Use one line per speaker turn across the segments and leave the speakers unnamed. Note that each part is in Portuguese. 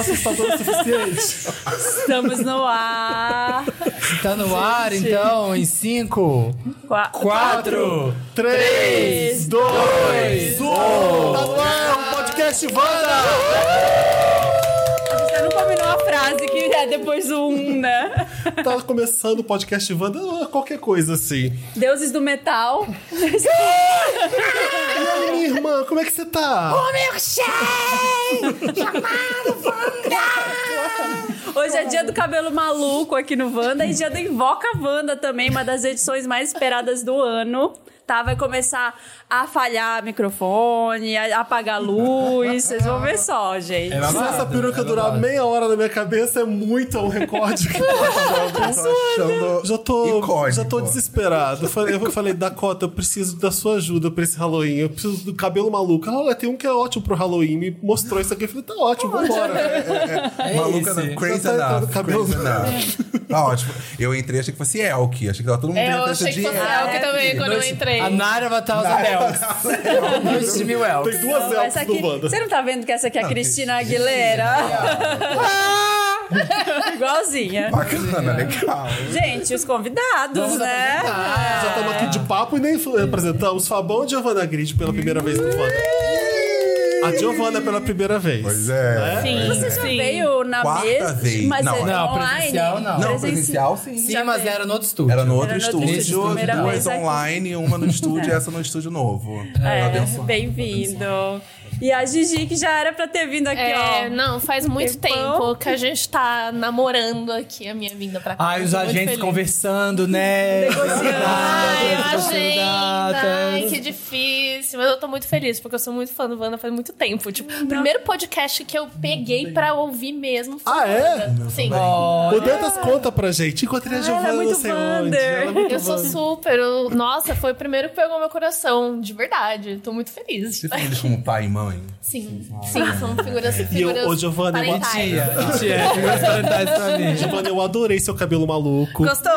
assustador o suficiente.
Estamos no ar.
Tá no ar, então, em 5,
Qua-
4,
3, 2, 1. Tá no ar, o podcast Wanda.
Você não combinou a frase que é depois do um, né?
Tá começando o podcast Wanda, ah, qualquer coisa assim.
Deuses do metal.
E aí, minha irmã, como é que você tá?
Hoje é dia do cabelo maluco aqui no Wanda e dia do Invoca Wanda também, uma das edições mais esperadas do ano. Tá, vai começar a falhar microfone, a apagar luz. Vocês vão ver só, gente.
Se essa peruca durar meia hora na minha cabeça, é muito, é um recorde. que eu tô achando.
achando.
Já tô,
Icônico.
já tô desesperado. Eu falei, eu falei, Dakota, eu preciso da sua ajuda pra esse Halloween. Eu preciso do cabelo maluco. Ela, olha, tem um que é ótimo pro Halloween. Me mostrou isso aqui. Eu falei, tá ótimo, vambora.
É
Maluca,
esse.
não. Crazy
Já tá entrando
enough.
cabelo-
Crazy enough. Tá ótimo. Eu entrei, achei que fosse Elk. Achei que tava todo mundo
É, eu
tentando
achei que
de
fosse
Elk.
Elke também quando eu entrei.
A Nara vai estar os Abels. Dois time Well.
Tem duas
Não, essa
elfas
aqui,
no Wanda.
você não tá vendo que essa
Ah,
aqui é a Cristina Aguilera?
Ah!
Igualzinha.
Bacana, legal.
Gente, os convidados, né?
tá
Ah, Já estamos aqui de papo e nem f- apresentamos Fabão e Giovanna Grid pela primeira vez no Wanda. A Giovanna pela primeira vez.
Pois é.
Né?
Sim,
Você já veio na
Quarta
mesa,
vez.
mas
Não,
é
não,
online?
presencial não.
Não, presencial sim.
Sim, mas era no outro estúdio.
Era no outro
Era no outro estúdio,
estúdio,
primeira
duas
vez aqui.
online, uma no estúdio e essa no estúdio novo. Tá
É,
abençoado.
bem-vindo. E a Gigi, que já era pra ter vindo aqui,
É,
ó.
não, faz muito
Tempão.
tempo que a gente tá namorando aqui a minha vinda pra cá.
Ai, os
Tô muito
agentes
feliz.
conversando, né?
Ai, a
Datas,
agenda. Ai,
datas.
que difícil. Mas eu tô muito feliz, porque eu sou muito fã do Wanda faz muito tempo. Tipo, o primeiro podcast que eu peguei pra ouvir mesmo foi assim.
Ah, é?
Wanda. Sim.
O Dantas conta pra gente. Encontrei a Giovanna,
ela é
não
muito
sei onde.
Wander.
Ela é muito
Eu sou
Wanda.
super. eu- Nossa, foi o primeiro que pegou meu coração, de verdade. Tô muito feliz.
Você fez eles como pai e mãe?
Sim, sim, são figuras,
E eu,
figuras
ô, Giovanna, eu,
Tia,
parentais.
tia, figuras parentais pra mim.
Giovanna, eu adorei seu cabelo maluco.
Gostou?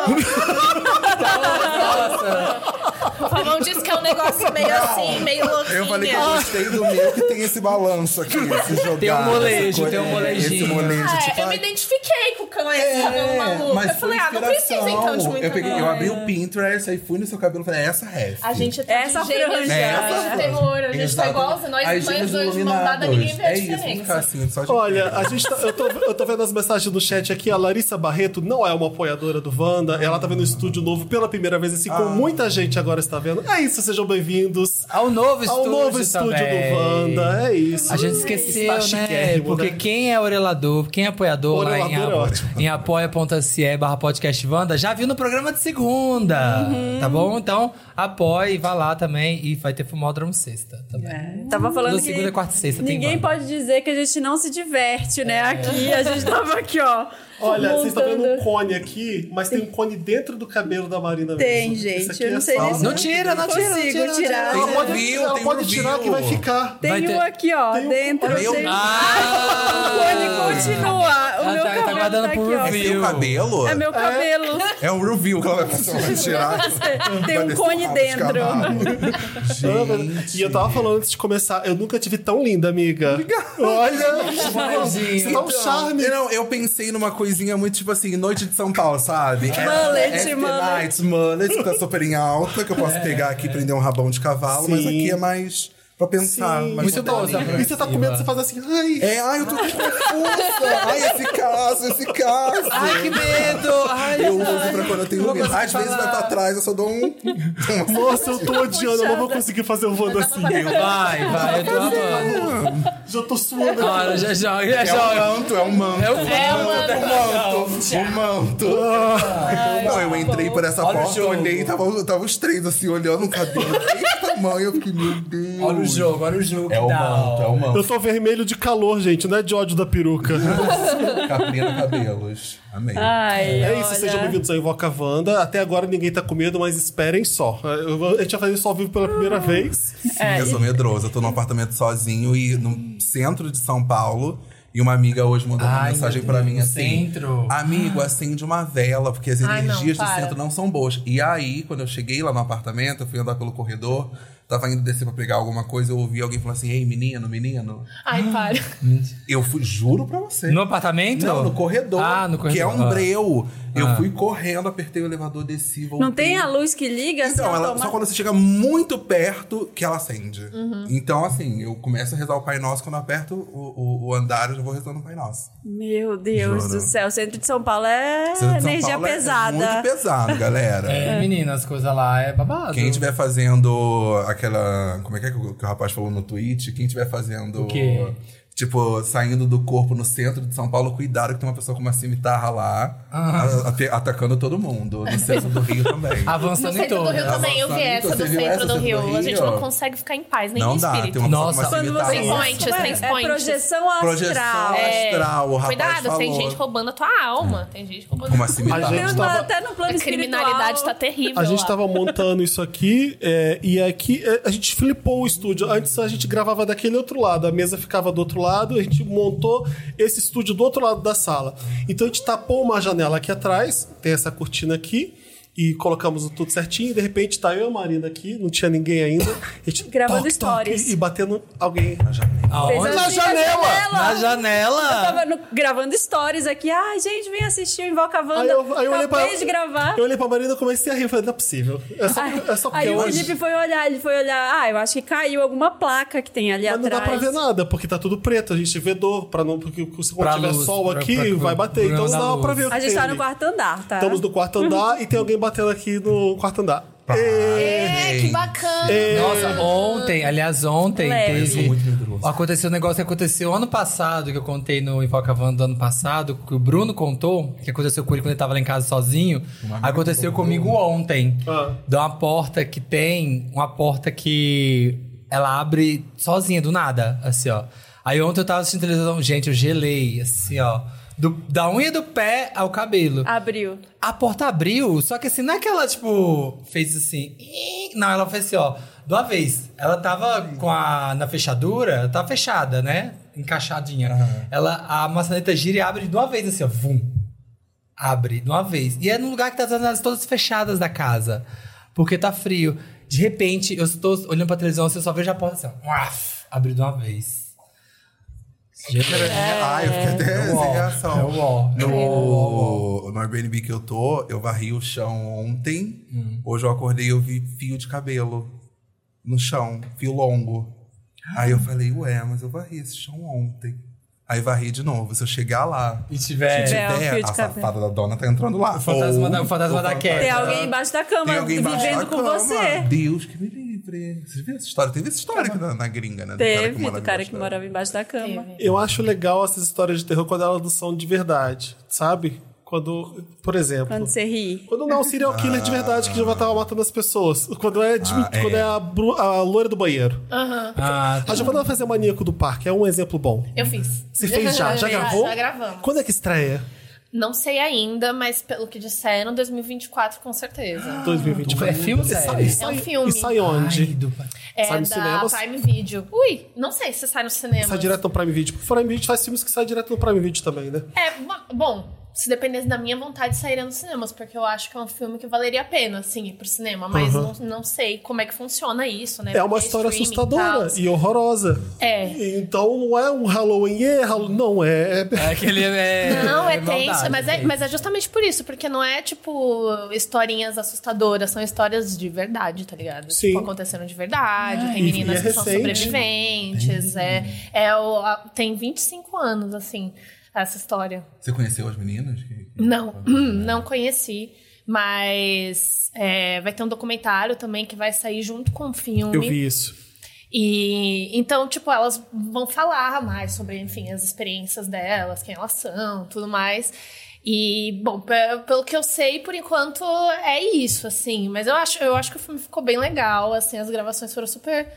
O Fabão disse que é um negócio meio assim, meio louquinho.
Eu falei que eu gostei do meu que tem esse balanço aqui, esse jogar.
Tem um molejo,
essa coisa,
tem um
é,
molejinho.
Esse molejo,
Ah,
tipo...
eu me
ai,
identifiquei com o cão esse
é,
cabelo maluco. Eu
mas foi
falei, ah, não precisa
inspiração.
então de muita
eu, peguei, eu
coisa.
abri o Pinterest, aí fui no seu cabelo e falei, "É essa ref.
A gente tá
Essa
de gêmeos
franja.
de
Essa
de terror. A gente tá igualzinho. Nós mães dois de mão dada, ninguém vê a
É isso, vamos ficar
diferença.
assim, só de
Olha, a gente tá- eu, tô, eu tô vendo as mensagens do chat aqui. A Larissa Barreto não é uma apoiadora do Wanda. Ela tá vendo o estúdio novo pela primeira vez, assim, como muita gente agora está vendo. É isso, sejam bem-vindos
Ao novo estúdio
ao novo estúdio
também.
do Wanda. É isso.
A gente esqueceu,
Está
né?
chiquérrimo,
Porque
né?
quem é orelador, quem é apoiador lá em,
Orelador é
apo-
ótimo.
em apoia.se barra podcast Wanda, já viu no programa de segunda, tá bom? Então, apoie, vá lá também e vai ter Fumódromo sexta também.
É.
É. Tava falando
No
que
segunda, quarta e sexta tem
ninguém
banda. É.
pode dizer que a gente não se diverte, né? Aqui, a gente tava aqui, ó.
Olha, vocês estão vendo um
montando.
cone aqui, mas tem um cone dentro do cabelo da Marina
Tem,
mesmo.
gente,
Isso aqui
eu não
é
sei
só-
disso.
Não tira, não tira, não
Consigo
tira, não tira.
tirar.
Ela pode,
Tem um
ela
review,
pode
tem um
tirar que vai
review.
ficar.
Tem
Vai
um
ter-
aqui, ó,
Tem um-
dentro.
Olha,
tem-
eu-
O cone continua. O
Ah,
meu
tá, ele tá
cabelo tá,
guardando
aqui,
pro
ó.
É
review.
seu cabelo?
É meu cabelo.
É um review que ela vai tirar.
Tem um cone dentro.
Gente.
E é eu tava falando antes de começar, eu nunca tive tão linda, amiga. Olha, você
Então,
tá um charme.
Eu, não, eu pensei numa coisinha muito tipo assim, noite de São Paulo, sabe? É,
Mullet,
after
mullet.
night, mullet, que tá super em alta, que eu
É.
posso pegar aqui e prender um rabão de cavalo, mas
Sim.
aqui é mais pra pensar. mais
é
Muito bom,
moderninho.
Sabrina.
E você tá comendo, você faz assim, ai.
É, ai, eu tô confusa. Ai, esse caso, esse caso.
Ai, que medo! Ai,
eu uso pra quando eu tenho medo.
conseguir
Às vezes
falar.
vai pra trás, eu só dou um.
Nossa, eu tô odiando, eu não vou conseguir fazer o Wanda assim.
Vai, vai, eu tô amando.
Já tô suando.
Bora, já joga, já
É um
joga.
manto, é um manto.
É o
O manto, o manto. Não,
tá
eu entrei por essa
Olha o
porta,
jogo.
olhei, tava, tava os três assim, olhando o cabelo. Que tamanho, eu fiquei, meu Deus.
Olha o jogo, olha o jogo.
É
que
o
dá.
manto, é o manto.
Eu tô vermelho de calor, gente, não é de ódio da peruca.
Caprina Cabelos. Amei.
Ah,
Ai,
É isso, sejam bem-vindos ao Invoca Wanda. Até agora ninguém tá com medo, mas esperem só. Eu- A gente vai fazer isso ao vivo pela primeira vez.
É,
eu sou medrosa, eu tô num apartamento sozinho e no centro de São Paulo. E uma amiga hoje mandou uma
Ai,
mensagem
meu
pra
Deus,
mim
no
assim:
centro.
Amigo, acende uma vela, porque as
Ai, não,
energias do
para.
centro não são boas. E aí, quando eu cheguei lá no apartamento, eu fui andar pelo corredor, Tava indo descer pra pegar alguma coisa, eu ouvi alguém falar assim: Ei, menino, menino.
Ai, para.
Eu fui, juro pra você.
No apartamento?
Não, no corredor.
Ah, no
Que é
corredor.
um
Ah.
breu. Eu
Ah.
fui correndo, apertei o elevador, desci, voltei.
Não tem a luz que liga?
Então,
assim,
ela-
automa-
só quando você chega muito perto que ela acende. Então, assim, eu começo a rezar o Pai Nosso. Quando eu aperto o, o- o andar, eu já vou rezando o Pai Nosso.
Meu Deus
Juro.
do céu. O centro de São Paulo é
Você tá em São
energia
Paulo,
pesada.
É muito pesado, galera.
É, menina, as coisas lá é babado.
Quem estiver fazendo aquela. Como é que, é que o, que o rapaz falou no tweet? Quem estiver fazendo.
O quê?
Tipo, saindo do corpo no centro de São Paulo, cuidado que tem uma pessoa com uma cimitarra lá
Ah.
a- ate- atacando todo mundo. No centro do Rio também.
No
Avançando em
centro do Rio
Avançando
também, eu vi
em
essa
todas.
do
Você viu
centro
essa
do
do
Rio. A gente
Rio?
não consegue ficar em paz, nem
Não
em
dá,
espírito.
tem uma pessoa com
Nossa.
uma
Quando
cimitarra
você
Tem
lá.
point,
é,
tem
é
point.
projeção astral. É,
Projeção um astral, o rapaz
É, Cuidado,
falou. É. assim?
tem gente roubando a tua alma. Tem gente roubando
Com uma
tua
cimitarra.
A gente
Tem uma-
tava-
Até no plano
A criminalidade tá
espiritual.
terrível.
A gente
lá.
tava montando isso aqui é, e aqui é, a gente flipou o estúdio. Antes a gente gravava daquele outro lado, a mesa ficava do outro lado, a gente montou esse estúdio do outro lado da sala. Então a gente tapou uma janela aqui atrás, tem essa cortina aqui. E colocamos tudo certinho, e de repente tá eu e a Marina aqui, não tinha ninguém ainda. A gente
Gravando
toque, toque,
stories.
e batendo alguém na janela.
Aonde?
Fez assim,
Na
a
janela!
Na janela!
Tava no- gravando stories aqui. Ai, gente, vem assistir o Invoca Wanda.
Aí eu, aí eu olhei pra.
Acabei de gravar.
Eu olhei pra Marina e comecei a rir. Eu falei, não é possível. É só,
Ai,
é só porque
aí o
hoje.
Felipe foi olhar, ele foi olhar. Ah, eu acho que caiu alguma placa que tem ali
Mas não
atrás.
dá pra ver nada, porque tá tudo preto. A gente vê dor, pra não, porque se quando
Pra
tiver
luz,
sol
pra-
aqui,
pra- pra-
vai bater.
pra
Então
dar
não dá
luz.
pra ver o que
A gente
tem
tá
ali.
no quarto andar, tá?
Estamos no quarto andar e tem alguém batendo aqui no quarto andar. E-
É, que bacana.
Nossa, ontem, aliás, ontem
Leve.
Eu sou
teve.
muito medroso.
Aconteceu um negócio que aconteceu ano passado, que eu contei no Invoca Van do ano passado, que o Bruno contou, que aconteceu com ele quando ele tava lá em casa sozinho. Aconteceu comigo ontem.
Ah.
De uma porta que tem, uma porta que ela abre sozinha, do nada, assim, ó. Aí ontem eu tava assistindo televisão, gente, eu gelei, assim, ó. Do- da unha do pé ao cabelo.
Abriu.
A porta abriu, só que assim, não é que ela, tipo, fez assim. "Ih", Não, ela fez assim, ó. De uma vez. Ela tava com a. Na fechadura, tava fechada, né? Encaixadinha. Ela, a maçaneta gira e abre de uma vez, assim, ó. Vum. Abre de uma vez. E é num lugar que tá as janelas todas fechadas da casa. Porque tá frio. De repente, eu estou olhando pra televisão, assim, eu só vejo a porta assim, ó. Uaf, abre de uma vez.
Ai, eu fiquei até
ó,
sem
é
reação.
o ó.
No, no Airbnb que eu tô, eu varri o chão ontem.
Hum.
Hoje eu acordei e eu vi fio de cabelo no chão, fio longo. Aí eu falei, ué, mas eu varri esse chão ontem. Aí varri de novo. Se eu chegar lá,
E tiver.
se
É, um
tiver,
fio de
a
cabelo.
safada da dona tá entrando lá. O
fantasma da- o fantasma da Kelly.
Tem
Tá.
alguém embaixo da cama
É. Tem alguém embaixo
vivendo
da
com
cama.
você.
Deus que me livre. Vocês viram essa história? Teve essa história aqui na, na gringa, né? Do cara que
Teve,
morava
do cara
embaixo
que
da-
morava embaixo da cama.
Eu acho legal essas histórias de terror quando elas não são de verdade, sabe? Quando, por exemplo.
Quando você ri.
Quando não é um serial killer de verdade que já tava matando as pessoas. Quando é, de-
Ah, é.
Quando é a, bru- a loira do banheiro.
Ah,
A Giovanna vai fazer o maníaco do parque, é um exemplo bom.
Eu fiz.
Você fez já? Já
Já,
gravou?
já gravamos.
Quando é que estreia?
Não sei ainda, mas pelo que disseram, 2024 com
Ah.
certeza.
2024.
é filme ou
E sai-
série?
e sai-
É um filme.
E sai onde?
Ai, do pai.
É
Sai nos
da
cinemas?
Prime Video. Ui, não sei se sai no cinema.
Sai direto no Prime Video. Porque o Prime Video faz filmes que saem direto no Prime Video também, né?
É, bo- bom, se dependesse da minha vontade, sairia nos cinemas, porque eu acho que é um filme que valeria a pena, assim, ir pro cinema, mas
Uhum.
não, não sei como é que funciona isso, né?
É uma
Porque
história
streaming e
assustadora
tal.
e horrorosa.
É.
Então não é um Halloween, é Hall- não é. é-
É aquele. É,
Não, é
maldade,
tenso, mas é, mas é justamente por isso, porque não é tipo historinhas assustadoras, são histórias de verdade, tá ligado?
Sim.
Tipo, acontecendo de verdade, tem
e- e
meninas
é
que são
recente.
sobreviventes, é, é o, a- tem 25 anos, assim, essa história.
Você conheceu as meninas? que-
Não, não conheci, mas é, vai ter um documentário também que vai sair junto com o filme.
Eu vi isso.
E então, tipo, elas vão falar mais sobre, enfim, as experiências delas, quem elas são, tudo mais. E, bom, pe- pelo que eu sei, por enquanto é isso, assim. Mas eu acho, eu acho que o filme ficou bem legal, assim, as gravações foram super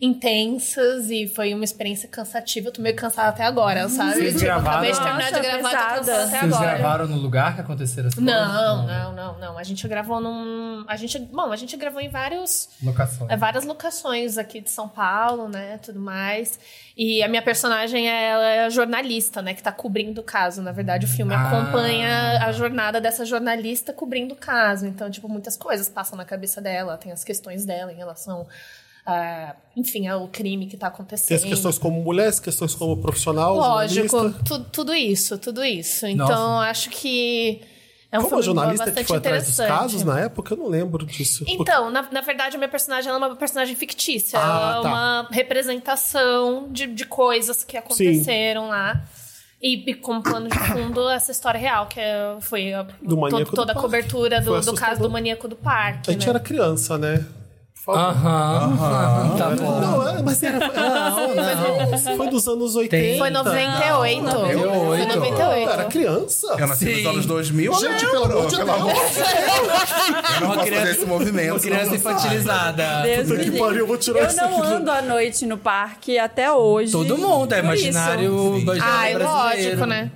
intensas e foi uma experiência cansativa. Eu tô meio cansada até agora, sabe?
Uhum. Vocês gravaram?
acabei de terminar
Nossa,
de gravar, tô cansada
pesada.
até
Vocês
é agora.
gravaram no lugar que aconteceram as coisas?
Não,
né?
não, não, não. A gente gravou num. A gente, bom, a gente gravou em vários.
Locações.
É, várias locações aqui de São Paulo, né, tudo mais. E a minha personagem, ela é a jornalista, né, que tá cobrindo o caso. Na verdade, o filme
Ah.
acompanha a jornada dessa jornalista cobrindo o caso. Então, tipo, muitas coisas passam na cabeça dela. Tem as questões dela em relação ah, enfim, ao crime que está
Tem
acontecendo.
as questões como mulher, as questões como profissional,
Lógico,
jornalista.
tu- tudo isso, tudo isso. Então, acho que é um
Como a
filme
jornalista
bastante
que foi atrás dos
interessante.
casos né? na época, eu não lembro disso.
Então, na, na verdade, a minha personagem ela é uma personagem fictícia.
Ah,
ela é
tá.
uma representação de, de coisas que aconteceram lá. E, e como plano de fundo, essa história real, que é- foi a-
Do Maníaco do
toda a
Parque.
cobertura do,
Foi
do
assustador.
caso do maníaco do parque.
a gente
né?
era criança, né? Por favor.
Aham. Tá bom.
Não, é, mas era.
Não, não.
Foi dos anos 80.
é Foi 98. Foi
98.
98.
Eu era criança.
Eu nasci
Sim.
nos anos 2000,
Gente, pelo amor de Deus.
Eu não
Uma
posso
criança-
fazer esse movimento.
Uma criança
senão não
infantilizada.
Deus
Puta
me
que
livre.
pariu, eu vou tirar isso
não
aqui do-
ando à noite no parque até hoje.
Todo mundo é
Por isso.
imaginário,
Ai,
imaginário brasileiro.
lógico, né?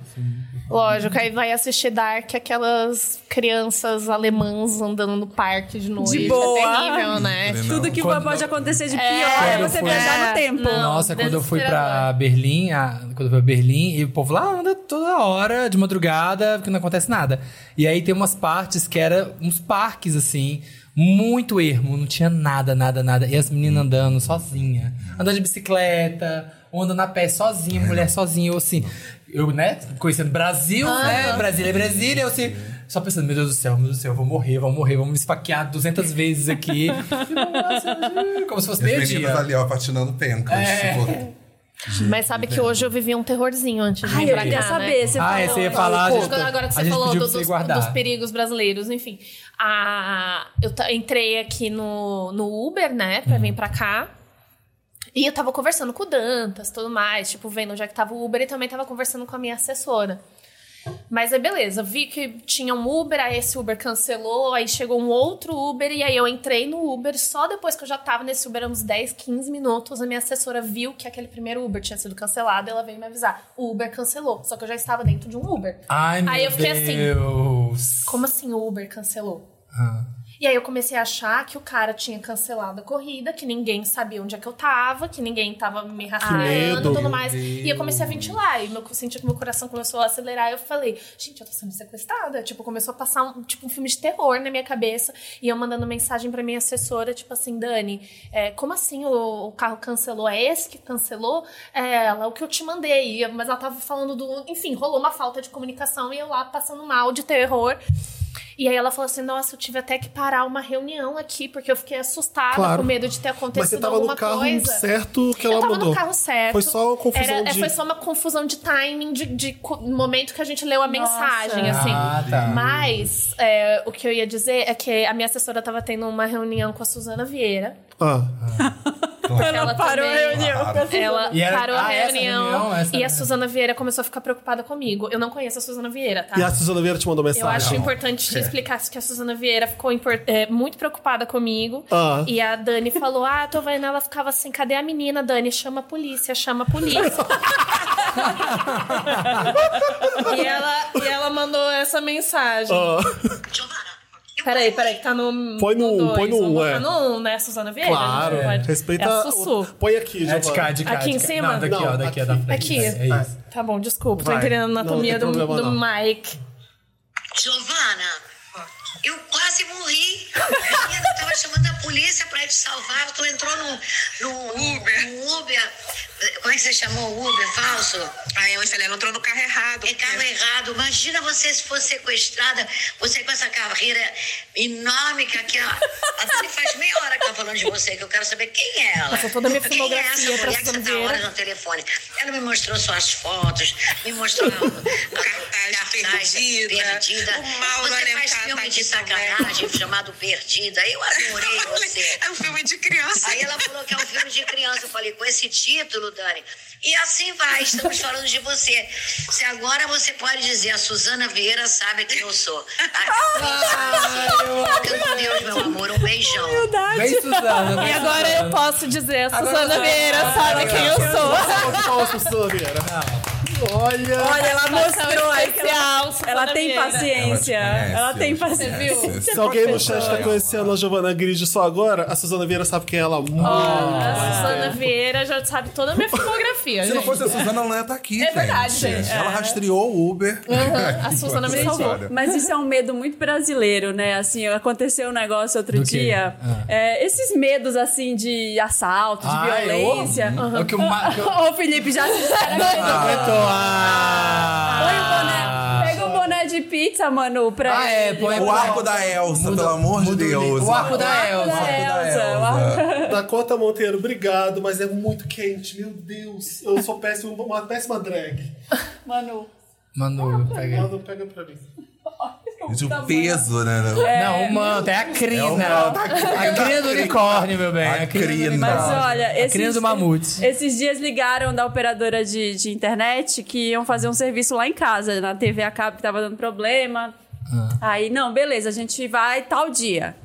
Lógico, aí vai assistir Dark, aquelas crianças alemãs andando no parque de noite.
boa.
É terrível, né?
Falei,
Tudo
não.
que
Quando-
pode acontecer de pior
É,
é, você
quando
viajar
foi-
no tempo.
Não.
Tipo, Nossa, quando eu fui pra
desesperador.
Berlim, a- quando eu fui pra Berlim, e o povo lá anda toda hora, de madrugada, porque não acontece nada. E aí tem umas partes que era uns parques, assim, muito ermo, não tinha nada, nada, nada. E as meninas andando sozinha, andando de bicicleta, ou andando a pé sozinha, mulher sozinha, eu assim, eu, né, conhecendo Brasil, né, Brasília é Brasília, eu assim... Só pensando, meu Deus do céu, meu Deus do céu, eu vou morrer, vou morrer, vamos me esfaquear 200 vezes aqui. Como se fosse
As
meio
meninas
dia.
ali, ó, patinando pencas. Tipo,
Mas sabe que hoje eu vivi um terrorzinho antes de
Ai,
vir
eu
pra
queria
cá,
saber.
né?
Você
Ah,
falou.
essa ia falar.
Pô,
gente,
agora que
a
você
gente
falou
pediu
do-
pra você
dos,
guardar.
dos perigos brasileiros, enfim. Ah, eu ta- entrei aqui no, no Uber, né, pra
Uhum.
vir pra cá. E eu tava conversando com o Dantas, tudo mais, tipo, vendo onde é que tava o Uber e também tava conversando com a minha assessora. Mas aí, beleza, vi que tinha um Uber, aí esse Uber cancelou, aí chegou um outro Uber, e aí eu entrei no Uber, só depois que eu já tava nesse Uber, uns 10, 15 minutos, a minha assessora viu que aquele primeiro Uber tinha sido cancelado, e ela veio me avisar, o Uber cancelou, só que eu já estava dentro de um Uber.
Ai, meu
Aí eu fiquei assim,
Deus.
Como assim o Uber cancelou?
Ah.
E aí eu comecei a achar que o cara tinha cancelado a corrida, que ninguém sabia onde é que eu tava, que ninguém tava me rastreando
medo.
e tudo mais. E eu comecei a ventilar, e meu, eu senti que meu coração começou a acelerar, e eu falei, gente, eu tô sendo sequestrada. Tipo, começou a passar um, tipo, um filme de terror na minha cabeça, e eu mandando mensagem pra minha assessora, tipo assim, Dani, é, como assim o, o carro cancelou? É esse que cancelou? É ela, o que eu te mandei. E- Mas ela tava falando do... Enfim, rolou uma falta de comunicação, e eu lá passando mal de terror. E aí ela falou assim: nossa, eu tive até que parar uma reunião aqui, porque eu fiquei assustada
Claro.
com medo de ter acontecido
Mas você tava
alguma
no carro
coisa.
certo que
eu
ela
tava
mandou.
no carro certo.
Foi só uma confusão
Era- é,
de-
Foi só uma confusão de timing, de, de co- momento que a gente leu a mensagem, assim.
Ah, tá.
Mas é, o que eu ia dizer é que a minha assessora tava tendo uma reunião com a Suzana Vieira.
Ah,
Ela,
Ela
parou
também-
a reunião.
Claro.
pensando-
Ela
E era-
parou a
ah, essa
reunião,
reunião, essa
e a
reunião.
Suzana Vieira começou a ficar preocupada comigo. Eu não conheço a Suzana Vieira, tá?
E a Suzana Vieira te mandou mensagem.
Eu acho
Não.
importante te
É.
explicar que a Suzana Vieira ficou impor- é, muito preocupada comigo.
Ah.
E a Dani falou: Ah, tô vendo. Ela ficava assim: cadê a menina, Dani? Chama a polícia, chama a polícia. e, ela, e ela mandou essa mensagem.
Ah,
Peraí, peraí, que tá no.
Põe no um,
dois.
põe no
Vamos
um,
botar
é.
no um, né, Suzana Vieira?
claro.
Não pode.
Respeita.
É a
o-
Sussu.
Põe aqui,
É de cá,
Giovana.
de cá.
Aqui
de
em
cá.
cima?
Não, daqui, ó,
Não,
daqui, é
aqui.
da frente.
Aqui.
É, é isso.
Tá bom, desculpa, tô
Vai.
entendendo a
Não,
anatomia
não tem
do,
problema,
do
não.
Mike.
Giovana, eu quase morri. A menina tava chamando a polícia pra ir te salvar. Tu entrou no, no Uber. No Uber. Como é que você chamou o Uber falso?
Aí eu falei, ela entrou no carro errado.
É carro errado. Imagina você se fosse sequestrada, você com essa carreira enorme que aqui, ó. A Dani faz meia hora que tá falando de você, que eu quero saber quem é ela.
Passou toda a minha
Quem é
filmografia
essa
pra
mulher que
Suzana
você tá
Vieira.
horas no telefone? Ela me mostrou suas fotos, me mostrou a,
cartaz Perdida,
perdida.
o Mauro
você faz
Alencar tá
filme
aqui
de sacanagem chamado Perdida. Eu adorei você.
É um filme de criança.
Aí ela falou que é um filme de criança. Eu falei, com esse título, Dani. E assim vai, estamos falando de você. Se agora você pode dizer, a Suzana Vieira sabe quem eu sou. Ah, Fica com Deus, meu amor. Um beijão.
Vem, Suzana.
E
vem,
agora eu
Suzana.
posso dizer: a
Agora
Suzana
você-
Vieira sabe quem eu sou.
Salve de palmas pra Suzana Vieira. Olha.
Olha, ela mostrou aí que ela,
especial, Susana
ela tem
Vieira.
paciência.
Ela te conhece,
Ela tem
ela te
né?
paciência.
Você viu?
conhece.
Se alguém no
professora.
chat tá conhecendo a Giovana Grigio só agora, a Suzana Vieira sabe quem é ela.
A Susana Vieira já sabe toda a minha filmografia.
Se não
gente.
fosse a Suzana, ela não ia estar aqui,
É verdade, gente.
Ela rastreou o Uber.
a Suzana me
Enquanto essa
salvou.
história.
Mas isso é um medo muito brasileiro, né? Assim, aconteceu um negócio outro
Do quê?
dia.
Ah.
É, esses medos, assim, de assalto, de
Ai,
violência.
ô, ô, que É o ma- que o-
Ô, Felipe, já se
Ah, Aguentou.
Põe o
Ah.
um boné. Pega o boné de pizza, Manu, pra
Ah, é,
ele.
põe
O arco da Elsa, pelo amor de
muda o
Deus.
livro. O arco da
O arco
Elsa.
da Elsa, o arco-
Dakota Monteiro, obrigado, mas é muito quente. Meu Deus, eu sou péssimo, uma péssima drag.
Manu.
Manu, pega.
Manda, pega pra mim.
Gente, o peso, né? não?
Não, o manto, é a crina.
o manto,
a crina do unicórnio, meu bem.
A
A, crina. do
crina.
unicórnio.
Mas olha,
A crina
esses,
do mamute.
esses dias ligaram da operadora de, de internet que iam fazer um serviço lá em casa, na TV a cabo que tava dando problema. Aí, não, beleza, a gente vai tal dia.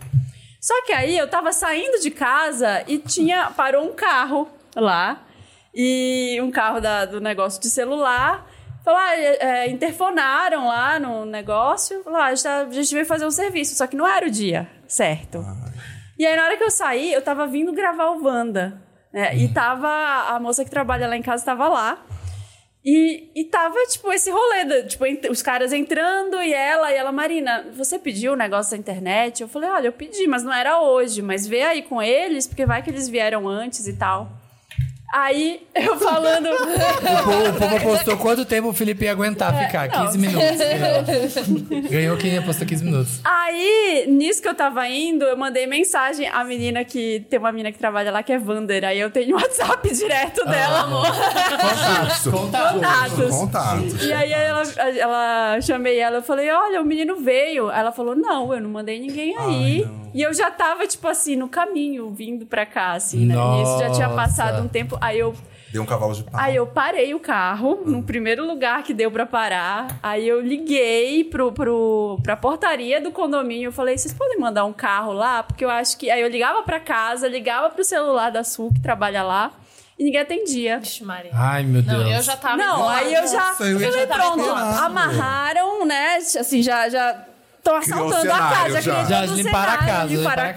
Só que aí eu tava saindo de casa e tinha parou um carro lá. E um carro da- do negócio de celular. Falou, ah, é, é, interfonaram lá no negócio. Falou, ah, a gente tá- a gente veio fazer um serviço, só que não era o dia certo. E aí, na hora que eu saí, eu tava vindo gravar o Wanda. Né? E tava. A moça que trabalha lá em casa tava lá. E, e tava, tipo, esse rolê, da- tipo, ent- os caras entrando e ela, e ela, Marina, você pediu o negócio da internet? Eu falei, olha, eu pedi, mas não era hoje, mas vê aí com eles, porque vai que eles vieram antes e tal. Aí, eu falando...
O povo- O povo apostou quanto tempo o Felipe ia aguentar ficar?
É, não.
15 minutos. Ganhou quem apostou 15 minutos.
Aí, nisso que eu tava indo, eu mandei mensagem à menina que... Tem uma menina que trabalha lá que é Wander, aí eu tenho o WhatsApp direto dela, amor.
Contatos.
Contatos.
Contatos.
E aí ela, ela chamei ela, eu falei, olha, o menino veio. Ela falou, não, eu não mandei ninguém aí. e eu já tava, tipo assim, no caminho, vindo pra cá, assim, né? E isso já tinha
Nossa.
passado um tempo. Aí eu,
Deu um cavalo de pau.
aí eu parei o carro, no primeiro lugar que deu pra parar. Aí eu liguei pro, pro, pra portaria do condomínio. Eu falei, vocês podem mandar um carro lá? Porque eu acho que... Aí eu ligava pra casa, ligava pro celular da Sul, que trabalha lá. E ninguém atendia.
Vixe, Maria.
Ai, meu Deus.
Não, eu já tava.
Não, aí eu já.
Nossa, eu
falei,
já tava
pronto,
esperando.
amarraram, né? Assim, já. já Estão
Criou
assaltando
o cenário,
a casa,
já.
criando
Já
o
limparam a
cenário,
casa,
Limparam
limparam
a
a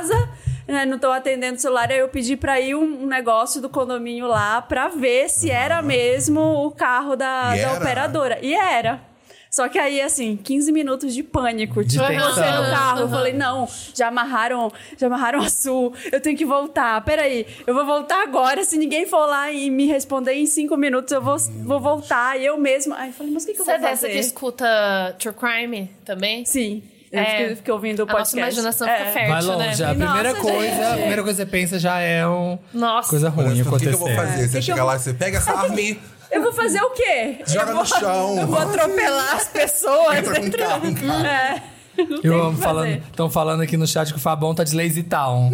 casa. né, Não estão atendendo o celular. Aí eu pedi pra ir um, um negócio do condomínio lá pra ver se era mesmo o carro da,
Ah. E
da
era?
operadora. E era. Só que aí, assim, 15 minutos de pânico. Tipo,
tensão.
você no carro. Eu
Aham.
falei, não, já amarraram, já amarraram a Su, eu tenho que voltar. Peraí, eu vou voltar agora. Se ninguém for lá e me responder em cinco minutos, eu vou, vou voltar. E eu mesma. Aí eu falei, mas o que, que eu
Você é
vou
dessa
fazer?
que escuta True Crime também?
Sim. Eu
É.
fiquei, fiquei ouvindo o
A nossa
podcast.
imaginação
É.
fica fértil,
Vai longe.
né?
A primeira
Nossa,
coisa,
gente.
a primeira coisa que você pensa já é um
Nossa.
coisa
Olha,
ruim
então, O que, que eu vou
acontecendo.
fazer? Você
que
chega
eu
lá e você pega essa arminha,
Eu vou fazer o quê?
Joga
eu vou,
no chão.
Eu vou atropelar as pessoas.
entra com um carro.
É. Não tem o
Eu
que
amo
fazer.
falando. Estão falando aqui no chat que o Fabão tá de Lazy Town.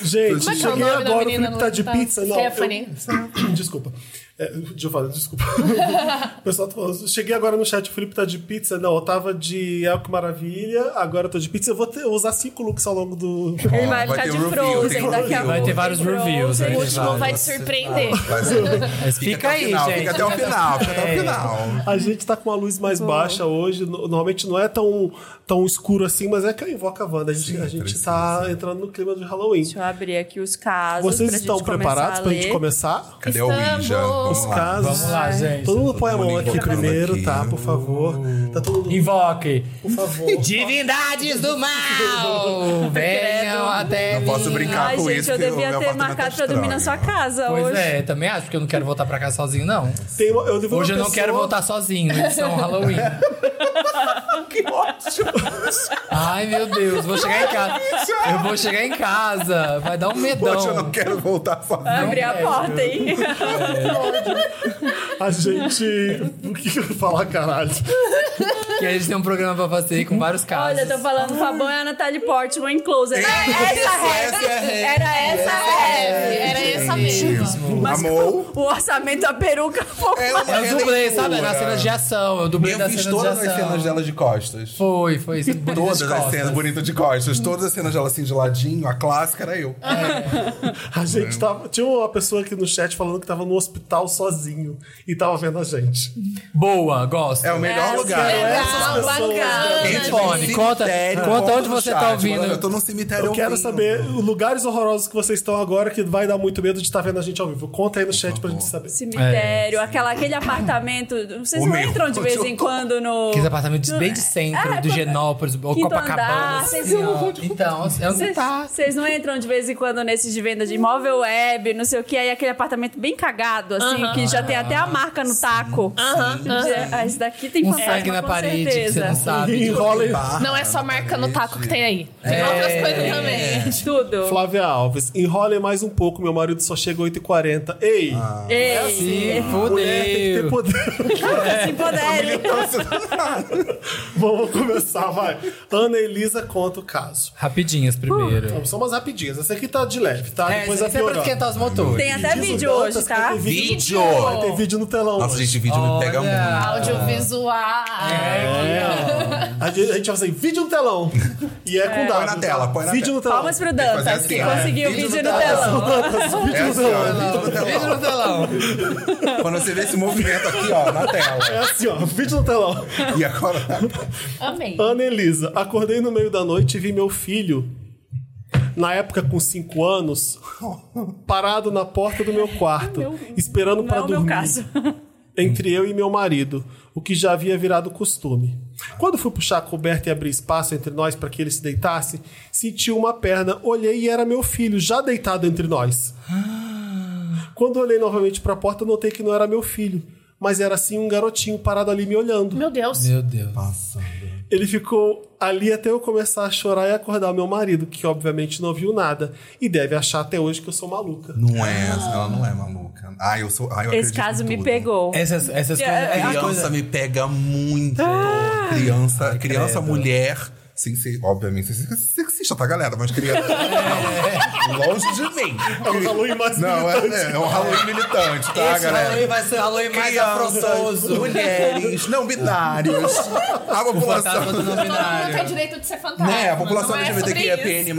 Gente,
Como é que é o
cheguei
nome da
agora, o
menina
Felipe tá
no-
de
tá?
pizza. Não,
Stephanie.
Eu... Desculpa. É, Giovana, desculpa. o pessoal tá falando. Cheguei agora no chat, o Felipe tá de pizza. Não, eu tava de El que Maravilha, agora eu tô de pizza. Eu vou, ter- eu vou usar cinco looks ao longo do.
Ele
Ó,
vai,
vai
ficar
ter
de
review, tem
Frozen daqui a
review.
pouco.
Vai
ter
tem
vários
Frozen.
reviews, vai ter
O último vai te surpreender.
Mas
Mas fica,
até o
aí,
final,
gente. É.
Fica até o final, fica até o final.
A gente tá com uma luz mais baixa hoje. no- Normalmente não é tão, tão escuro assim, mas é que eu invoco a Wanda. A gente, a gente
precisa.
tá entrando no clima de Halloween.
Deixa eu abrir aqui os casos.
Vocês
pra
estão
gente começar
preparados
a
pra gente
ler.
começar?
Cadê o Ouija?
Estamos.
Vamos
Os
lá.
casos.
Vamos lá, gente.
Todo mundo põe a
Todo
mão
mundo
aqui
invocando
primeiro,
aqui.
tá? Por favor. Tá todo mundo.
Invoque.
Por favor.
Divindades do mal! Venham até
Não posso
mim.
brincar
Ai,
com
gente,
isso.
eu
que o
devia
meu
ter
apartamento
marcado
é
pra dormir na sua
estranho.
casa
Pois
hoje.
é, também acho que eu não quero voltar pra cá sozinho, não.
Tem uma- eu devo uma
Hoje eu não
pessoa-
quero voltar sozinho, né? edição um Halloween.
Que ótimo!
Ai, meu Deus, vou chegar em casa. Eu vou chegar em casa. Vai dar um
Hoje eu é não
medão.
quero voltar sozinho.
Abre a porta, hein?
A gente. O que que eu ia falar, caralho?
Que a gente tem um programa pra fazer aí com vários casos.
Olha, tô falando, o Fabão é a Natalie Portman em Close. Era essa a
Essa é
regra.
a regra. É
Era essa a regra.
Era essa mesmo.
Mas
Amor.
o orçamento, a peruca, foi
É uma
Eu dublei, sabe?
releitura.
Nas cenas de ação. Eu dublei
Eu
nas
fiz
cenas de
todas as
ação.
cenas de dela de costas.
Foi, foi. sendo bonita
Todas
de
as
costas.
cenas bonita de costas, todas as cenas dela assim de ladinho, a clássica era eu.
Ah,
A gente tava. Tinha uma pessoa aqui no chat falando que tava no hospital sozinho e tava vendo a gente.
Boa, gosto.
É o melhor lugar.
legal,
Essas pessoas-
bacana.
Gente,
Fone,
tá cemitério,
conta- conta
no
onde você
chat,
tá
mano,
ouvindo.
Eu tô num cemitério.
Eu quero
ouvindo.
saber lugares horrorosos que vocês estão agora que vai dar muito medo de estar vendo a gente ao vivo. Conta aí no chat pra gente saber.
Cemitério, aquela, aquele apartamento. Vocês
É. O
não
meu.
entram de vez em quando no.
Aqueles apartamentos bem de centro,
É,
do
quando-
Genópolis, ou
Quinto
Copacabana.
andar,
assim,
vocês
ó.
não-
Então, é onde
Vocês-
tá.
Vocês não entram de vez em quando nesses de venda de imóvel web, não sei o que, aí aquele apartamento bem cagado, assim, que já tem até a marca no taco. Aham. Ah, Esse daqui tem
Um
fantasma,
sangue na
com
parede, que você
certeza.
não sabe.
Enrola aí.
Tá.
Não é só marca no taco que tem aí. Tem
É.
outras coisas também.
Tudo.
Flávia Alves, enrole mais um pouco, meu marido só chega 8h40. Ei!
Ei,
Se
Mulher tem que ter
fudeu.
poder.
se empoderem.
Vamos começar, vai. Ana Elisa conta o caso.
Rapidinhas primeiro.
São umas rapidinhas. Essa aqui tá de leve, tá?
É,
Depois vai
isso aqui é pra
piorando.
esquentar os motores.
Tem até
Diz o
vídeo hoje,
Dantas que
tá?
Tem vídeo, no
Vídeo!
telão. Vai ter vídeo no telão.
Nossa,
hoje.
gente, vídeo me pega
Olha.
muito.
Audiovisual.
A gente, a gente vai fazer vídeo no telão. E é, com dados.
Põe na tela, põe na
Vídeo no telão.
Palmas pro
fazer
Dantas,
assim,
que
ó.
conseguiu o
Vídeo
vídeo
no
no telão.
É assim, ó, vídeo no
Vídeo
telão.
no telão.
Quando você vê esse movimento aqui, ó, na
É
tela.
assim, ó. Vídeo no telão.
E agora tá.
Amei.
Ana Elisa, acordei no meio da noite e vi meu filho, na época com 5 anos, parado na porta do meu quarto, esperando
Não é
para
o meu
dormir.
caso.
Entre eu e meu marido, o que já havia virado costume. Quando fui puxar a coberta e abrir espaço entre nós para que ele se deitasse, senti uma perna, olhei e era meu filho, já deitado entre nós. Quando olhei novamente para a porta, notei que não era meu filho, mas era sim um garotinho parado ali me olhando.
Meu Deus.
Meu Deus.
Ele ficou ali até eu começar a chorar e acordar meu marido, que obviamente não viu nada e deve achar até hoje que eu sou maluca.
Não é, ela não é maluca. Ai, eu sou. Ai, eu
Esse
acredito em
caso me
tudo.
pegou.
Essas, essas coisas.
é
essas
Criança
coisas-
me pega muito. Criança, criança,
Ah, credo.
mulher. Sem ser, obviamente, sem ser sexista, tá, galera? Mas criança. Longe de mim.
É um Halloween mais
Não, é, é um Halloween militante, tá,
Esse
galera?
Halloween vai ser o Halloween mais
Crianças,
afrontoso.
mulheres, não binários. A
Fantasma do
população.
não
Todo mundo tem
binário.
direito de ser fantasma.
Né, a população
não é sobre isso.
LGBTQIAPN+,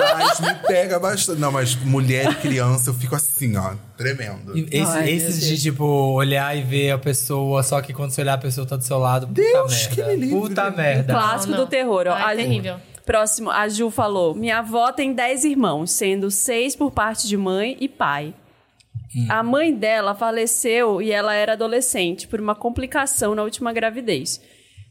me pega bastante. Não, mas mulher e criança, eu fico assim, ó, tremendo.
E Esse,
Ai, meu
esses de,
Deus.
tipo, olhar e ver a pessoa, só que quando você olhar, a pessoa tá do seu lado. Puta
Deus,
merda.
que me livre.
Puta merda.
Clássico
Não, não.
do terror, ó.
Ai,
A-
terrível.
Ah, é Próximo, a Ju falou: Minha avó tem 10 irmãos, sendo seis por parte de mãe e pai. A mãe dela faleceu e ela era adolescente por uma complicação na última gravidez.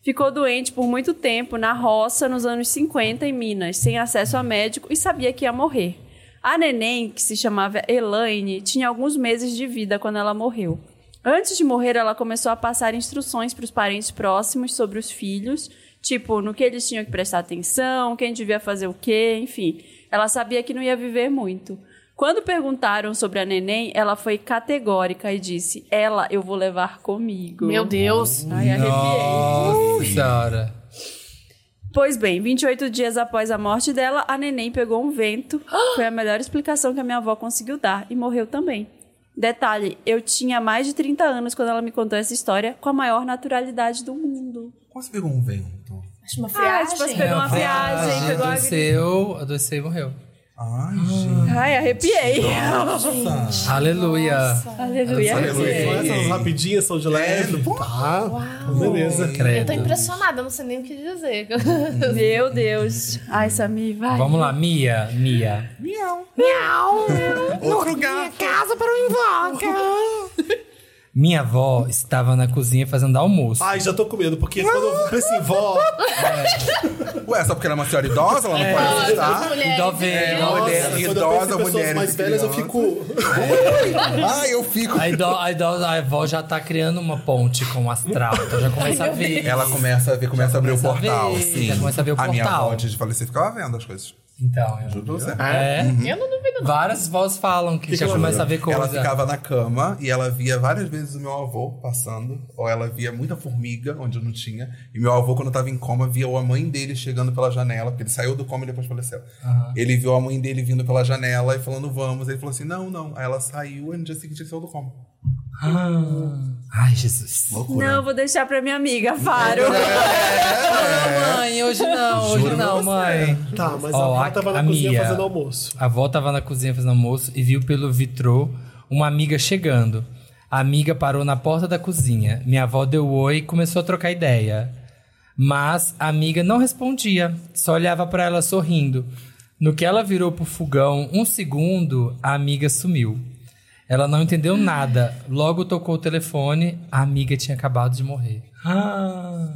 Ficou doente por muito tempo na roça nos anos 50 em Minas, sem acesso a médico e sabia que ia morrer. A neném, que se chamava Elaine, tinha alguns meses de vida quando ela morreu. Antes de morrer, ela começou a passar instruções para os parentes próximos sobre os filhos, tipo no que eles tinham que prestar atenção, quem devia fazer o quê, enfim. Ela sabia que não ia viver muito. Quando perguntaram sobre a neném, ela foi categórica e disse: Ela eu vou levar comigo.
Meu Deus.
Ai, arrepiei.
Nossa senhora.
Pois bem, 28 dias após a morte dela, a neném pegou um vento. Foi a melhor explicação que a minha avó conseguiu dar e morreu também. Detalhe, eu tinha mais de 30 anos quando ela me contou essa história com a maior naturalidade do mundo.
Como você pegou um vento?
Acho uma
Ah, tipo, você pegou uma viagem, pegou a
Adoeceu, adoeceu e morreu. Ah.
Ai, gente.
Ai, arrepiei.
Aleluia.
Aleluia.
Aleluia.
São
arrepiei.
essas rapidinhas, são de
É,
leve. Tá? Beleza.
Eu tô
Credo.
impressionada, não sei nem o que dizer.
Meu Deus. Ai, Samir, vai.
Vamos lá, Mia, Mia.
Outro lugar.
Minha avó estava na cozinha fazendo almoço.
Ai, já tô com medo, porque quando eu pensei em vó,
Ué, só porque ela é uma senhora idosa, ela não pode
é
assustar?
Mulher,
então Idovinha.
nossa,
Nossa, Mulheres,
quando eu penso em
idosa,
pessoas
mulheres,
mais velhas, eu
crianças.
fico.
Ai, eu fico.
A, ido, a, idosa, a avó já tá criando uma ponte com o astral, então já começa a ver.
Ela começa a ver, começa a abrir o
começa a
portal.
ver,
sim.
já começa a ver o
minha
portal.
avó, antes de falecer, ficava vendo as coisas.
Então, eu-
Tudo certo.
é,
Eu não duvido, não.
várias vozes falam que, já começa a ver coisa.
Ela ficava na cama e ela via várias vezes o meu avô passando, ou ela via muita formiga, onde eu não tinha. E meu avô, quando tava em coma, via a mãe dele chegando pela janela, porque ele saiu do coma e depois faleceu. Ele viu a mãe dele vindo pela janela e falando, vamos. Ele falou assim, não, não. Aí ela saiu e no dia seguinte ele saiu do coma.
Ah, Ai, Jesus.
Loucura.
Não, eu vou deixar pra minha amiga, Faro.
Não, mãe, hoje não, hoje não, mãe.
Tá, mas
Ó,
a
a-
avó tava na
a
cozinha
Mia.
fazendo almoço.
A avó tava na cozinha fazendo almoço e viu pelo vitrô uma amiga chegando. A amiga parou na porta da cozinha. Minha avó deu oi e começou a trocar ideia. Mas a amiga não respondia, só olhava para ela sorrindo. No que ela virou pro fogão, um segundo, a amiga sumiu. Ela não entendeu nada. Logo tocou o telefone, a amiga tinha acabado de morrer. Ah,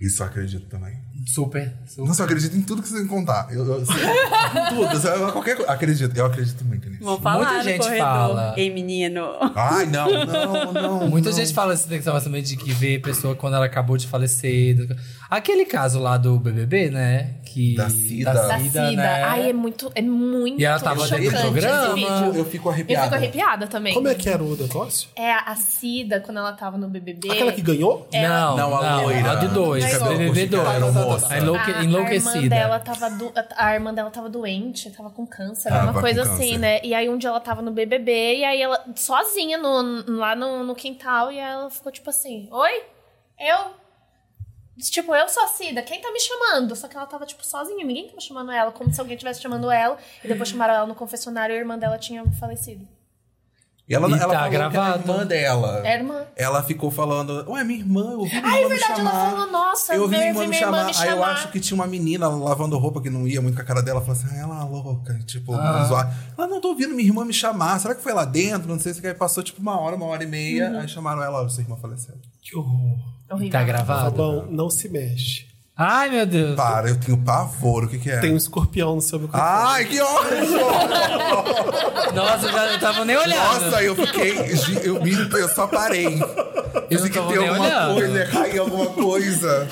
Isso eu acredito também.
super, super.
Nossa, eu acredito em tudo que vocês me contar. Eu, eu, tudo, sabe? qualquer coisa. Acredito, eu acredito muito nisso.
Vou falar
Muita
no
gente
corredor.
fala.
Ei, menino.
Ai, não, não, não.
Muita
não.
gente fala essa questão também de que vê pessoa quando ela acabou de falecer. do- Aquele caso lá do BBB, né? Que,
Da Cida.
Da Cida.
né?
Ai, é muito, é muito
E ela tava
chocante
dentro do programa.
esse vídeo.
Eu fico
Eu
arrepiado.
fico arrepiada também.
Como é que era o negócio?
É a Cida, quando ela tava no
É.
BBB.
Aquela que ganhou?
é
Não,
Não,
não,
a loira.
a de dois,
De
a
cabelo
BBB
curto, que era uma
dois.
moça.
A enlouque-
a, A irmã,
enlouquecida.
dela tava do- a irmã dela tava doente, tava com câncer,
Tava
uma
com
coisa
câncer.
assim, né? E aí um dia ela tava no BBB, e aí ela sozinha no- lá no, no quintal, e ela ficou tipo assim: Oi? Eu? Tipo, eu sou a Cida, quem tá me chamando? Só que ela tava, tipo, sozinha, ninguém tava chamando ela, como se alguém tivesse chamando ela. E depois chamaram ela no confessionário e a irmã dela tinha falecido.
E ela,
E
ela
tá
falou
gravado.
que era a irmã dela.
É a irmã.
Ela ficou falando, ué, minha irmã, eu ouvi minha
Ah, é
irmã me
verdade,
chamar.
ela falou, nossa,
eu ouvi minha
ver-
irmã
ver
me
minha irmã
chamar.
me
Aí eu
chamar.
acho que tinha uma menina lavando roupa que não ia muito com a cara dela. Falou assim, ah, ela é louca, tipo,
Ah.
zoar. Ela, não tô ouvindo minha irmã me chamar. Será que foi lá dentro? Não sei se que aí passou tipo uma hora, uma hora e meia.
Uhum.
Aí chamaram ela, "Ó, sua irmã faleceu.
Que horror.
Horrível.
Tá
Tá
gravado?
bom, não se mexe.
Ai, meu Deus.
Para, eu tenho pavor. O que que é?
Tem um escorpião no seu microfone.
Ai, que ódio!
Nossa, eu já não tava nem olhando.
Nossa, eu fiquei. Eu, me- eu só parei.
eu
Tem
não
que
tava
ter
nem
alguma
olhando.
coisa, cair alguma coisa.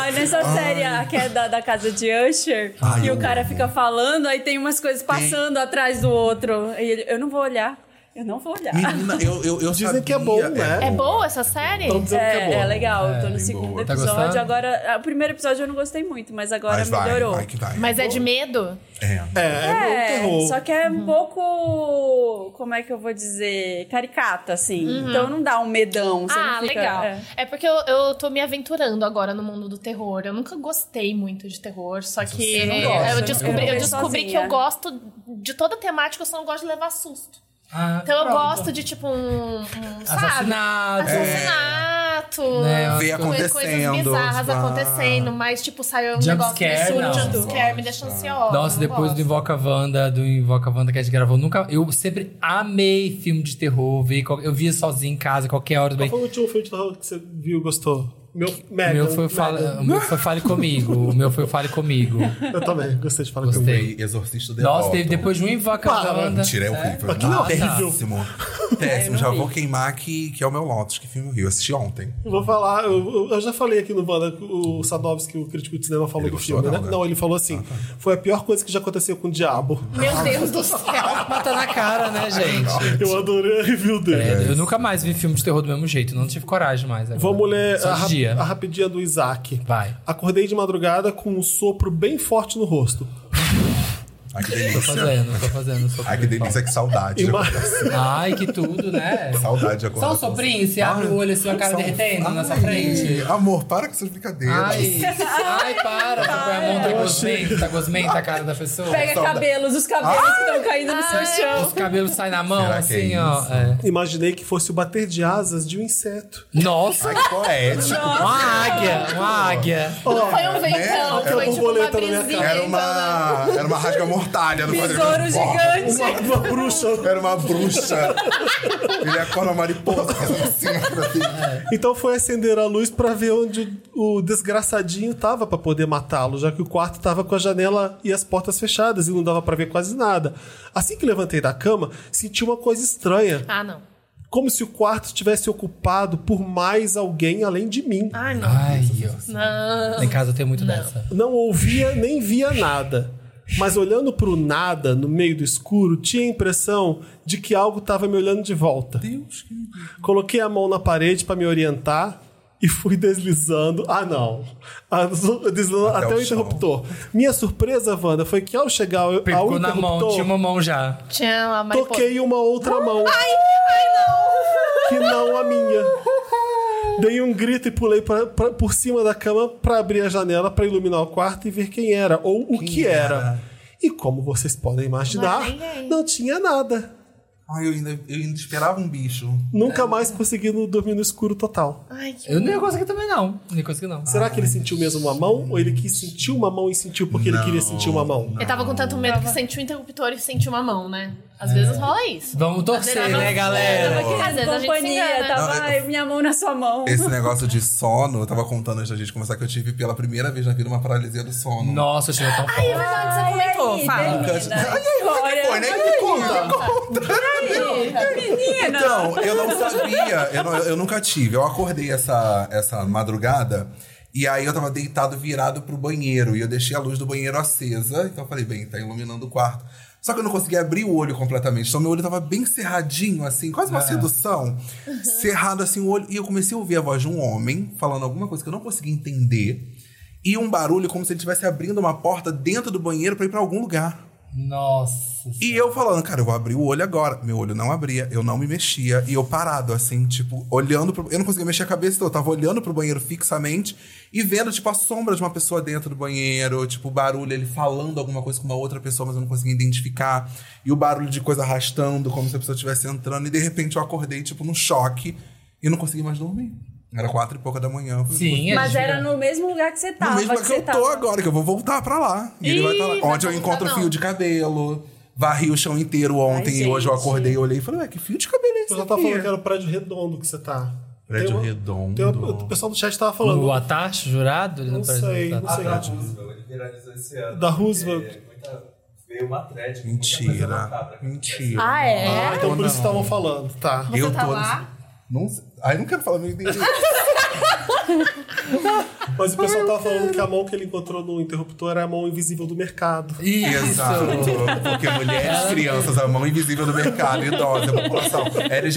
Ai, nessa série a queda da casa de Usher,
Ai,
que
eu
o cara
amo.
fica falando, aí tem umas coisas passando atrás do outro. E ele, eu não vou olhar. Eu não vou olhar.
Menina, eu, eu, eu
Dizem
sabia,
que é bom, né?
É boa essa
Ah.
série?
Estão dizendo que é
É,
bom.
é legal, eu tô no
bem
segundo
boa.
Tá
episódio.
gostando?
agora, o primeiro episódio eu não gostei muito, mas agora
Mas vai,
melhorou.
vai que vai.
Mas é de medo?
É, é,
É,
bom terror.
só que é
Uhum.
um pouco, como é que eu vou dizer, caricata, assim.
Uhum.
Então não dá um medão. Você
ah,
não fica-
legal.
é.
É, porque eu, eu tô me aventurando agora no mundo do terror. Eu nunca gostei muito de terror, só que
não gosta,
eu
né?
descobri,
Eu
eu
vejo
descobri que
sozinha.
eu gosto de toda temática, eu só não gosto de levar susto.
Ah,
Então eu
pronto.
gosto de, tipo, um, um sabe?
Assassinato.
É.
Assassinato.
Né,
Ver
Coisas
coi-
acontecendo.
Coisas bizarras
pá.
acontecendo, mas, tipo, saiu um
Jump
negócio
scare,
absurdo,
não.
jumpscare, me deixa ansiosa.
Nossa,
não
depois do
gosto.
Invoca Wanda, do Invoca Wanda que a gente gravou, nunca. Eu sempre amei filme de terror. Ver, qual- eu via sozinho em casa, qualquer hora
Qual
do bem.
foi o último filme de terror que você viu e gostou? Meu,
O
Megan,
meu foi
Megan.
o Fala- o meu foi Fale Comigo. O meu foi o Fale Comigo.
Eu também, gostei de falar
Eu
com
Gostei.
fui exorcista de
Nossa, teve depois de um Invoca
Para.
Wanda.
Mentira, é horrível.
Aquilo é
Ah,
horrível.
Péssimo. Péssimo. Já vou queimar aqui, que é o meu Lotus, que filme horrível. Eu assisti ontem.
Eu Vou falar, eu, eu- eu já falei aqui no Wanda, o Sadovski, o crítico de cinema, falou
Ele
do
gostou
filme,
não,
né?
né? tá.
Não, ele falou assim: foi a pior coisa que já aconteceu com o diabo.
Meu Deus do céu.
É, um Mata na cara, né, gente?
Eu adorei a review dele.
É, eu nunca mais vi filme de terror do mesmo jeito. Não tive coragem mais. agora.
Vamos ler
Só
a,
de
rap-
dia.
a rapidinha do Isaac.
Vai.
Acordei de madrugada com um sopro bem forte no rosto.
Ai, que
Tô
delícia.
fazendo, tô fazendo. sou
Ai, que delícia, que saudade.
Ima-
Ai, que tudo, né?
Saudade de
Só
acordar.
um soprinho, você abre o olho assim, a cara
Só um-
derretendo na sua
Ai,
frente.
Amor, para com essas brincadeiras.
Ai, ai, para. Você põe a mão, tá gosmenta, tá gosmenta a cara da pessoa.
Pega
Saudade.
cabelos, os cabelos que estão caindo no seu chão.
Os cabelos saem na mão,
Será que é
assim, ó. é.
Imaginei que fosse o bater de asas de um inseto.
Nossa,
Ai, que poético.
uma águia, uma águia.
Não foi um ventão,
Era
foi
uma
tipo uma
borboleta na minha
brisinha.
cara.
Era
então, né?
uma, era uma rasga mortalha. no quadril.
Besouro gigante.
Uma bruxa.
Era uma bruxa. Ele acorda uma mariposa. Assim, assim.
Então foi acender a luz pra ver onde o desgraçadinho tava pra poder matá-lo, já que o quarto tava com a janela e as portas fechadas e não dava pra ver quase nada. Assim que levantei da cama, senti uma coisa estranha,
Ah, não.
como se o quarto estivesse ocupado por mais alguém além de mim.
Ah, não.
Ai, ó.
Não.
Lá Em casa eu tenho muito dessa.
Não ouvia nem via nada. Mas olhando pro nada, no meio do escuro, tinha a impressão de que algo tava me olhando de volta.
Deus, que
Coloquei a mão na parede pra me orientar e fui deslizando. Ah, não. Ah, zo- Deslizando até,
Até
o
o chão.
interruptor. Minha surpresa, Wanda, foi que ao chegar ao, ao
Pegou na mão,
interruptor,
tinha uma mão já.
Tinha uma mariposa.
toquei uma outra mão.
Ai, ai, não.
que não a minha. Dei um grito e pulei pra- pra- por cima da cama pra abrir a janela pra iluminar o quarto e ver quem era, ou o que era.
era?
E como vocês podem imaginar,
Mas ninguém.
não tinha nada.
Ai, eu ainda, eu ainda esperava um bicho.
Nunca mais consegui no- dormir no escuro total.
Ai, que...
Eu não ia conseguir também, não. Não ia conseguir, não.
Será que ele sentiu mesmo uma mão? Ou ele quis sentir uma mão e sentiu porque ele queria sentir uma mão?
Eu tava com tanto medo que senti o interruptor e senti uma mão, né? Às vezes rola isso.
Vamos torcer, né, galera?
Porque às vezes a gente se
Companhia,
engana.
tava
Não, eu-
minha mão na sua mão.
Esse negócio de sono, eu tava contando antes da gente conversar que eu tive pela primeira vez na vida uma paralisia do sono.
Nossa, eu cheguei tão
Ai, é
forte.
verdade, você comentou.
aí,
fala.
termina. História.
Foi, né? Me conta.
Menina.
Então, eu não sabia, eu, não- eu nunca tive. Eu acordei essa, essa madrugada e aí eu tava deitado virado pro banheiro e eu deixei a luz do banheiro acesa. Então eu falei, bem, tá iluminando o quarto. Só que eu não conseguia abrir o olho completamente. Então meu olho tava bem cerradinho, assim, quase uma sedução. Cerrado assim o olho. E eu comecei a ouvir a voz de um homem falando alguma coisa que eu não conseguia entender. E um barulho como se ele estivesse abrindo uma porta dentro do banheiro pra ir pra algum lugar.
Nossa.
E eu falando, cara, eu vou abrir o olho agora. Meu olho não abria, eu não me mexia. E eu parado, assim, tipo, olhando pro. Eu não conseguia mexer a cabeça, então eu tava olhando pro banheiro fixamente e vendo, tipo, a sombra de uma pessoa dentro do banheiro, tipo, o barulho, ele falando alguma coisa com uma outra pessoa, mas eu não conseguia identificar. E o barulho de coisa arrastando, como se a pessoa estivesse entrando. E de repente eu acordei, tipo, num choque e não consegui mais dormir. Era quatro e pouca da manhã. Eu falei,
Sim,
Mas
a gente
era no mesmo lugar que você
no
tava.
Tá,
mesmo lugar
que
que
você
eu tô
tava.
agora, que eu vou voltar pra lá. E ele
Ih,
vai pra lá.
vai
Onde eu
voltar,
encontro
não.
fio de cabelo. Varri o chão inteiro ontem e hoje eu
gente.
acordei, olhei e falei, ué, que fio de cabelo é
Você
esse?
já tá
aqui?
falando que era o prédio redondo que você tá.
Prédio
Tem uma-
redondo.
tem uma- o pessoal do chat tava falando.
O Atacho, jurado? Ele
Não sei, não sei.
da Roosevelt,
é
ele viralizou esse ano.
Da Roosevelt.
É, muita- veio uma thread com muita coisa
Mentira.
macabra.
Mentira.
Ah, é?
Ah, então por isso que estavam falando, tá.
Você
eu
tá
tô.
lá?
Não sei. Ai, não quero falar meu endereço.
Mas o pessoal tava falando que a mão que ele encontrou no interruptor era a mão invisível do mercado.
Isso.
Exato. Porque
Ah.
mulheres, crianças, a mão invisível do mercado, idosa, população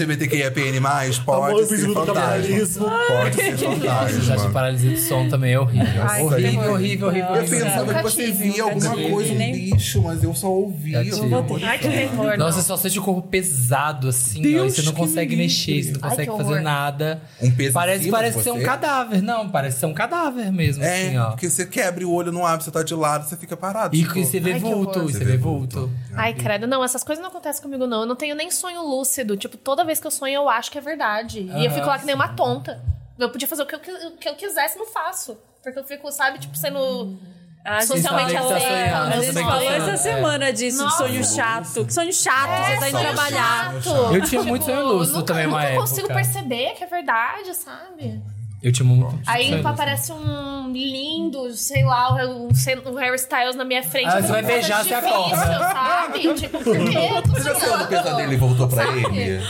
a mão
LGBTQIAPN, pode ser
invisível do
fantasma.
capitalismo.
Pode ser
Eu Já de
fantasma.
paralisia do som também é horrível.
Ai,
horrível,
que
horrível,
horror.
horrível, horrível.
Eu pensava que
Nunca
você
tive,
via
nunca
alguma
tive,
coisa, um
nem-
bicho, mas eu só ouvia.
Já
Eu
tive.
não vou
Ai, que terror.
Nossa,
não.
você só sente o corpo pesado, assim, ó, e
Deus
você não
que
consegue
me
mexer, você não
livre.
Ai,
consegue
que
fazer
horror.
nada.
Um peso em
Parece,
cima
parece
de
ser um
você?
cadáver. Não, parece ser um cadáver mesmo,
É,
assim, ó.
porque você quebra o olho, não abre, você tá de lado, você fica parado.
E
tipo,
que você vê
Ai, que
vulto,
horror.
e você
Você
vê
vê
vulto.
Ai, credo. Não, essas coisas não acontecem comigo, não. Eu não tenho nem sonho lúcido. Tipo, toda vez que eu sonho, eu acho que é verdade. E eu
Aham,
fico lá que nem uma tonta. Eu podia fazer o que eu, qui- o que eu quisesse, não faço. Porque eu fico, sabe, tipo, sendo...
Ah,
Socialmente
a gente
aceito,
falou-
né?
A gente
Também
falou
tá
essa
falando, é.
semana disso, de
Nossa. é
sonho chato. Que sonho chato, você tá indo
sonho
trabalhar.
chato.
Eu tinha muito sonho lúcido
Tipo, nunca,
também, uma
nunca consigo
época.
perceber que é verdade, sabe?
Eu te muito.
Aí
Sério.
aparece um lindo, sei lá, o, o Harry Styles na minha frente.
Ah,
Eu
você
tô
vai
com
beijar,
vontade de
você
ver
acorda.
isso, Sabe? Tipo, por quê? Eu tô
Você já saiu do
sonhando.
pesadelo e voltou pra
Sabe?
ele?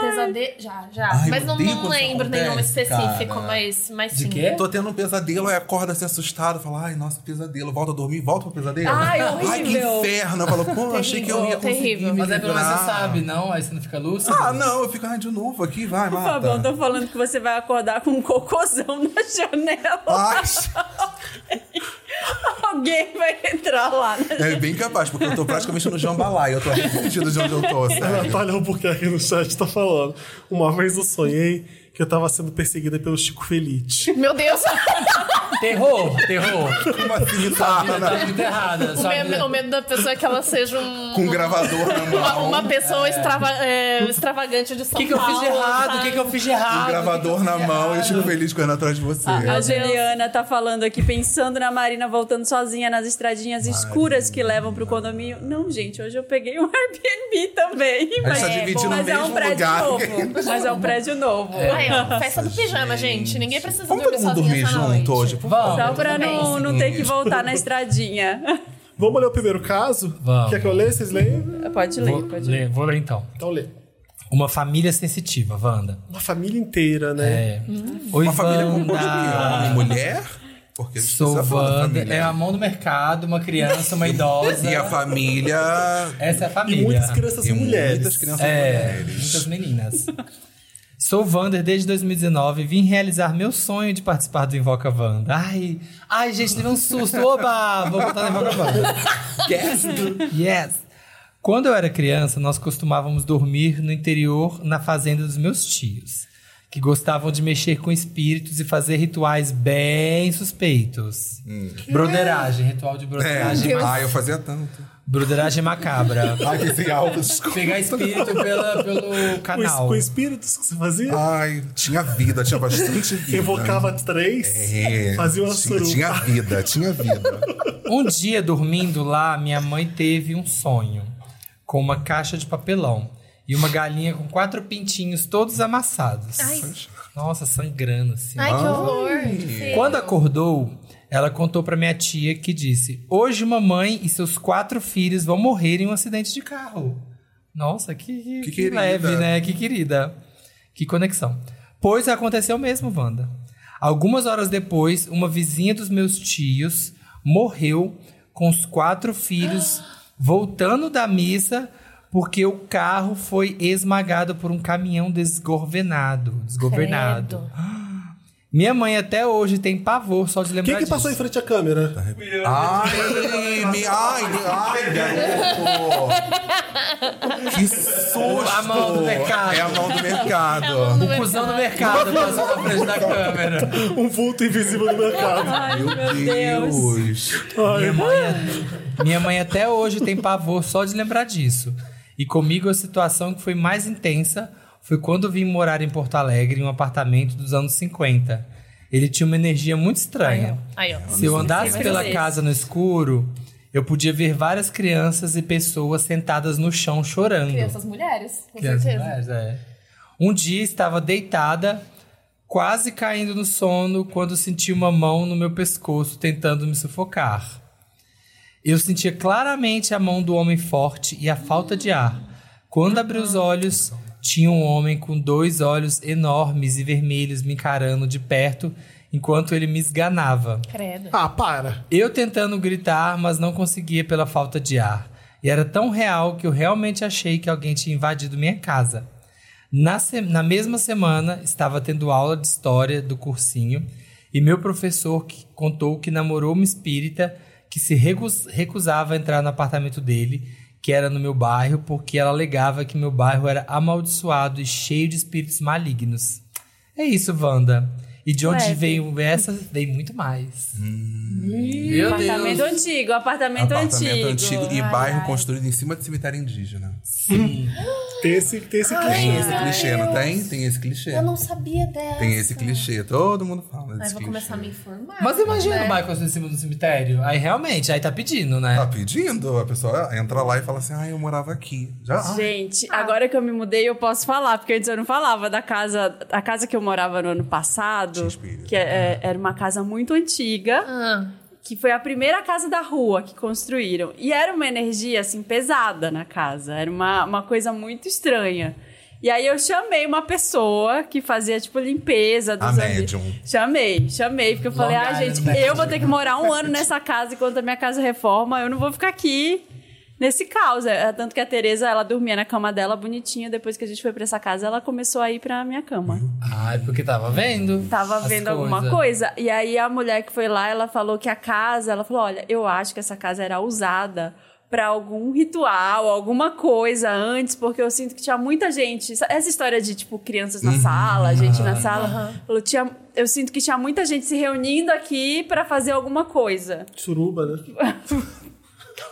Pesadelo? Já, já.
Ai,
mas
eu
não,
odeio
não
quando isso
lembro nenhum
acontece,
específico,
cara.
mas, mas
De
sim.
quê?
Tô tendo um pesadelo, aí acorda assim assustado, fala, ai, nossa, pesadelo, volta a dormir, volta pro pesadelo.
Ai,
ai que
horrível.
inferno. Eu falo, pô, achei que eu ia
Terrível,
conseguir
terrível.
me
Mas é pelo menos
livrar.
você sabe, não? Aí você não fica lúcido.
Ah, não, eu fico, ai, de novo aqui, vai,
O Fabião
mata.
tá falando que você vai acordar com um cocôzão na janela.
Ai,
Alguém vai entrar lá. né?
é bem capaz, porque eu tô praticamente no jambalaya, eu tô arrependido de onde eu tô,
A
sério.
Natália Albuquerque no chat tá falando. Uma vez eu sonhei que eu tava sendo perseguida pelo Chico Felite.
Meu Deus,
Terror, terror.
Como assim,
Tá
Sarna?
muito errada.
o
sua vida-
medo, o medo da pessoa é que ela seja um-
né? Com né? um gravador na mão.
uma, uma pessoa extrava- é, extravagante de
O
São
que, que eu fiz de
Paulo,
errado? O
sabe?
que, que eu fiz de errado?
Ah,
um gravador na mão e eu fico feliz correndo atrás de você. É.
A Juliana tá falando aqui, pensando na Marina voltando sozinha nas estradinhas escuras que levam pro condomínio. Não, gente, hoje eu peguei um Airbnb também. Mas,
tá
é,
dividindo
bom,
o
mas é um
mesmo
prédio
lugar.
novo. Mas é um prédio novo.
Ai, ó, festa do pijama, gente. Ninguém precisa
Vamos
dormir
todo mundo
sozinha
dormir
assim, essa
junto
noite.
hoje, por
Vamos.
Só
Tá.
favor.
pra não, não ter que voltar na estradinha.
Vamos ler o primeiro caso?
Vamos.
Quer que eu leia? Vocês leem?
Pode ler,
Vou
pode ler.
ler, vou ler então.
Então lê.
Uma família sensitiva, Wanda.
Uma família inteira, né?
É. Oi,
Hum. Uma família com
Wanda.
gosto de homem e mulher. Porque a gente
Sou
precisa falar da
Wanda.
família.
É a mão do mercado, uma criança, uma idosa.
E a família...
Essa é a
E
família.
muitas crianças
E
e mulheres.
muitas crianças
É,
mulheres.
muitas meninas. Sou Wander desde 2019 vim realizar meu sonho de participar do Invoca Wanda. Ai, ai, gente, teve um susto. Oba! Vou botar no Invoca Wanda. yes! Yes! Quando eu era criança, nós costumávamos dormir no interior, na fazenda dos meus tios, que gostavam de mexer com espíritos e fazer rituais bem suspeitos.
Hum.
Broderagem, ritual de
É,
broderagem, ma-
ah, eu fazia tanto.
É.
broderagem macabra.
Ai, que sem alto, desculpa.
Pegar espírito pela- pelo
Com, es-
canal.
com espíritos que você fazia?
Ai, tinha vida, tinha bastante vida.
Evocava três,
É,
fazia uma
tinha,
suruba.
tinha vida, tinha vida.
Um dia, dormindo lá, minha mãe teve um sonho com uma caixa de papelão e uma galinha com quatro pintinhos todos amassados.
Ai.
Nossa, sangrando assim.
Ai, que
Ah.
horror. Sim.
Quando acordou, ela contou pra minha tia que disse: Hoje mamãe e seus quatro filhos vão morrer em um acidente de carro. Nossa, que, que,
Que
que
querida.
leve, né? Que querida. Que conexão. Pois aconteceu mesmo, Wanda. Algumas horas depois, uma vizinha dos meus tios morreu com os quatro filhos voltando da missa porque o carro foi esmagado por um caminhão desgovernado. Desgovernado.
Credo.
Minha mãe até hoje tem pavor só de lembrar
Quem que passou em
disso.
frente à câmera?
Ai, me, ai, ai, garoto. Que susto.
A mão do mercado.
É a mão do mercado.
O cuzão é do mercado passou na frente da câmera.
Um vulto invisível no mercado.
Ai,
Meu Deus.
Minha mãe, minha mãe até hoje tem pavor só de lembrar disso. E comigo a situação que foi mais intensa foi quando vim morar em Porto Alegre, em um apartamento dos anos 50. Ele tinha uma energia muito estranha.
Aí, ó.
Se eu andasse
Sim,
pela
sim.
casa no escuro, eu podia ver várias crianças e pessoas sentadas no chão chorando.
Crianças mulheres, com
Crianças
né?
certeza.
mais, é. Um dia estava deitada, quase caindo no sono, quando senti uma mão no meu pescoço tentando me sufocar. Eu sentia claramente a mão do homem forte e a falta de ar. Quando abri os olhos, tinha um homem com dois olhos enormes e vermelhos me encarando de perto enquanto ele me esganava.
Credo.
Ah, para.
Eu tentando gritar, mas não conseguia pela falta de ar. E era tão real que eu realmente achei que alguém tinha invadido minha casa. Na, se- na mesma semana, estava tendo aula de história do cursinho e meu professor que- contou que namorou uma espírita que se recus- recusava a entrar no apartamento dele, que era no meu bairro, porque ela alegava que meu bairro era amaldiçoado e cheio de espíritos malignos. É isso, Wanda. E de onde
Leve.
veio essa, veio muito mais. Meu
Apartamento antigo, apartamento,
Apartamento
antigo.
antigo, e bairro construído em cima de cemitério indígena.
Tem esse, tem esse é
Tem
clichê.
esse clichê, não tem? Tem esse clichê.
Eu não sabia dessa.
Tem esse clichê, todo mundo fala
Mas
desse
vou
clichê.
começar a me informar.
Mas imagina o Michael em cima do cemitério. Aí realmente, aí tá pedindo, né?
Tá pedindo, a pessoa entra lá e fala assim, ah, eu morava aqui. Já, ah,
Gente, agora que eu me mudei, eu posso falar, porque antes eu não falava da casa, a casa que eu morava no ano
Tinha
passado,
espelho.
que é- é- era uma casa muito antiga,
Ah,
que foi a primeira casa da rua que construíram. E era uma energia assim pesada na casa, era uma, uma coisa muito estranha. E aí eu chamei uma pessoa que fazia tipo limpeza dos
A
ambi-
médium.
Chamei, chamei, porque eu
Long
falei: "Ah,
Island
gente,
Médium."
eu vou ter que morar um ano nessa casa enquanto a minha casa reforma, eu não vou ficar aqui nesse caos". É, Tanto que a Tereza, ela dormia na cama dela bonitinha, depois que a gente foi pra essa casa, ela começou a ir pra minha cama.
Ai, porque tava vendo.
Tava
as
vendo
coisas.
alguma coisa. E aí a mulher que foi lá, ela falou que a casa, ela falou: olha, eu acho que essa casa era usada pra algum ritual, alguma coisa antes, porque eu sinto que tinha muita gente. Essa história de, tipo, crianças na sala, gente na sala. Falou, tinha, eu sinto que tinha muita gente se reunindo aqui pra fazer alguma coisa.
Suruba, né?
uma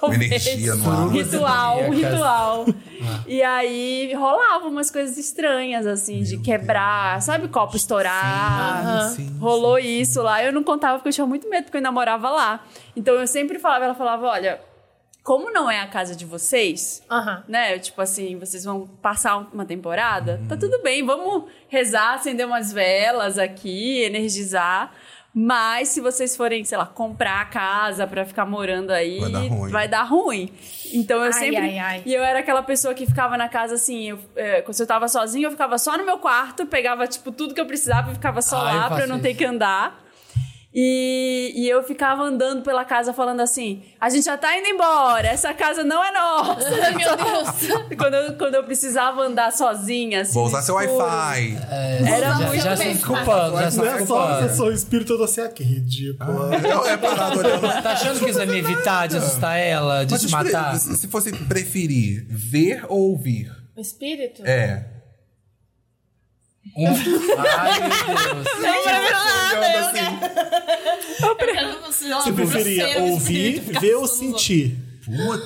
Talvez.
energia no ar.
Ritual, um
Demoníacas.
ritual.
Ah.
E aí rolava umas coisas estranhas, assim, de quebrar, sabe, copo estourar.
ah, Sim, sim.
Rolou isso lá. Eu não contava porque eu tinha muito medo, porque eu ainda morava lá. Então eu sempre falava, ela falava, olha, como não é a casa de vocês,
aham.
né? Tipo assim, vocês vão passar uma temporada, tá tudo bem, vamos rezar, acender umas velas aqui, energizar. Mas se vocês forem, sei lá, comprar a casa pra ficar morando aí,
Vai dar ruim.
vai dar ruim. Então eu
Ai,
sempre.
ai, ai.
E eu era aquela pessoa que ficava na casa assim, eu, é, quando eu tava sozinha, eu ficava só no meu quarto, pegava, tipo, tudo que eu precisava e ficava só
Ah, eu
lá pra eu
faço
não ter
isso.
que andar. E, e eu ficava andando pela casa falando assim: a gente já tá indo embora, essa casa não é nossa.
Meu Deus.
quando, eu, quando eu precisava andar sozinha, assim.
Vou
no
usar seu
escuro.
Wi-Fi.
Era
Já-
muito.
já
Já,
se
desculpando, já se
Não é só
desculpando.
sessão espírita, eu tô assim, ah, que ridícula.
Eu é parado olhando.
Tá achando que isso é me evitar de assustar ela, de
Mas
te
se
matar?
pre- se fosse preferir ver ou ouvir?
O espírito?
É.
Um... Ai, meu Deus.
Eu não sei,
Você
eu
preferia
é
sei,
um
Tipo,
eu
ouvir,
tá
espírito,
ver ou
ficar só no-
sentir?
Puta.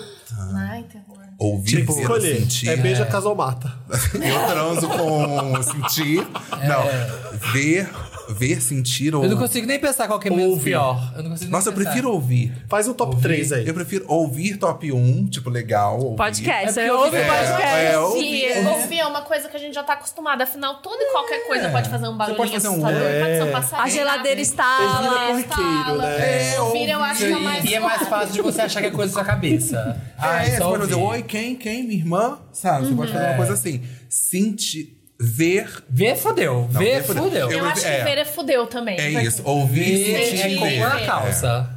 Ai, terror.
Ouvir
Tinha que
por
escolher.
sentir.
É beija, casa ou mata.
Eu transo com sentir. Não. Ver, ver, sentir ou.
Eu não consigo nem pensar qual que é menos pior. Eu não consigo nem
Nossa, eu
pensar.
prefiro ouvir.
Faz um top 3 aí.
Eu prefiro ouvir top 1, tipo, legal. ouvir.
Podcast,
É porque
eu ouvi
ouve-
podcast.
É, é, ouvir.
Sim, ouvir é uma coisa que a gente já tá acostumado. Afinal, toda e qualquer coisa pode fazer um barulho
pode fazer um
assustador.
é.
Pode ser um passarinho.
A geladeira
A
estala.
Esse
geladeira
Corriqueiro,
estala.
né?
É,
Ouvir eu acho que é mais...
E é mais fácil de você achar que é coisa da sua cabeça. Ai,
é, você
só
pode fazer,
ouvir.
oi, quem, quem, minha irmã? Sabe, você pode fazer uma coisa assim. Sentir, ver...
Vê, fodeu. Vê,
vê, fudeu.
fodeu.
Eu
Eu-
acho
é.
que ver é fudeu também.
É isso, ouvir,
Vê,
sentir,
é
Entendi.
ver.
compor a calça.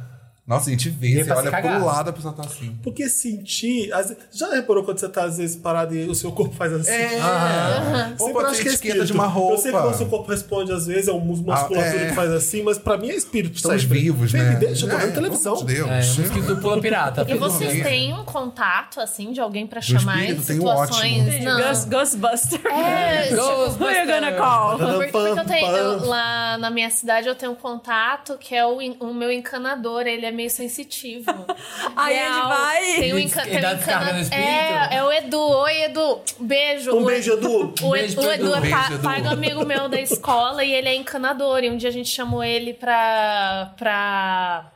Nossa, a gente vê,
Vê
você
pra se
olha
cagar.
pro lado, a pessoa tá assim.
Porque sentir. às vezes- já reparou quando você tá às vezes parado e o seu corpo faz assim?
Aham. Ou
Sempre
pode
acho
ser
que é
etiqueta
espírito.
de uma roupa.
Eu sei que o seu corpo responde às vezes, é uma musculatura
Ah, é.
que faz assim, mas pra mim é espírito.
Estamos
sempre.
vivos,
Vem,
né?
Me deixa, eu tô
É,
vendo televisão.
pelo amor
É,
de Deus. Né?
mosquito pula pirata.
E vocês
Ouvir.
têm um contato, assim, de alguém pra chamar em
espírito, tenho um
situações...
ótimo.
Não.
Ghost- Ghostbuster.
É,
Who you gonna
tá
call?
Porque, porque eu tenho, eu- lá na minha cidade eu tenho um contato que é o, en- o meu encanador, ele é meio sensitivo.
Aí
Real.
ele vai-
Tem um,
Ele
enca-
dá
tem um
descarga no
encanador.
espírito?
É, é o Edu. Oi, Edu. Beijo.
Um
O-
beijo, Edu.
O,
Beijo
Edu,
pro
o Edu
Edu.
é
Beijo,
pa-
Edu.
paga amigo meu da escola e ele é encanador. E um dia a gente chamou ele pra. pra.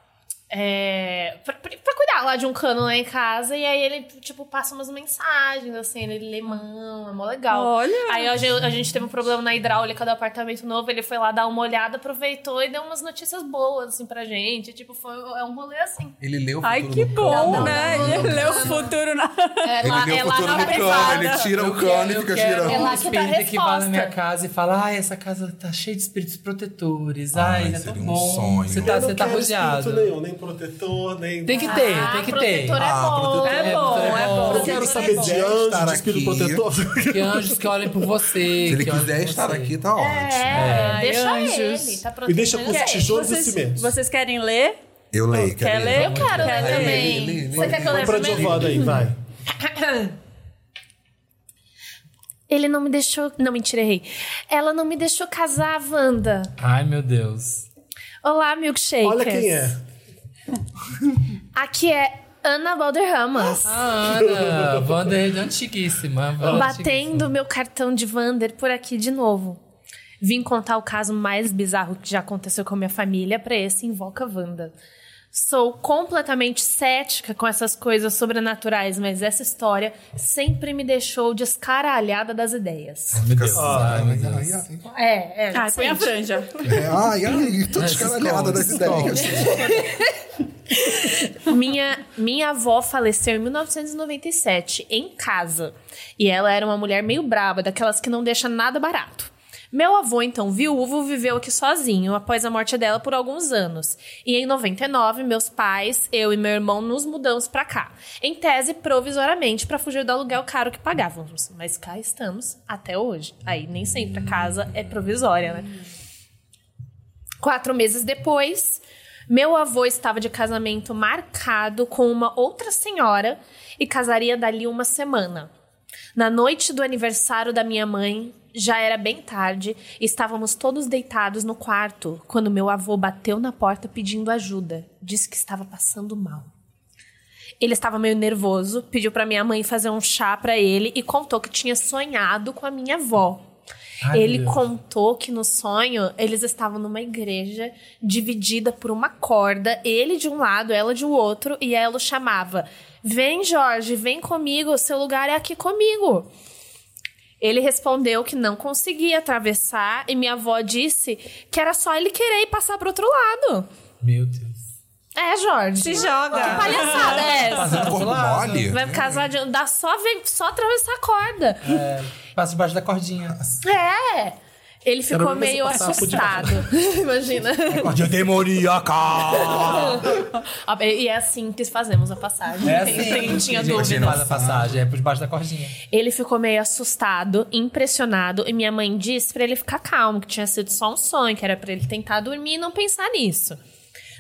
É, pra, pra- pra cuidar lá de um cano lá em casa. E aí ele, tipo, passa umas mensagens, assim, ele lê mão, é mó legal.
Olha!
Aí a gente, a gente teve um problema na hidráulica do apartamento novo, ele foi lá dar uma olhada, aproveitou e deu umas notícias boas, assim, pra gente. Tipo, foi, é um rolê assim.
Ele leu o futuro
Ai, que
no
bom,
colo.
né? Ele leu o futuro na.
É
Ele
lá,
leu
é
o
lá
futuro
na
no cano, ele
privada.
tira o cano e
Eu
fica
quero
girando.
É
um
lá que dá
espírito que vai na
resposta.
minha casa e fala: Ai, essa casa tá cheia de espíritos protetores. Ai,
Ai,
é tão
seria um
bom.
sonho.
Você
Eu
tá,
não
você tá
quero espírito né?
rodeado.
Nenhum, nem protetor, nem.
Tem que ter,
Ah,
tem que ter.
protetor é
Ah,
bom.
protetor
É bom, é bom.
Eu quero
Protetor é
saber
bom.
de
Se ele
anjo,
estar
de espírito
aqui-
protetor.
Que anjos que olhem por você.
Se ele
que olhem
quiser
por
estar
você.
aqui, tá ótimo.
É, deixa
anjos.
ele. Tá
E deixa
protegendo
com os
ele.
tijolos e
Vocês,
cimentos.
vocês querem ler?
Eu leio,
Quer
quer
ler?
ler?
Eu quero ler
Quero
também.
ler, ler,
Você
ler.
quer que eu leia
Pra
primeiro?
Giovana aí, vai.
Ele não me deixou. Não, mentira, errei. Ela não me deixou casar, Wanda.
Ai, meu Deus.
Olá, milkshakers.
Olha quem é.
Aqui é Ana Balderramas.
A Ana, Wanda é antiguíssima. Wanda é antiguíssima.
Batendo meu cartão de Vander por aqui de novo. Vim contar o caso mais bizarro que já aconteceu com a minha família pra esse Invoca Wanda. Sou completamente cética com essas coisas sobrenaturais, mas essa história sempre me deixou descaralhada das ideias.
Meu Deus.
Ai,
Ai, meu Deus.
ai, ai.
É, é.
Ah, põe a franja.
É, Ai, ai, tô descaralhada das ideias.
Minha, minha avó faleceu em 1997, em casa. E ela era uma mulher meio braba, daquelas que não deixa nada barato. Meu avô, então, viúvo, viveu aqui sozinho após a morte dela por alguns anos. E em 99, meus pais, eu e meu irmão nos mudamos pra cá. Em tese, provisoriamente, pra fugir do aluguel caro que pagávamos. Mas cá estamos até hoje. Aí nem sempre a casa é provisória, né? Quatro meses depois, meu avô estava de casamento marcado com uma outra senhora e casaria dali uma semana. Na noite do aniversário da minha mãe, já era bem tarde, e estávamos todos deitados no quarto quando meu avô bateu na porta pedindo ajuda. Disse que estava passando mal. Ele estava meio nervoso, pediu para minha mãe fazer um chá para ele e contou que tinha sonhado com a minha avó.
Ai,
ele
meu Deus.
contou que no sonho eles estavam numa igreja dividida por uma corda, ele de um lado, ela de outro, e ela o chamava: Vem, Jorge, vem comigo, seu lugar é aqui comigo. Ele respondeu que não conseguia atravessar e minha avó disse que era só ele querer e passar pro outro lado.
Meu Deus.
É, Jorge.
Se
Que
joga.
palhaçada é essa?
Passando
Corpo mole.
Hum.
Vai casar de dá só, vem- só atravessar a corda.
assim.
Passa debaixo da cordinha.
É! Ele ficou
Era mesmo
meio
passar por
assustado. Imagina.
Ódio demoníaca!
Ah, E é assim que fazemos a passagem. um
É
Quem-
assim.
quem tinha
que a gente
dúvidas.
faz a passagem, é por debaixo da cordinha.
Ele ficou meio assustado, impressionado, e minha mãe disse pra ele ficar calmo, que tinha sido só um sonho, que era pra ele tentar dormir e não pensar nisso.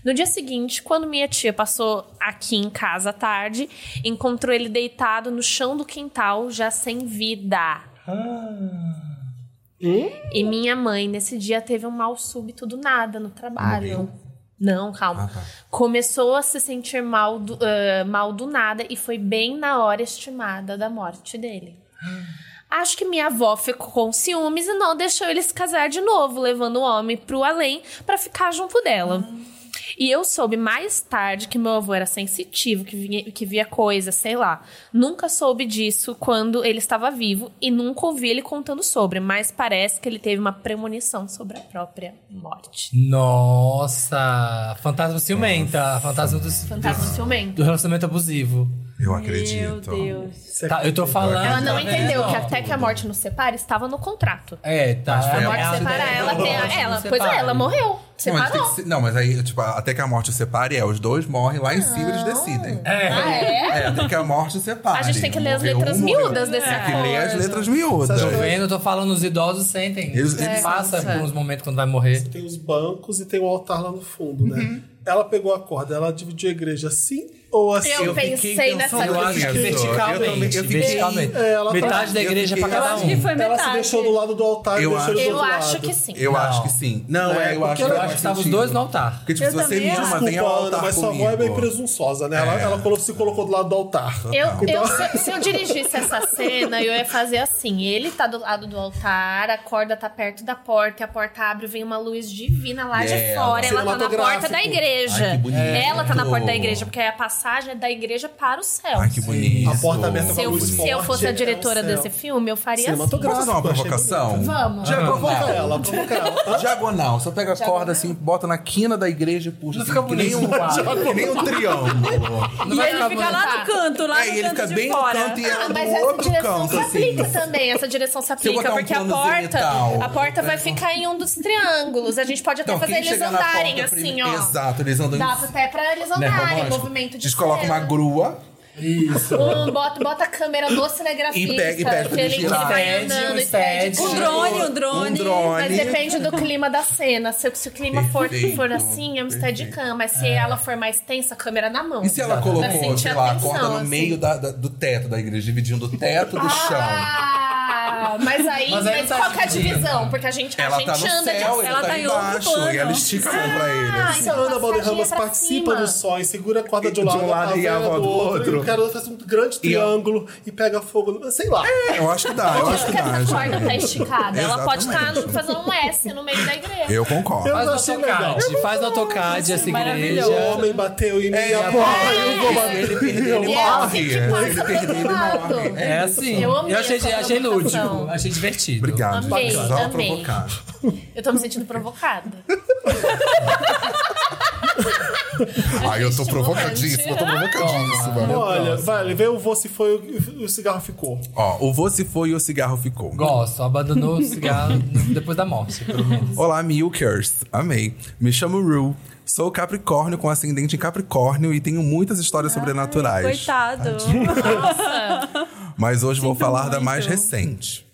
No dia seguinte, quando minha tia passou aqui em casa à tarde, encontrou ele deitado no chão do quintal, já sem vida. E minha mãe, nesse dia, teve um mal súbito do nada no trabalho. Não, calma. Começou a se sentir mal do, ah, mal do nada e foi bem na hora estimada da morte dele. Acho que minha avó ficou com ciúmes e não deixou ele se casar de novo, levando o homem pro além pra ficar junto dela. E eu soube mais tarde que meu avô era sensitivo, que via, que via coisas, sei lá. Nunca soube disso quando ele estava vivo e nunca ouvi ele contando sobre, mas parece que ele teve uma premonição sobre a própria morte.
Nossa! Fantasma ciumenta. Fantasma do,
Fantasma ciumento.
do relacionamento abusivo.
Eu
Meu
acredito.
Deus.
Tá, eu tô falando.
Ela não
tá
entendeu
vendo?
que até que a morte nos separe estava no contrato.
É, tá.
Mas foi
A
É,
morte
ela-
separa ela, tem a, ela. Pois é,
separa.
ela morreu.
Não, mas tem
Separou.
que se- não, mas aí, tipo, até que a morte os separe, é, os dois morrem lá em cima, eles decidem.
É.
Ah, é?
É, até que a morte os separe.
A gente tem que ler as
Morreu
letras
um, morreu-
miúdas desse
Tem que ler as
coisa.
letras miúdas.
Tô vendo, eu tô falando, os idosos sentem.
Eles-
Eles,
eles-
passam por uns momentos quando vai morrer.
Tem os bancos e tem o altar lá no fundo, né? Ela pegou a corda, ela dividiu a igreja assim ou assim?
Eu pensei nessa
Eu acho que
coisa. Eu também-
verticalmente.
eu fiquei-
verticalmente.
É, ela tá-
Metade da
eu
igreja
fiquei-
pra cada
Eu acho que
um.
foi
Então Ela se
metade.
deixou do lado do altar e
Eu
deixou ele do
Eu
outro
acho
lado.
que sim.
Eu
Não.
acho que sim. Não,
É,
é, eu acho
porque
que
ela-
Eu acho que estavam os dois no altar.
Porque, tipo,
Eu
se você me
também
ama,
acho.
vem ao
Desculpa, Ana,
altar
mas sua
comigo.
avó é meio presunçosa, né? Ela,
É.
ela colo- se colocou do lado do altar.
Eu, eu- se, se eu dirigisse essa cena, eu ia fazer assim. Ele tá do lado do altar, a corda tá perto da porta, e a porta abre, vem uma luz divina lá de
Yeah.
fora. Ela tá na porta
Cinematográfico.
da
É,
igreja.
Ai, que bonito. Oh.
ela tá na porta da igreja, porque a passagem é da igreja para o céu.
Ai, que bonito.
A porta aberta
se,
pra
eu,
luz
se
forte.
eu fosse a diretora
é o céu.
desse filme, eu faria assim.
Cinematográfico.
Posso fazer uma
Achei
provocação?
bonito.
Vamos.
Já provoca
Vamos.
ela, provoca ela.
Diagonal, só pega a corda assim, bota na quina da igreja e puxa.
Não
assim,
fica
que nem
bonito
um,
no quadro.
que nem um triângulo.
E ele fica lá
bonito.
no canto, lá
é,
no
e ele
canto
fica
de
bem no
fora.
canto e ela
Ah, mas
no
essa
outro
direção
canto,
se
assim.
aplica também, essa direção se
eu
aplica,
botar um
porque a
plano
porta,
zenital. né?
a porta vai ficar em um dos triângulos. A gente pode até
Então,
fazer
quem
eles
chegar na porta
andarem assim,
primeiro-
ó.
Exato, eles andam
Dá até pra eles
né,
andarem,
romântico.
movimento de
Descoloca
cena.
uma grua
Isso.
Um, bota, bota a câmera do cinegrafista.
E pega- e pede pra
que
ele
ele
girar.
vai
Pede,
Tá andando né? e
pede.
pede.
Um drone, um
um
drone.
Mas
drone.
depende do clima da cena. Se, se o clima for,
Perfeito,
for assim, é um steadicam. Mas se ela for mais tensa, a câmera na mão.
E se ela
Vai
colocou,
sentir
sei lá, a
atenção,
corda no
assim.
meio da- da- do teto da igreja, dividindo o teto do chão?
Ah, mas aí,
Mas
mas
aí não tá
qual que é a
dividindo.
divisão? Porque a gente, a
Ela
gente
tá no
anda
céu,
de
ele
ela
tá
tá em outro
embaixo,
plano.
e ela estica a mão pra ele.
Ah,
assim.
então
Ana Balderramas
passadinha pra
participa
cima.
do sonho, segura a corda de
E
um lado,
e a avó do outro.
E o cara faz um grande triângulo e, pega fogo, sei lá.
Eu acho que dá, eu acho que
Porque
dá.
essa
gente.
corda tá esticada. Ela pode estar
Exatamente.
fazendo um S no meio da igreja.
Eu concordo.
Eu
Faz no
achei legal.
AutoCAD. Faz no AutoCAD essa
O
igreja.
homem bateu em mim,
É,
a porra, eu vou bater.
Ele, ele, ele
E é assim
morre.
que passa
Ele
pro
perdeu, ele
outro lado.
morre.
É assim.
Eu amei
achei,
essa
achei
provocação.
lúdico. Achei divertido.
Obrigado, gente.
Amei,
Precisava
amei.
provocar.
Eu tô me sentindo provocada.
Ai, eu tô provocadíssima, eu tô provocadíssima.
Olha, vale, vê o vô se foi o, o cigarro ficou.
Ó, o vô se foi e o cigarro ficou.
Gosto. Abandonou o cigarro depois da morte, pelo menos.
Olá, Milkers. Amei. Me chamo Ru. Sou Capricórnio com ascendente em Capricórnio e tenho muitas histórias sobrenaturais. Ah,
Coitado.
Mas hoje vou falar da mais recente.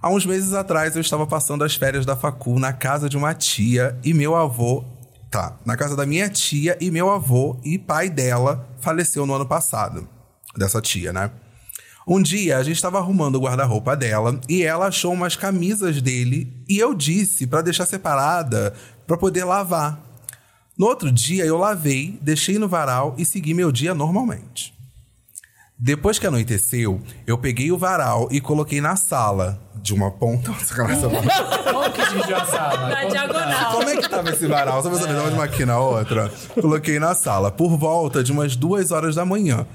Há uns meses atrás eu estava passando as férias da facul na casa de uma tia e meu avô, tá, na casa da minha tia e meu avô e pai dela faleceu no ano passado, dessa tia, né? Um dia a gente estava arrumando o guarda-roupa dela e ela achou umas camisas dele e eu disse para deixar separada para poder lavar. No outro dia eu lavei, deixei no varal e segui meu dia normalmente. Depois que anoiteceu, eu peguei o varal e coloquei na sala. De uma ponta. Sacanagem, só-
Como que dividiu a sala?
Na
Como que tá?
diagonal.
Como é que tava esse varal? Só pra saber de uma aqui na outra. Coloquei na sala. Por volta de umas duas horas da manhã.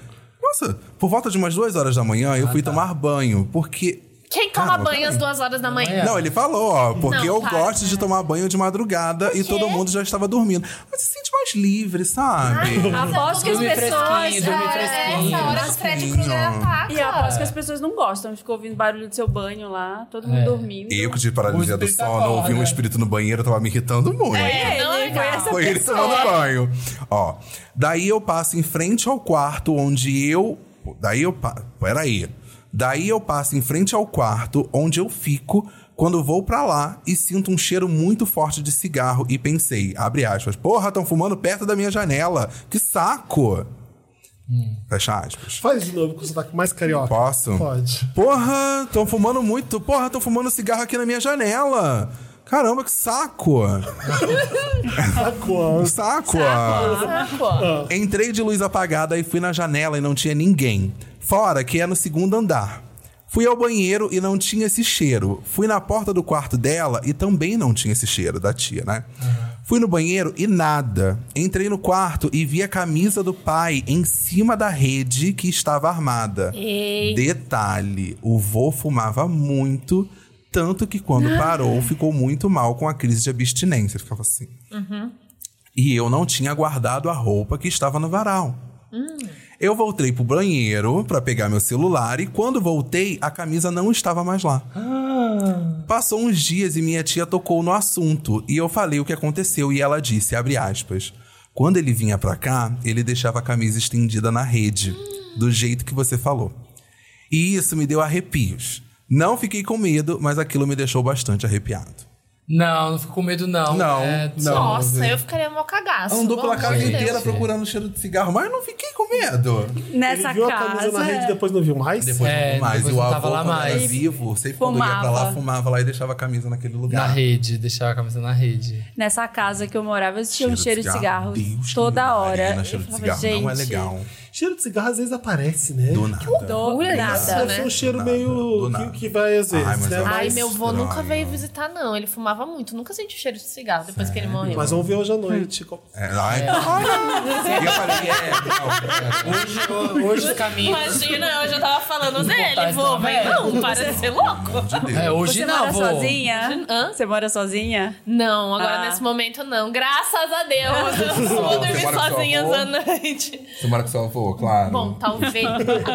Nossa, por volta de umas duas horas da manhã, eu fui tomar banho. Porque
Quem toma
Caramba,
banho às
peraí.
duas horas da manhã?
Não, é. ele falou, ó, porque
Não,
eu
para,
gosto de
cara.
tomar banho de madrugada e
quê?
todo mundo já estava dormindo. Mas se sente mais livre, sabe?
Aposto que as
Dormir
pessoas.
fresquinho, dormir
é,
fresquinho.
Essa hora o Fred Krueger ataca.
E eu aposto que as pessoas não gostam. Ficou ouvindo barulho do seu banho lá, todo mundo
É.
dormindo.
Eu que tive paralisia
O
do
espírito
sono, ouvi um
acorda.
espírito no banheiro, tava me irritando muito.
É,
Ele
não é
foi
legal.
essa
Foi ele tomando banho. Ó, daí eu passo em frente ao quarto onde eu. Daí eu. Pa... Peraí. Daí eu passo em frente ao quarto onde eu fico quando vou pra lá e sinto um cheiro muito forte de cigarro e pensei, abre aspas, porra, estão fumando perto da minha janela. Que saco! Fecha aspas.
Faz de novo com o sotaque mais carioca.
Posso?
Pode.
Porra, estão fumando muito. Porra, estão fumando cigarro aqui na minha janela. Caramba, que saco!
Sacou.
Saco! Ah.
Saco.
Entrei de luz apagada e fui na janela e não tinha ninguém. Fora que é no segundo andar. Fui ao banheiro e não tinha esse cheiro. Fui na porta do quarto dela e também não tinha esse cheiro da tia, né? Fui no banheiro e nada. Entrei no quarto e vi a camisa do pai em cima da rede que estava armada. Detalhe: o vô fumava muito, tanto que quando parou, ficou muito mal com a crise de abstinência. Ele Ficava assim e eu não tinha guardado a roupa que estava no varal. Eu voltei pro banheiro para pegar meu celular e quando voltei, a camisa não estava mais lá. Passou uns dias e minha tia tocou no assunto e eu falei o que aconteceu e ela disse, abre aspas, quando ele vinha pra cá, ele deixava a camisa estendida na rede, do jeito que você falou. E isso me deu arrepios. Não fiquei com medo, mas aquilo me deixou bastante arrepiado.
Não, não fico com medo, não.
Não,
É,
não.
Nossa, eu ficaria mó cagaço.
Andou pela
pelo amor
casa
de Deus.
inteira procurando cheiro de cigarro, mas eu não fiquei com medo.
Ele
Nessa
viu a camisa
casa.
na rede e
é.
depois não viu mais?
Depois
É,
não mais.
depois
E o
não
avô,
tava lá
quando era
mais.
vivo, sempre quando ia pra lá,
Fumava.
fumava lá e deixava a camisa naquele
Na
lugar.
rede, deixar a camisa na rede.
Nessa casa que eu morava, eu tinha um cheiro de cigarro,
Deus que
toda
me
hora.
pariu, né?
Eu
cheiro de
falava,
cigarro não é
"Gente,
legal.
Cheiro de cigarro às vezes aparece, né?
Do nada.
Do nada.
Deve ser
né?
um cheiro
Nada, do
meio
nada.
que, que vai às vezes,
Ai, mas
né?
é uma-
Ai,
Mas-
meu vô
Estranho.
nunca veio visitar, não. Ele fumava muito. Nunca senti cheiro de cigarro depois que ele morreu.
Mas vamos ver hoje à noite. Como-
É, ai, E eu falei, é, não.
Hoje, hoje os caminhos.
Imagina, eu já tava falando dele,
vontade
vô,
de
mas
tomar
não, para de ser louco.
É, hoje
Você
não,
mora
vou.
sozinha?
Hã?
Você mora sozinha?
Não, agora
Ah.
nesse momento não. Graças a Deus, eu vou dormir
Você mora com
sozinha
seu
à
avô?
noite.
Você mora com seu avô, claro.
Bom, talvez.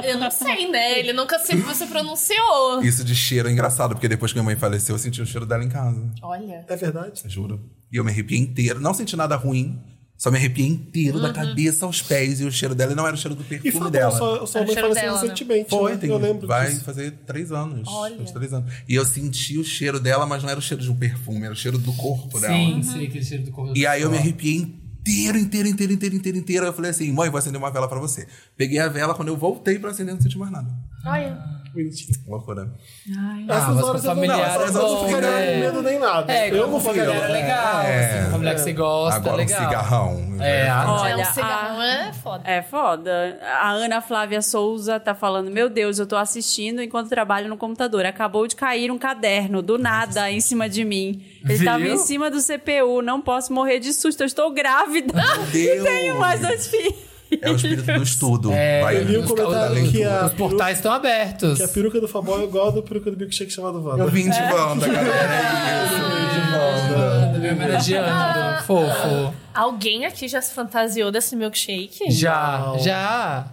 Eu não sei, né? Ele nunca se, se pronunciou.
Isso de cheiro é engraçado, porque depois que minha mãe faleceu, eu senti o cheiro dela em casa.
Olha.
É verdade.
Juro. E eu me arrepiei inteiro. Não senti nada ruim. Só me arrepiei inteiro,
Uhum.
da cabeça aos pés. E o cheiro dela e não era o cheiro do
E
perfume
foi
dela.
dela. Sua, sua
Era o
mãe
cheiro
faleceu
dela, né?
recentemente.
Foi,
né?
tem,
eu lembro
vai
disso.
fazer três anos.
Olha.
Uns três anos. E eu senti o cheiro dela, mas não era o cheiro de um perfume, era o cheiro do corpo dela.
Sim, sim, aquele cheiro do corpo.
E aí eu me arrepiei inteiro, inteiro, inteiro, inteiro, inteiro, inteiro. Aí Eu falei assim, mãe, vou acender uma vela pra você. Peguei a vela, quando eu voltei pra acender, não senti mais nada.
Olha.
Bonitinho.
Loucura.
Ah,
Essas
mas
horas
com
eu não,
familiar
essas horas
é
eu
bom,
não ficaria
né?
com medo nem nada.
É,
eu né? não
com a
fui.
galera é legal.
É.
assim, com a mulher que você gosta,
Agora
legal.
um cigarrão. né?
É, ah, não.
Olha,
é um cigarrão, é foda.
É foda. A Ana Flávia Souza tá falando: Meu Deus, eu tô assistindo enquanto trabalho no computador. Acabou de cair um caderno, do nada, em cima de mim. Ele
Viu?
tava em cima do CPU. Não posso morrer de susto, eu estou grávida.
Deus.
Tenho mais dois filhos.
É o espírito do estudo.
É.
Vai, tá
eu li um
os-
comentário
da leitura.
que a-
Os portais estão abertos.
Que
Ah,
a peruca do Fabol é igual a do peruca do milkshake chamado Wanda.
Eu vim de banda, galera. É isso, eu vim de banda.
Me
Ah.
homenageando, fofo.
Alguém aqui já se fantasiou desse milkshake?
Já, já.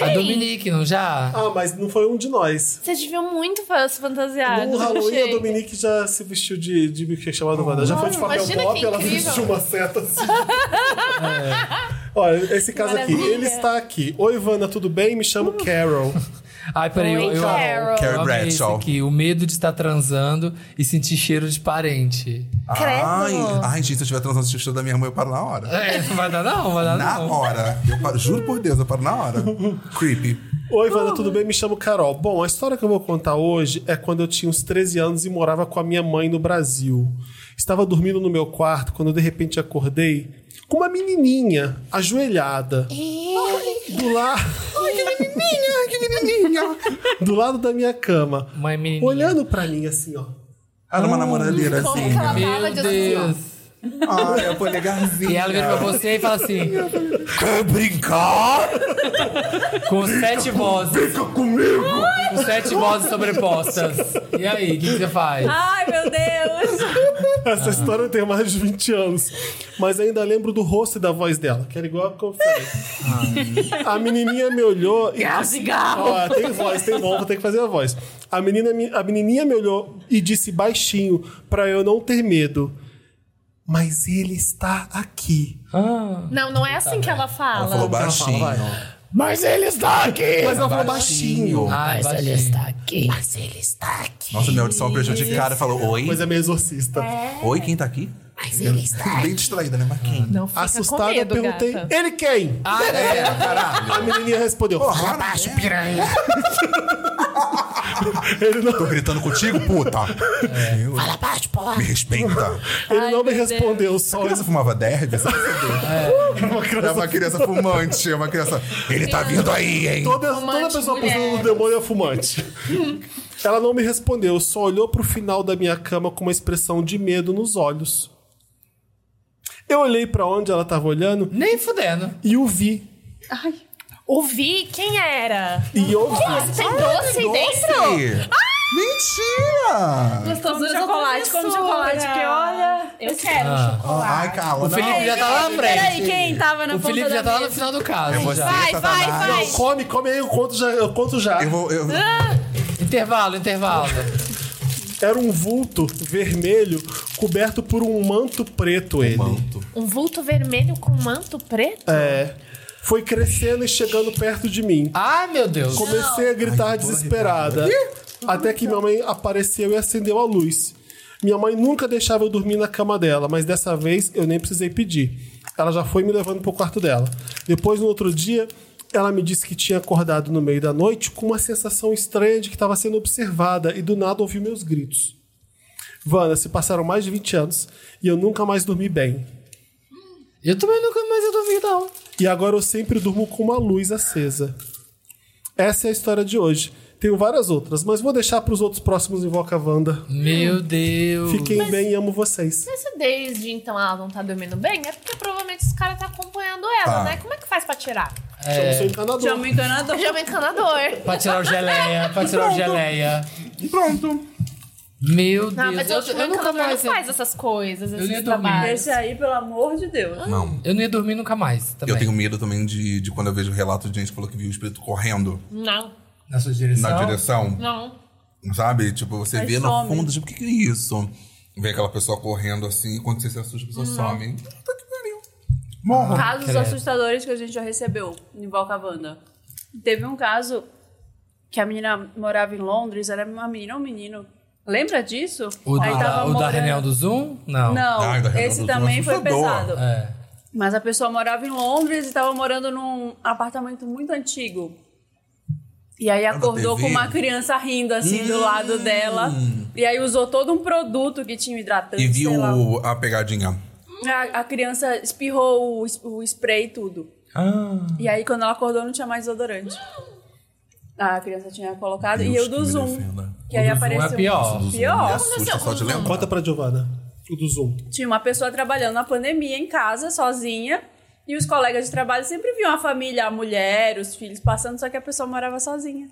A Dominique, não já?
Ah, mas não foi um de nós.
Vocês deviam muito fa- se fantasiar.
No
Ah, do
Halloween, a
milkshake.
Dominique já se vestiu de, de milkshake chamado Wanda. Já foi de
Olha,
papel
imagina
pop,
que
ela
incrível.
vestiu uma seta assim. É. Olha, esse caso aqui, ele está aqui. Oi, Ivana, tudo bem? Me chamo Carol.
Ai, peraí, eu, eu, eu,
Carol.
eu
Carrie
amei isso
Bradshaw.
aqui. O medo de estar transando e sentir cheiro de parente.
Ai, ai, gente, se eu estiver transando o cheiro da minha mãe, eu paro na hora.
É, não vai dar não, vai dar
Na
não.
hora. Eu paro- juro por Deus, eu paro na hora. Creepy.
Oi, Wanda, tudo bem? Me chamo Carol. Bom, a história que eu vou contar hoje é quando eu tinha uns 13 anos e morava com a minha mãe no Brasil. Estava dormindo no meu quarto quando de repente acordei com uma menininha ajoelhada. Do lado. É. Ai, que menininha, que menininha. Do lado da minha cama.
Mãe menininha.
Olhando pra mim assim, ó.
Ela é uma namoradeira assim.
Hum. Como que
né?
ela tava
Meu
de assim, ó.
Deus.
Ai, é
E
polegarzinha.
ela vira pra você e fala assim,
Quer brincar?
com sete vozes.
Fica comigo!
com sete vozes sobrepostas. E aí, o que, que você faz?
Ai, meu Deus!
Essa história tem mais de 20 anos. Mas ainda lembro do rosto e da voz dela, que era igual a que eu falei. A menininha me olhou e.
Gás Ah. e garro.
Ó, tem voz, tem voz, vou ter que fazer a voz. A, menina, me- a menininha me olhou e disse baixinho pra eu não ter medo. Mas ele está aqui.
Não, não é assim que ela
Ela falou
fala.
baixinho.
vai.
Mas ele está aqui! Mas ela falou baixinho.
Ai, baixinho. Ah,
aqui. Mas ele está aqui.
Nossa, minha audição prejudicada. Falou, oi?
Mas é meio exorcista.
Oi, quem tá aqui?
Mas ele está
Bem distraída, né? Mas quem?
Não fica
Assustada,
com medo,
eu perguntei:
gata.
ele quem?
Ah, é.
A menininha respondeu:
Porra, baixo, piranha.
ele não,
Tô gritando contigo, puta. Fala baixo, porra. Me respeita.
ele
Ai,
não me
meu Deus.
respondeu,
Essa
só
criança fumava derby? Essa
uma criança
É uma criança fumante, é uma criança. Ele tá vindo aí, hein?
Toda,
Fumante,
toda pessoa
mulher.
pensando no demônio é fumante. Ela não me respondeu, só olhou pro final da minha cama com uma expressão de medo nos olhos. Eu olhei pra onde ela tava olhando
Nem fudendo.
e o vi.
Ouvi quem era?
E ouvi.
Tem É doce aí dentro?
Mentira!
Gostoso
Como chocolate, como chocolate,
né?
que olha.
Eu quero chocolate.
Ai, calma.
O Felipe já tá lá na
Peraí,
frente.
quem tava na
O
ponta
Felipe
da
já tá lá no
mesa?
final do caso.
não. É você,
já.
Vai, vai,
Satanás.
vai.
Come, come aí, eu conto já. Eu conto já.
Eu vou. Eu...
Intervalo, intervalo.
Era um vulto vermelho coberto por um manto preto, ele.
Manto.
Um vulto vermelho com manto preto?
É. Foi crescendo e chegando perto de mim.
Ai, meu Deus.
Comecei a gritar
Ai, que porra,
desesperada. Até que minha mãe apareceu e acendeu a luz. Minha mãe nunca deixava eu dormir na cama dela, mas dessa vez eu nem precisei pedir. Ela já foi me levando pro quarto dela. Depois, no outro dia, ela me disse que tinha acordado no meio da noite com uma sensação estranha de que estava sendo observada e do nada ouvi meus gritos. Vana, se passaram mais de 20 anos e eu nunca mais dormi bem.
Eu também nunca mais eu dormi, não.
E agora eu sempre durmo com uma luz acesa. Essa é a história de hoje. Tenho várias outras, mas vou deixar para os outros próximos Invoca Wanda.
Meu Deus.
Fiquem bem e amo vocês.
Mas se desde então ela não tá dormindo bem, é porque provavelmente os caras tá acompanhando ela,
Tá.
né? Como é que faz pra tirar?
É.
É.
Eu sou encanador.
Chama o encanador.
Chama o encanador.
Pra tirar o geleia, pra tirar o geleia.
Pronto.
Meu
Não,
Deus.
mas
Eu,
eu, tipo,
eu
o
nunca
encanador
mais.
não faz essas coisas,
Eu nem
esses
dormi.
trabalhos.
Esse aí, pelo amor de Deus.
Não.
Eu não ia dormir nunca mais também.
Eu tenho medo também de, de quando eu vejo relato de gente que falou que viu o espírito correndo
Não,
Na sua direção.
na direção.
não.
Sabe? Tipo, você
Aí
vê
some.
no fundo, tipo, o que, que é isso? Vê aquela pessoa correndo assim, e quando você se assusta, a pessoa some. Puta que pariu. Morra.
Casos
credo.
assustadores que a gente já recebeu em Valcavanda. Teve um caso que a menina morava em Londres, era uma menina ou um menino. Lembra disso?
O, da, o da
morando-
Renel do Zoom? Não.
Não,
Ah, o da Renel
esse
do
também
Zoom
foi
assustador.
pesado.
É.
Mas a pessoa morava em Londres e estava morando num apartamento muito antigo. E aí acordou
TV.
com uma criança rindo assim
Hum.
do lado dela. E aí usou todo um produto que tinha um hidratante.
E viu
sei lá.
o- a pegadinha.
A, a criança espirrou o, es- o spray e tudo.
Ah.
E aí, quando ela acordou, não tinha mais odorante. A criança tinha colocado. e
Deus
eu do
que me
Zoom.
defenda.
Que aí
O do Zoom é
apareceu. um
pior.
Me
Pior.
assusta só de lembrar.
Conta pra Giovana, o do Zoom.
Tinha uma pessoa trabalhando na pandemia em casa, sozinha. E os colegas de trabalho sempre viam a família, a mulher, os filhos passando, só que a pessoa morava sozinha.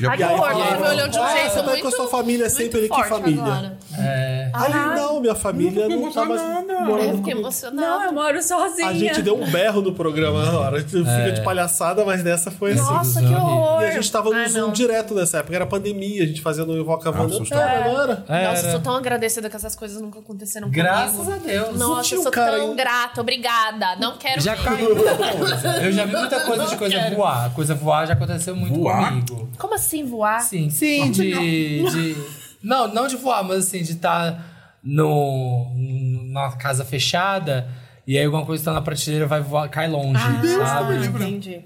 Já-
Ai, que horror,
falaram,
você me olhou de um
"Ah,
jeito
como é que
muito-
a sua família é sempre ele que
forte
família?
agora.
É,
Ah,
Ali não, minha família não tá mais
Eu
morando
fiquei
comigo.
Não,
emocionada.
eu moro sozinha.
A gente deu um berro no programa na hora. Fica de palhaçada, mas nessa foi assim.
É. Nossa, que horror.
E a gente tava no
Ah,
Zoom
não.
direto nessa época, era pandemia, a gente fazia no
Ah,
Invoca Wanda.
assustador.
Era, não era?
Nossa, eu sou tão agradecida que essas coisas nunca aconteceram
Graças
comigo.
a Deus.
Nossa, eu
Tinha um
sou
cara
tão
aí.
grata, obrigada. Não quero
Já
ver.
caiu muita coisa. Eu já vi muita coisa de coisa voar. Coisa voar já aconteceu muito
Voar?
comigo.
Como assim voar?
Sim, sim, de, de. Não, não de voar, mas assim, de estar no, numa casa fechada e aí alguma coisa tá na prateleira vai voar, cai longe, sabe?
Ah, entendi.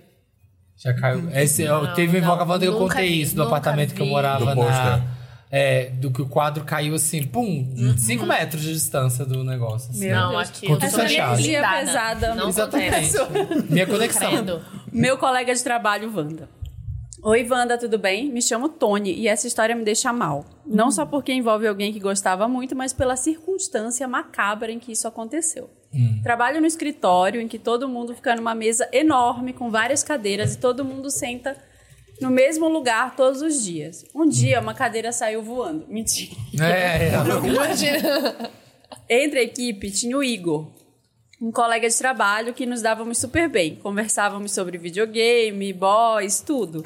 Já caiu. Esse, eu-
Não,
teve um
não,
invocavanda que eu
nunca
contei
vi,
isso, do
nunca
apartamento que eu
vi.
morava
Do
na.
pôster.
É, do que o quadro caiu assim,
Uhum.
pum, 5 metros de distância do negócio. assim.
Meu
Não,
Deus.
aqui é
Conta
eu
essa
sou
chave.
blindada.
pesada.
Não
Exatamente.
acontece.
Minha conexão.
Credo.
Meu colega de trabalho, Wanda. Oi, Wanda, tudo bem? Me chamo Tony e essa história me deixa mal. Não só porque envolve alguém que gostava muito, mas pela circunstância macabra em que isso aconteceu. Trabalho no escritório em que todo mundo fica numa mesa enorme com várias cadeiras e todo mundo senta no mesmo lugar todos os dias. Um dia uma cadeira saiu voando. Mentira.
É, é.
Entre a equipe tinha o Igor, um colega de trabalho que nos dávamos super bem. Conversávamos sobre videogame, boys, tudo.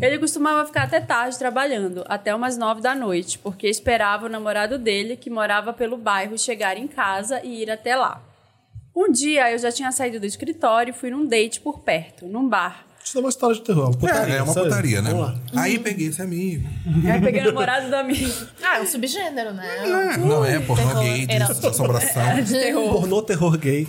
Ele costumava ficar até tarde trabalhando, até umas nove da noite, porque esperava o namorado dele, que morava pelo bairro, chegar em casa e ir até lá. Um dia eu já tinha saído do escritório e fui num date por perto, num bar.
Isso não é uma história de terror, é uma putaria.
é, é uma
sabe?
putaria, né?
Vamos lá.
Aí peguei esse é amigo.
Aí peguei o namorado da minha.
Ah, é um subgênero, né?
É, não é pornô
terror,
gay, de
era-
É,
assombração.
Pornô terror gay.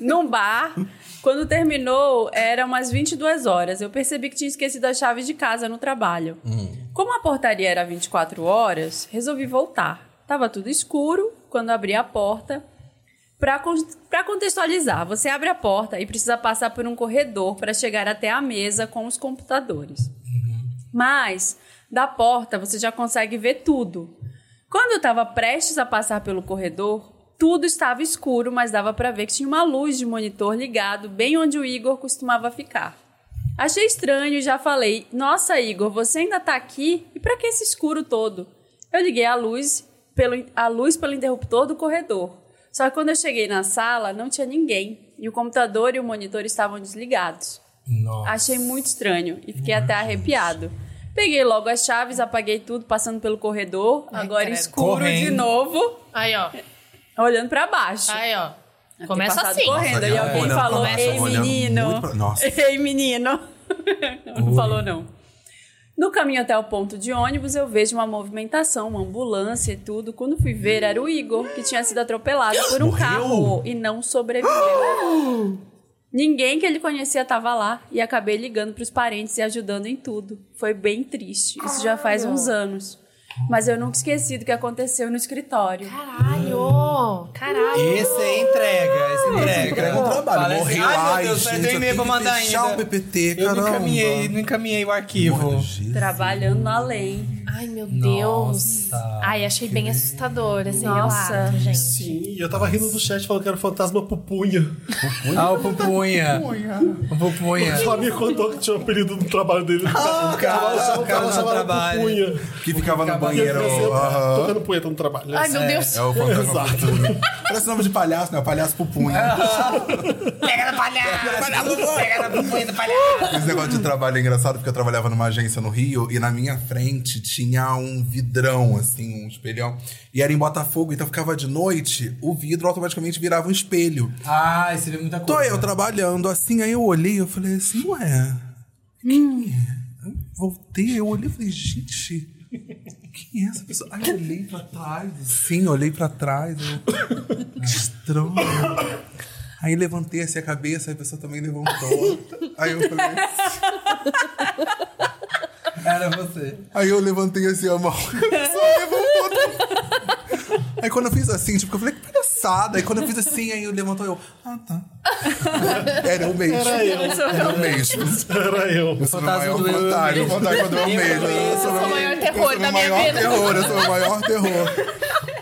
num bar. Quando terminou, eram umas 22 horas. Eu percebi que tinha esquecido a chave de casa no trabalho. Como a portaria era 24 horas, resolvi voltar. Tava tudo escuro quando abri a porta. Pra con- pra contextualizar, você abre a porta e precisa passar por um corredor para chegar até a mesa com os computadores. Mas da porta você já consegue ver tudo. Quando eu estava prestes a passar pelo corredor, tudo estava escuro, mas dava para ver que tinha uma luz de monitor ligado bem onde o Igor costumava ficar. Achei estranho e já falei: "Nossa, Igor, você ainda tá aqui? E para que esse escuro todo?" Eu liguei a luz pelo a luz pelo interruptor do corredor. Só que quando eu cheguei na sala, não tinha ninguém e o computador e o monitor estavam desligados.
Nossa.
Achei muito estranho e fiquei até arrepiado. Peguei logo as chaves, apaguei tudo, passando pelo corredor,
Ai,
agora
credo.
escuro de
Correndo.
novo,
Aí, ó.
olhando pra baixo.
Aí, ó.
Ter
Começa
passado
assim.
Correndo, e
Nossa,
alguém
olhando pra
falou:
baixo,
"Ei,
olhando
menino".
muito pra- Nossa.
Ei, menino. Não, não falou não. No caminho até o ponto de ônibus, eu vejo uma movimentação, uma ambulância e tudo. Quando fui ver, era o Igor, que tinha sido atropelado por um
Morreu?
carro e não sobreviveu. Ninguém que ele conhecia estava lá e acabei ligando para os parentes e ajudando em tudo. Foi bem triste. Isso já faz uns anos. Mas eu nunca esqueci do que aconteceu no escritório.
Caralho! Caralho!
Esse é entrega, esse entrega.
Entrega um trabalho.
Fala assim,
Morri
Ai,
lá,
meu Deus,
gente,
tem
eu
e-mail pra
tenho que
mandar ainda.
fechar o PPT,
eu não
caramba.
encaminhei, não encaminhei o
Olha,
arquivo.
Jesus.
Trabalhando no além.
Ai, meu Deus!
Nossa.
Ai, achei bem assustador assim, esse
Nossa.
relato, gente.
Sim, eu tava rindo do chat falando que era um fantasma pupunha.
Ah, o Pupunha. O Pupunha.
O amigo contou que tinha um período no trabalho dele.
Ah,
O cara,
cara,
o
cara
cara
no
chamava
trabalho.
pupunha.
Que ficava no
E ele
banheiro.
ficava sempre
aham.
Tocando punheta no trabalho.
Ai, meu Deus!
É o fantasma
Exato.
pupunha. Parece nome de palhaço, né? O palhaço né? pupunha.
Pega na palhaço! Pega na Pupunha do palhaço!
Esse negócio de trabalho é engraçado porque eu trabalhava numa agência no Rio e na minha frente tinha um vidrão, assim, um espelhão. E era em Botafogo, então ficava de noite, o vidro automaticamente virava um espelho.
Ai, você vê muita
Tô
coisa.
eu trabalhando assim, aí eu olhei, eu falei assim, ué. Quem é? Eu voltei, eu olhei e falei, gente, quem é essa pessoa? Aí eu olhei pra trás, assim, olhei pra trás. Eu... Que estranho. Aí levantei assim a cabeça, aí a pessoa também levantou. Aí eu falei.
Era você.
Aí eu levantei assim a mão. A pessoa levantou também. Aí quando eu fiz assim, tipo, eu falei, que palhaçada. Aí quando eu fiz assim, aí eu levantou eu. Ah, tá. Era eu mesmo. Era eu. Era eu mesmo.
Era eu.
Eu sou meu
Fantasma
maior
do eu
fantasma.
mesmo.
O fantasma do eu mesmo. Eu sou
É o maior
eu
terror
sou
da
o
minha
maior
vida.
Terror, eu sou o maior terror.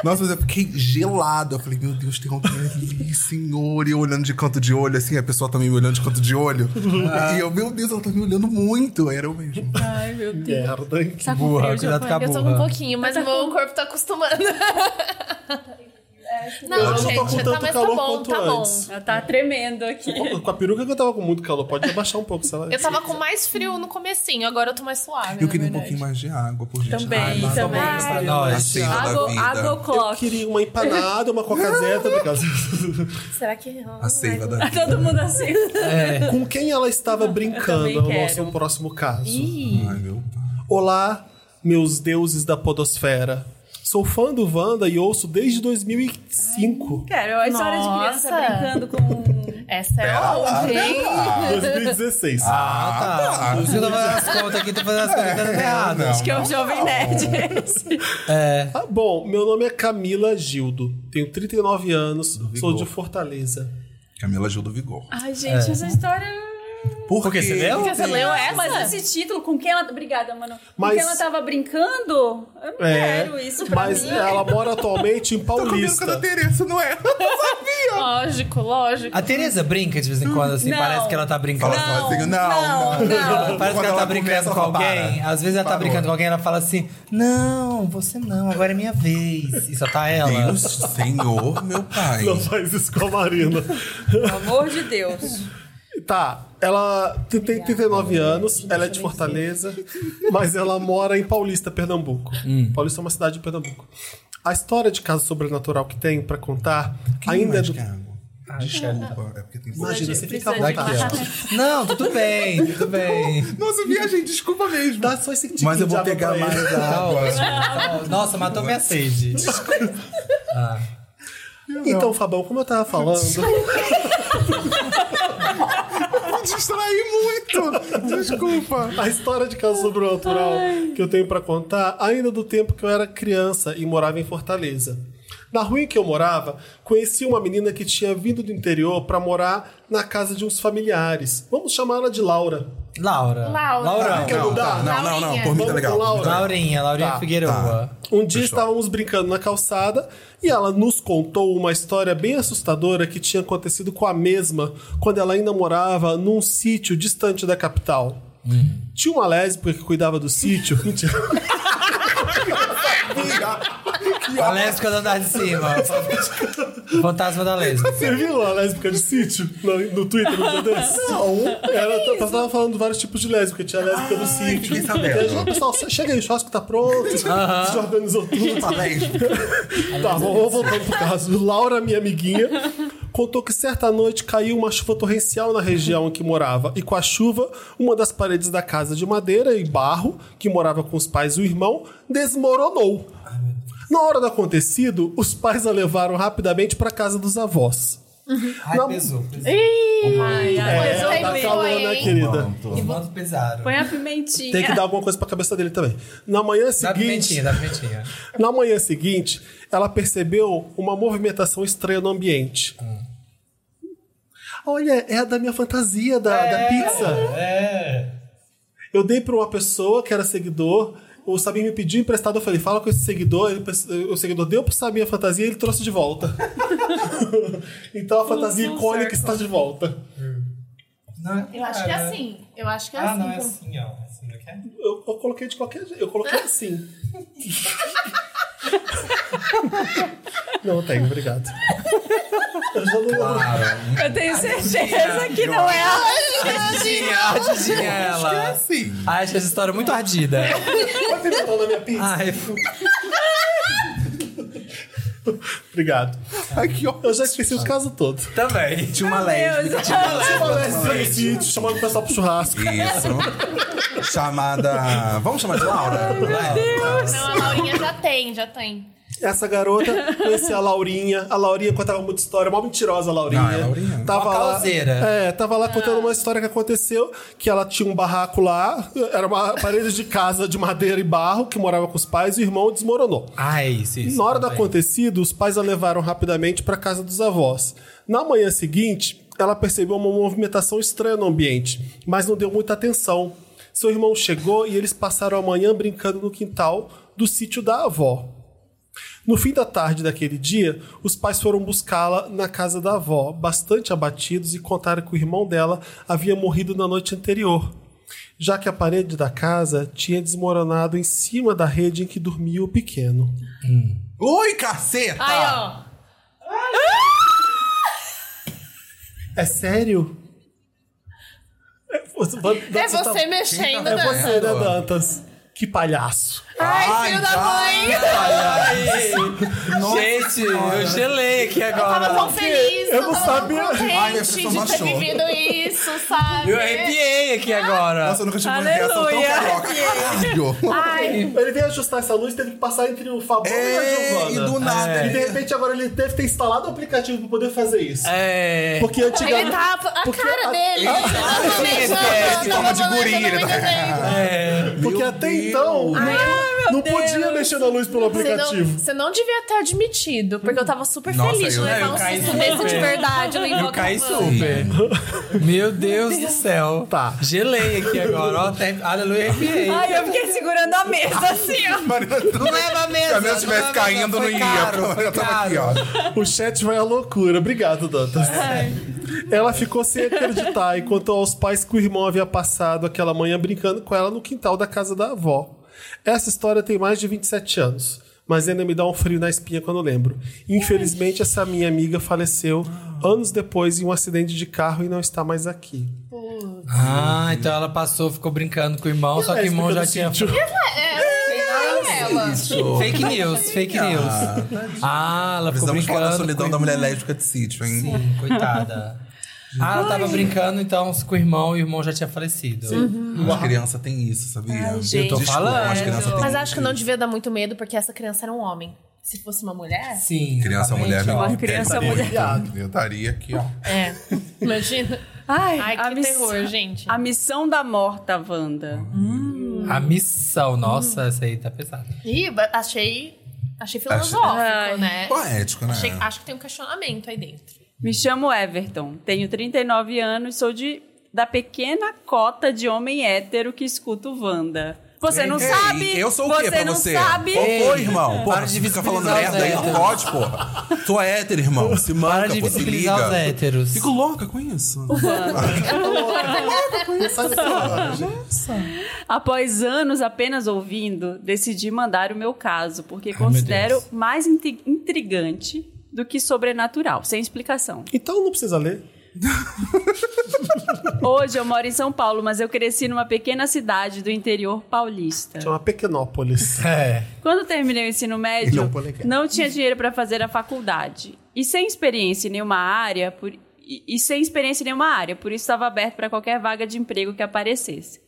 Nossa, mas eu fiquei gelado. Eu falei, meu Deus, tem alguém ali, senhor. E eu olhando de canto de olho, assim, a pessoa também me olhando de canto de olho. E eu, meu Deus, ela tá me olhando muito. Era eu mesmo.
Ai, meu Deus.
Merda, hein?
Tá com
Burra,
frio,
cuidado com a
Giovanni?
Eu tô com um
Porra.
pouquinho, mas o meu corpo tá acostumando. Não,
Eu não tô
gente,
com
tá,
tanto
mas tá
calor
bom,
quanto
tá bom.
antes.
Ela tá tremendo aqui.
Pô, Com a peruca que eu tava com muito calor. Pode abaixar um pouco, sei lá.
Eu tava com mais frio no comecinho, agora eu tô mais suave. né?
Eu
na
queria um
é verdade.
pouquinho mais de água, por gente.
Também,
Ai, mas
também.
tá bom,
Pra
Ai,
tá
nós.
cedo da
Água,
vida.
água
Eu
clock.
queria uma empanada, uma tá coca-zeta, por causa-
Será que. rola?
A seiva da vida.
Todo mundo assim.
Com quem ela estava brincando
também
é o
quero.
nosso próximo caso.
Ai, meu pai.
Olá, meus deuses da podosfera. Sou fã do Wanda e ouço desde 2005.
Cara, a história de criança
Nossa.
brincando com. um
Essa é a onde, hein?
2016.
Ah, tá. Você tá fazendo as contas aqui, tá fazendo as contas tá errado.
Que é o Jovem Nerd esse.
Ah, bom, meu nome é Camila Gildo. Tenho 39 anos, sou
Vigor.
de Fortaleza.
Camila Gil do Vigor.
Ah,
É.
Ai, gente, essa história. é
Por
Porque
quê?
você leu?
Porque você leu essa?
Mas esse título, com quem ela. Obrigada, mano. Com
Mas-
quem ela tava brincando? Eu não
É,
quero isso pra
mas
mim.
ela mora atualmente em
Tô comendo com a da
Paulista.
Tereza, não é?
Lógico, lógico.
A Tereza brinca de vez em quando, assim,
Não.
parece que ela tá brincando.
Fala sozinho, não,
não,
não.
Parece
Quando
que ela tá
ela
brincando
começa,
com
ela fala,
alguém.
"Para."
Às vezes ela tá
Parou.
brincando com alguém ela fala assim: Não, você não, agora é minha vez. E só tá ela.
Deus, Senhor, meu pai.
Não faz isso com a Marina.
Pelo amor de Deus.
Tá, ela tem tem 39 anos, ela é de Fortaleza, mas ela mora em Paulista, Pernambuco.
Hum.
Paulista é uma cidade de Pernambuco. A história de caso sobrenatural que tenho pra contar ainda é do...
Thiago. Desculpa, é porque tem
Imagina, você fica à
Precisa de
vontade.
Aqui, ó. Não, tudo bem, tudo bem.
Nossa, viagem, desculpa mesmo.
Dá só esse tiquinho
Mas eu
de
vou
água
pegar
pra
mais
ele.
água.
Nossa, matou minha sede.
Então, Fabão, como eu tava falando,
Me distraí muito. Desculpa.
a história de caso sobrenatural que eu tenho pra contar ainda é do tempo que eu era criança e morava em Fortaleza. Na rua em que eu morava, conheci uma menina que tinha vindo do interior pra morar na casa de uns familiares. Vamos chamá-la de Laura.
Laura.
Laura.
Laurão.
Tá,
Quer mudar?
Não, não, não. Por mim tá
Vamos
legal.
com Laura.
Laurinha, Laurinha
Tá,
Figueiroa.
Um dia estávamos brincando na calçada e ela nos contou uma história bem assustadora que tinha acontecido com a mesma quando ela ainda morava num sítio distante da capital. Tinha uma lésbica que cuidava do sítio. Mentira.
A lésbica do andar de cima. Fantasma da lésbica.
Você viu a lésbica de sítio no, no Twitter no dia desse? Não. Ela t- tava falando de vários tipos de lésbica. Tinha a lésbica do sítio.
fiquei sabendo.
E aí, "Ó, pessoal, chega aí, o churrasco tá pronto. Se organizou tudo. Tá, vamos voltando pro caso. Laura, minha amiguinha, contou que certa noite caiu uma chuva torrencial na região em que morava. E com a chuva, uma das paredes da casa de madeira e barro, que morava com os pais e o irmão, desmoronou. Na hora do acontecido, os pais a levaram rapidamente pra casa dos avós.
Ai,
Não.
pesou.
Ai, ai,
É,
eu
ela
dá
bem,
calor,
hein?
né, querida?
Os manos pesaram.
Põe a
Tem
pimentinha.
que dar alguma coisa pra cabeça dele também. Na manhã
Dá
seguinte,
pimentinha, dá pimentinha.
Na manhã seguinte, ela percebeu uma movimentação estranha no ambiente. Olha, é a da minha fantasia, da, da pizza. Eu dei pra uma pessoa que era seguidor, o Sabinho me pediu emprestado, eu falei, fala com esse seguidor, ele pers- o seguidor deu pro Sabinho a fantasia e ele trouxe de volta. então a fantasia
full
icônica
circle.
está de volta.
Não,
Eu acho que é
cara.
assim. Eu acho que é
Ah,
assim.
não, é assim, ó. Assim, não quer?
Eu, eu coloquei de qualquer jeito, eu coloquei assim. Não tenho, obrigado. Eu já não lembro
Eu tenho certeza que não é a.
Tadinha, a Tadinha ela.
Assim.
Ai, acho essa história muito ardida.
Pode ter botão na minha pizza?
Ai,
Obrigado.
Aqui, ó.
Eu já esqueci o caso todo.
também.
Tinha uma
Meu
lésbica.
Deus.
Sítio, chamando o pessoal pro churrasco.
Isso. Chamada. Vamos chamar de Laura?
Não, a Laurinha já tem, já tem.
Essa garota conhecia a Laurinha. A Laurinha contava muita história, uma mentirosa a Laurinha.
Não, é a Laurinha.
Tava
Uma
lá,
causeira.
É, tava lá contando uma história que aconteceu, que ela tinha um barraco lá, era uma parede de casa de madeira e barro, que morava com os pais, e o irmão desmoronou.
Ai, isso, isso.
Na hora do
também.
acontecido, os pais a levaram rapidamente para casa dos avós. Na manhã seguinte, ela percebeu uma movimentação estranha no ambiente, mas não deu muita atenção. Seu irmão chegou e eles passaram a manhã brincando no quintal do sítio da avó. No fim da tarde daquele dia, os pais foram buscá-la na casa da avó, bastante abatidos, e contaram que o irmão dela havia morrido na noite anterior, já que a parede da casa tinha desmoronado em cima da rede em que dormia o pequeno.
Oi, caceta!
Aí, ó.
É sério? É você,
É
Dantas, tá-
você mexendo,
É
né?
você, né, Dantas? Que palhaço.
Ai, filho da mãe.
Ai, gente, eu gelei aqui agora.
Tava tão feliz,
Eu não
tava
sabia.
tão contente
Ai, você só
de ter
baixou.
vivido isso, sabe?
Eu arrepiei aqui agora.
Nossa, eu nunca tive uma reação tão
Aleluia.
carioca. Caralho!
Ai,
Ele veio ajustar essa luz, teve que passar entre o Fabão e a
É, e
Giovana.
do nada
E de
ele.
repente agora ele deve ter instalado o aplicativo pra poder fazer isso.
É.
Porque
ele
antigamente.
tá. A
Porque
cara
a-
sim,
dele.
sim,
Ele
sim,
tá
forma de guri, ele tá-
Ai,
Porque
Meu
até
Deus.
então.
Ai,
nem-
meu
não
Deus.
podia mexer na luz pelo
Você não,
aplicativo.
você não devia ter admitido, porque eu tava super
Nossa,
feliz de
eu-
levar
eu
um
caí
susto
super.
desse de verdade no
Eu
Invoca
caí
Van.
super. Meu Deus do céu.
Tá.
Gelei aqui agora. Ó, até, aleluia, arrepiei.
Ai, eu fiquei segurando a mesa assim, ó.
Marina,
Não leva
se a
a mesa. não
mesa
leva
estivesse
a mesa.
caindo, é não
Foi
ia.
caro,
Eu
foi
tava aqui,
caro.
ó.
O chat vai à loucura. Obrigado, Dantas. Ela ficou sem acreditar enquanto aos pais que o irmão havia passado aquela manhã brincando com ela no quintal da casa da avó. Essa história tem mais de 27 anos, mas ainda me dá um frio na espinha quando lembro. Infelizmente, essa minha amiga faleceu anos depois em um acidente de carro e não está mais aqui.
Ah, então ela passou, ficou brincando com o irmão, só que o irmão já tinha.
Sítio.
Fake news, fake news. Ah, ela ficou
Precisamos falar da
brincando.
solidão
com
da
o
mulher lésbica de sítio, hein?
irmão. Coitada. Ah, ela tava brincando então com o irmão e o irmão já tinha falecido. Uhum.
As crianças têm isso, sabia?
gente.
Eu tô falando.
As crianças têm
Mas
isso.
acho que não devia dar muito medo, porque essa criança era um homem. Se fosse uma mulher.
Sim.
Criança, mulher,
realmente, ó.
me-
criança,
me-
mulher.
Eu estaria aqui, ó.
É. Imagina.
Ai,
Ai,
a
que
missão-
terror, gente.
A missão da morta, Wanda.
A missão, nossa, essa aí tá pesada.
Ih, ba- achei. Achei filosófico,
Ai.
né?
Poético, né?
Achei- acho que tem um questionamento aí dentro.
Me chamo Everton, tenho 39 anos, sou de da pequena cota de homem hétero que escuta o Wanda. Você não
Ei,
sabe?
Eu sou o
você
quê pra
não
você?
sabe?
Ô, ô, irmão. Porra,
Para de
de ficar falando
visibilizar
merda aí.
os
Não pode, porra. Tu é hétero, irmão. Se
Para
manca,
de
pô, se
visibilizar os
liga.
héteros.
Fico louca com isso.
Após anos apenas ouvindo, decidi mandar o meu caso, porque
meu
considero
Deus.
mais inti- intrigante do que sobrenatural, sem explicação.
Então não precisa ler.
Hoje eu moro em São Paulo, mas eu cresci numa pequena cidade do interior paulista.
Chama Pequenópolis.
É.
Quando terminei o ensino médio,
Não, polegar.
não tinha dinheiro para fazer a faculdade. E sem experiência em nenhuma área, por- e, e sem experiência em nenhuma área, por isso estava aberto para qualquer vaga de emprego que aparecesse.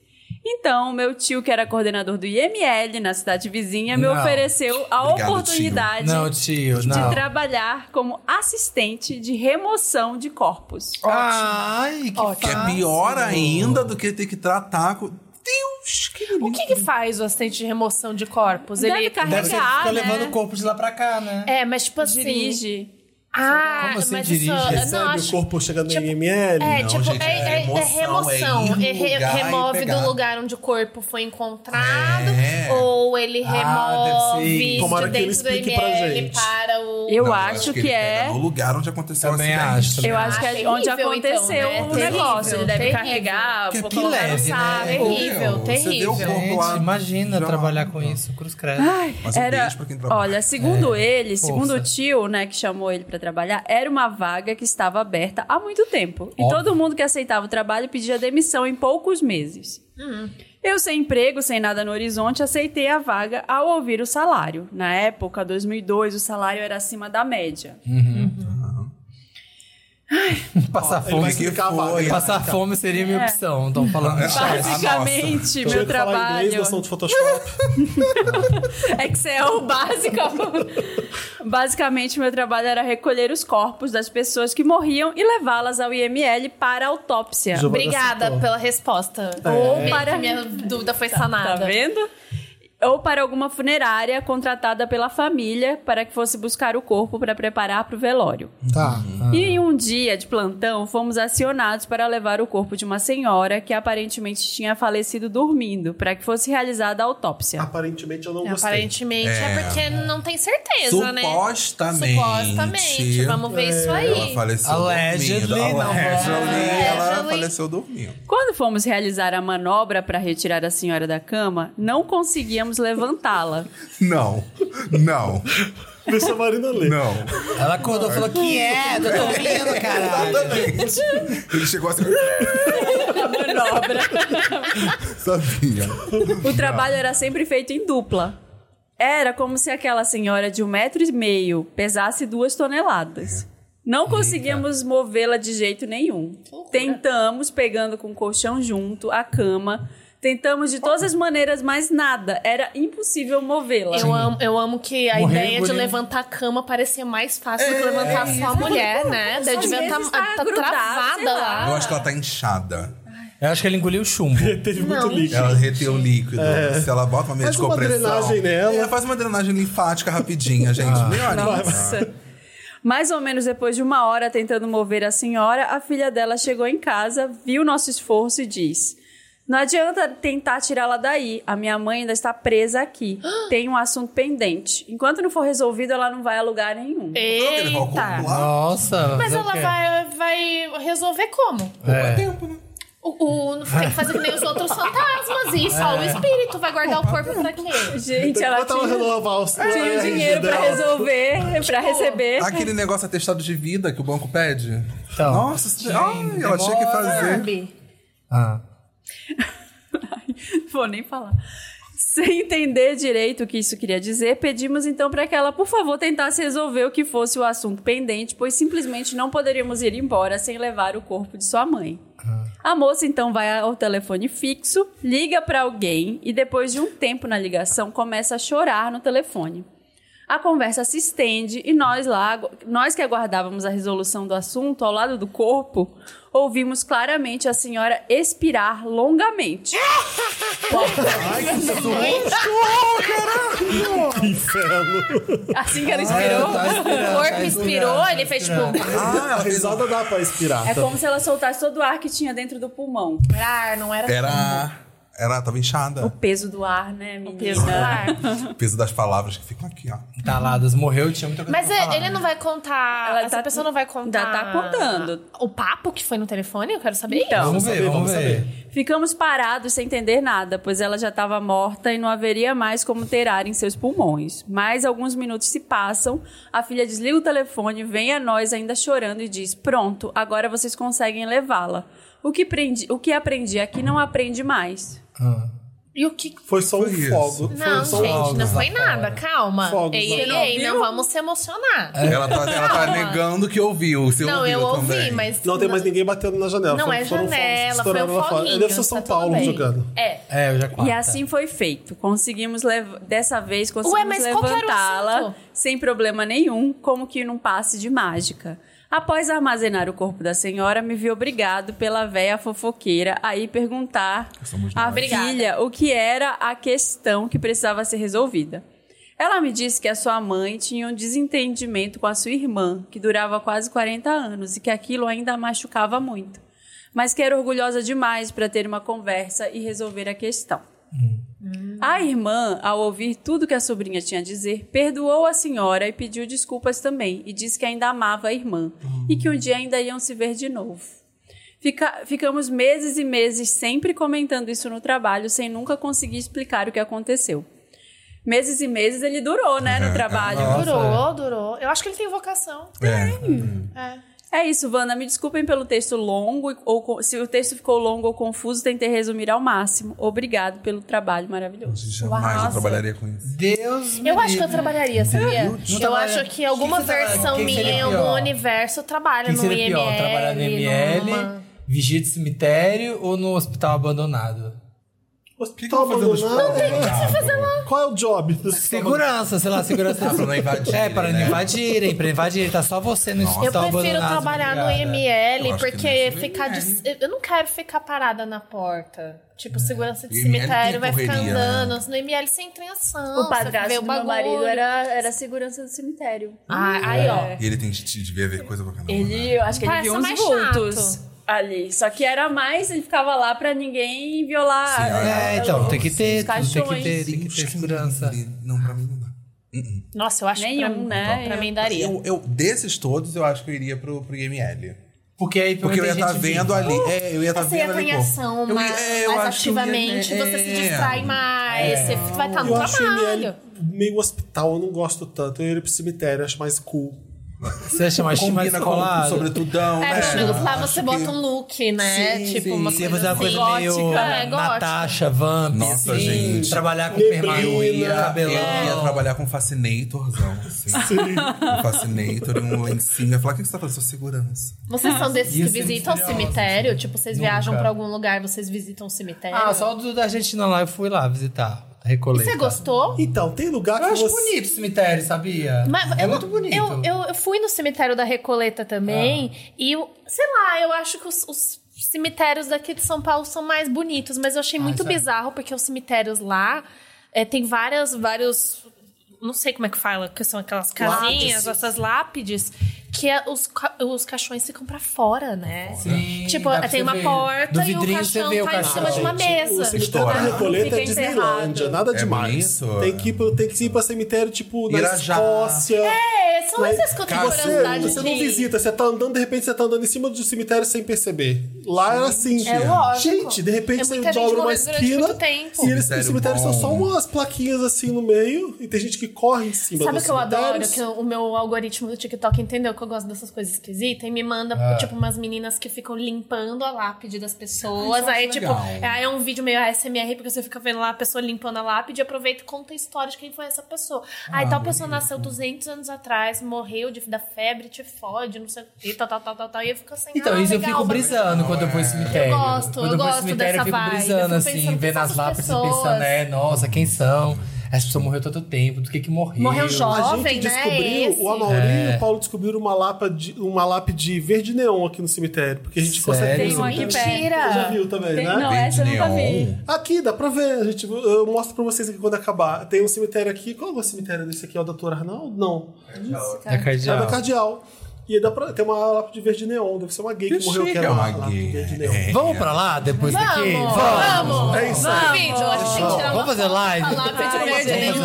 Então, meu tio, que era coordenador do IML na cidade vizinha, me
Não.
ofereceu a
Obrigado,
oportunidade
Não, tio,
de
não.
trabalhar como assistente de remoção de corpos.
Ai, que
Que é pior ainda do que ter que tratar com... Deus, que
O que que faz o assistente de remoção de corpos?
Deve
Ele.
carregar,
Deve ser ficar
né?
levando o corpo de lá pra cá, né?
É, mas tipo assim.
Dirige.
Ah,
Como assim
mas
dirige?
isso. não,
Recebe o
acho-
corpo chegando
tipo,
em ML.
É,
Não,
tipo,
gente,
é,
é
é- é
emoção, é ir no
remoção. É re-
lugar e
remove
pegar.
do lugar onde o corpo foi encontrado,
É.
ou ele
Ah, deve ser
remove
isso.
Tomara
de
que ele
dentro do
explique pra
ML
gente.
para o.
Eu
Não,
acho que,
ele
é.
pega No lugar onde aconteceu
Também
o acidente.
acho, também
Eu acho que é
Ah, terrível,
onde aconteceu
então, né?
o negócio. Ele
Terrível,
deve
terrível.
carregar,
Que é
colocar no
pileve, né?
saco.
Terrível,
Você deu o
terrível.
corpo
Gente,
lá.
imagina
Já-
trabalhar com isso, cruz credo.
Mas um
Era,
beijo pra quem trabalha.
olha, segundo ele,
força.
segundo o tio, né, que chamou ele pra trabalhar, era uma vaga que estava aberta há muito tempo. E
Óbvio.
todo mundo que aceitava o trabalho pedia demissão em poucos meses.
Hum.
Eu sem emprego, sem nada no horizonte, aceitei a vaga ao ouvir o salário. Na época, 2002, o salário era acima da média.
Passar
Ele vai
fome.
explicar a
foi?
vaga.
Passar fome seria
É.
minha opção. Estão falando isso.
Basicamente,
Tinha
meu
que Então, falar
trabalho.
Inglês, noção de Photoshop.
É Excel básico. Basicamente, meu trabalho era recolher os corpos das pessoas que morriam e levá-las ao IML para autópsia.
Giovana
Obrigada
citou.
pela resposta.
Ou
Bem
É. para.
que Minha dúvida foi
Tá
sanada.
vendo? Ou para alguma funerária contratada pela família para que fosse buscar o corpo para preparar para o velório.
Tá.
E em um dia de plantão, fomos acionados para levar o corpo de uma senhora que aparentemente tinha falecido dormindo para que fosse realizada a
É.
autópsia.
Aparentemente eu não gostei.
Aparentemente é. porque não tem certeza,
Supostamente.
né? Supostamente. Vamos ver isso
Ela
aí.
faleceu
Allegedly,
dormindo.
não.
Allegedly, ela
Allegedly.
faleceu dormindo.
Quando fomos realizar a manobra para retirar a senhora da cama, não conseguíamos levantá-la.
Não, não,
Deixa a Marina ler.
não.
Ela acordou e falou: que é? Tô dormindo, caralho.
Exatamente. Ele chegou assim,
manobra.
sabia.
O trabalho era sempre feito em dupla. Era como se aquela senhora de um metro e meio pesasse duas toneladas. Não conseguíamos movê-la de jeito nenhum. Tentamos, pegando com o colchão junto, a cama. Tentamos de todas as maneiras, mas nada. Era impossível movê-la.
Eu amo, eu amo que a
Morrer
ideia de
engolindo.
levantar a cama parecia mais fácil
É.
do que levantar só a mulher, né? Daí
Às
devia
vezes
estar
tá
tá
grudado, sei
travada
lá.
lá.
Eu acho que ela tá inchada.
Eu acho que ele engoliu o chumbo.
Teve muito líquido.
Ela reteu o líquido. Se ela bota uma meia
É. Faz
de
uma
compressão.
drenagem nela. Ah.
É, faz uma drenagem linfática rapidinha, gente. Melhor
Nossa. Mais ou menos depois de uma hora tentando mover a senhora, a filha dela chegou em casa, viu nosso esforço e diz: Não adianta tentar tirá-la daí. A minha mãe ainda está presa aqui. Tem um assunto pendente. Enquanto não for resolvido, ela não vai a lugar nenhum.
Eita.
calcular.
Nossa.
Mas
fazer o
ela
quê?
vai, vai resolver como?
É.
O, o- tem que fazer que nem os outros fantasmas e só o
É.
espírito vai guardar o corpo pra quê?
Gente,
Ela
ela
botar um uma
tinha,
renovar os
tinha o dinheiro pra resolver, pra receber.
Aquele negócio atestado de vida que o banco pede.
Então.
Nossa, ai, ela tinha que fazer.
Sabe?
Ah.
Vou nem falar. Sem entender direito o que isso queria dizer, pedimos então para que ela, por favor, tentasse resolver o que fosse o assunto pendente, pois simplesmente não poderíamos ir embora sem levar o corpo de sua mãe. A moça então vai ao telefone fixo, liga para alguém e depois de um tempo na ligação começa a chorar no telefone. A conversa se estende e nós lá, nós que aguardávamos a resolução do assunto ao lado do corpo, ouvimos claramente a senhora expirar longamente.
Inferno.
Assim que ela expirou.
O corpo inspirou, ele fez tipo.
Ah, ela fez.
Risada dá pra Então, expirar.
É como se ela soltasse todo o ar que tinha dentro do pulmão.
Ah, não era.
Era. Era, tava
O
inchada.
peso do ar, né, menina?
É.
peso do ar.
O peso das palavras que ficam aqui, ó.
Taladas morreu, tinha muita coisa
Mas é,
pra falar.
ele não vai contar.
Ela
essa
tá-
pessoa não vai contar.
ainda tá contando.
O papo que foi no telefone? Eu quero saber.
Então.
Vamos ver, vamos ver.
Ficamos parados sem entender nada, pois ela já estava morta e não haveria mais como ter ar em seus pulmões. Mas alguns minutos se passam, a filha desliga o telefone, vem a nós ainda chorando e diz: Pronto, agora vocês conseguem levá-la. O que, prendi, o que aprendi aqui não aprende mais.
E o que.
Foi só um
Foi isso.
fogo. foi
Não,
só
gente,
um
não foi nada. Calma.
Fogos É,
ei,
lá
ei,
fora.
ei,
Não
não
viu?
vamos se emocionar.
É.
Ela tá, ela tá
Calma.
negando que ouviu. Você
Não,
ouviu
eu ouvi,
também.
mas.
Não tem mais ninguém batendo na janela.
Não
Foram-
é
foram fogos
janela, foi
estourando
um
lá fora.
foguinho.
Deve ser é São
tá tudo
Paulo
bem.
jogando.
É.
É, eu já quarta.
E assim foi feito. Conseguimos lev- dessa vez conseguimos
mas qual que era o
levantá-la
assunto?
sem problema nenhum, como que num passe de mágica. Após armazenar o corpo da senhora, me vi obrigado pela véia fofoqueira a ir perguntar à
Obrigada.
filha o que era a questão que precisava ser resolvida. Ela me disse que a sua mãe tinha um desentendimento com a sua irmã, que durava quase 40 anos e que aquilo ainda a machucava muito, mas que era orgulhosa demais para ter uma conversa e resolver a questão. A irmã, ao ouvir tudo que a sobrinha tinha a dizer, perdoou a senhora e pediu desculpas também, e disse que ainda amava a irmã e que um dia ainda iam se ver de novo. Fica- ficamos meses e meses sempre comentando isso no trabalho, sem nunca conseguir explicar o que aconteceu. Meses e meses ele durou, né, no trabalho.
Durou,
é.
durou. Eu acho que ele tem vocação.
É.
É.
É isso, Wanda. Me desculpem pelo texto longo, e- ou co- se o texto ficou longo ou confuso, tentei resumir ao máximo. Obrigado pelo trabalho maravilhoso.
Jamais eu trabalharia com isso.
Deus me
Eu acho que eu
livre.
trabalharia, sabia? Eu
trabalha-
acho que alguma
Que que você trabalha?
versão
Quem
minha
seria
em
pior?
algum universo trabalha
Quem
no
seria
IML.
pior, trabalhar no ML,
numa-
vigia de cemitério ou no hospital abandonado?
O que, que
Tá
eu vou fazer no
abandonado?
hospital?
Qual é o job?
Segurança, sei lá, segurança.
pra não invadirem,
É, para não
né?
invadirem, pra invadirem. Tá só você no
Eu
hospital abandonado.
prefiro trabalhar no
obrigada.
IML,
Eu acho que
porque
não é
ficar de... Eu não quero ficar parada na porta.
É.
Tipo, segurança de
IML tem
cemitério vai ficar
né?
correria,
andando. No IML sem tranção.
O padrasto
meu
do meu marido era, era segurança do cemitério.
Ah, aí, ó.
E ele tem que devia ver coisa pra caramba. né?
é
Ele, eu acho que ele
Parece
viu uns
mais
vultos
chato.
ali. Só que era mais, ele ficava lá pra ninguém violar. né?
Sim,
É, então, tem que ter,
Os
tudo, tem que
caixões.
ter, tem que ter
Deus
segurança.
que me livre. Não, pra mim não dá.
Nossa, eu acho que pra,
Nenhum, né?
pra mim daria.
Eu, eu- desses todos, eu acho que eu iria pro, pro IML.
Porque tá aí
Porque eu ia
muita
estar
gente
vendo
vindo.
ali. É, eu ia estar
Você
vendo
entra
ali.
em
pô.
ação
Eu-
mais,
é, eu
mais
acho que eu ia-
ativamente,
é,
você se
é.
distrai mais, você vai estar no
Eu acho
trabalho. É,
ele meio hospital, eu não gosto tanto. Eu iria pro cemitério, eu acho mais cool.
Você acha mais mais
Combina
colado?
com sobretudão,
É,
né?
meus amigos, lá você
que-
bota um look, né?
Sim,
tipo,
sim.
uma
Você
Você ia fazer
coisa,
uma coisa
assim.
meio
É, gótica.
Natasha, Vamp,
Nossa,
assim,
gente.
Trabalhar com
Neblina.
permanente,
Eu
cabelão.
ia trabalhar com Fascinatorzão, assim. Um Fascinator e um lencinho. Eu ia falar, o que você tá fazendo? Sou segurança.
Vocês são desses que
Isso é
visitam o
misterioso,
cemitério? Tipo, vocês
Nunca.
viajam pra algum lugar, vocês visitam o cemitério?
Ah, só o do da Argentina lá, eu fui lá visitar,
E
recolher.
você gostou?
Então, tem lugar
Eu
que
acho
você.
bonito o cemitério, sabia?
Mas
é
eu-
muito bonito. Ah.
Eu, eu, eu fui no cemitério da Recoleta também e, eu- sei lá, eu acho que os, os os cemitérios daqui de São Paulo são mais bonitos, mas eu achei
Ah,
muito
isso é.
bizarro, porque os cemitérios lá é, tem várias, vários. Não sei como é que fala, que são aquelas casinhas, essas lápides, que é- os, ca- os caixões ficam pra fora, né?
Sim,
Tipo,
dá pra
tem
você
uma
ver.
porta
Do
e o
vidrinho você
caixão
vê o
tá em
caixão.
cima de uma
O
mesa. Então,
cemitério da
História.
Recoleta
Fica
é Disneylândia,
enterrado.
nada
É
demais.
bonito?
Tem que, ir pro- tem que ir pra cemitério, tipo, na
Irajá.
Escócia.
É, são
Lá-
essas
Você,
contemporaneidades.
você não
de-
visita, você tá andando, de repente você tá andando em cima do cemitério sem perceber. Lá era assim.
É lógico.
Gente, de repente
É
você
muita gente
dobra uma
morrendo durante
esquina
muito tempo.
e eles, os
Cemitério
cemitérios são
bom.
só umas plaquinhas assim no meio e tem gente que corre em cima
Sabe o
dos
que eu adoro?
cemitérios.
Que o meu algoritmo do TikTok entendeu que eu gosto dessas coisas esquisitas e me manda,
Ah.
tipo, umas meninas que ficam limpando a lápide das
Ai,
pessoas.
isso eu
aí,
acho
tipo,
legal.
aí é um vídeo meio ASMR, porque você fica vendo lá a pessoa limpando a lápide e aproveita e conta a história de quem foi essa pessoa.
Ah,
aí tal pessoa nasceu
então.
200 anos atrás, morreu de, da febre, tifóide, não sei o que, tal, tal, tal, tal, tal. E eu fico assim,
Então,
ah,
isso
legal,
eu fico
bacana.
brisando quando eu vou ao cemitério.
Eu gosto,
quando
eu
vou
gosto
ao cemitério,
dessa
eu fico
vibe, eu fico
brisando,
pensando
assim, vendo
nessas
as lápides e
pessoas.
pensando, é, nossa, quem são? Essa pessoa morreu tanto tempo, do que que morreu?
Morreu
A
jovem,
gente
né?
descobriu,
Esse.
o Amaury
É.
e o Paulo descobriram uma lápide, uma lápide verde neon aqui no cemitério, porque a gente consegue
Sério?
ver
Tem um
o
aqui perto.
cemitério.
Mentira!
Você já viu também,
Tem-
né?
Não, essa eu nunca vi.
Aqui, dá pra ver. A gente, eu mostro pra vocês aqui quando acabar. Tem um cemitério aqui. Qual é o cemitério desse aqui? É o doutor Arnaldo? Não.
É
É o da
cardeal.
Cardeal. E dá pra, tem uma lápide verde neon. Deve ser uma gay que,
Que
morreu.
chique,
Que era
é uma
lápide
gay.
verde neon.
É.
Vamos pra lá depois daqui?
Vamos, vamos,
É isso
vamos. Vídeo, a gente tem que tirar
Vamos
uma
fazer live?
lápide
Ai,
verde,
gente,
nenhuma.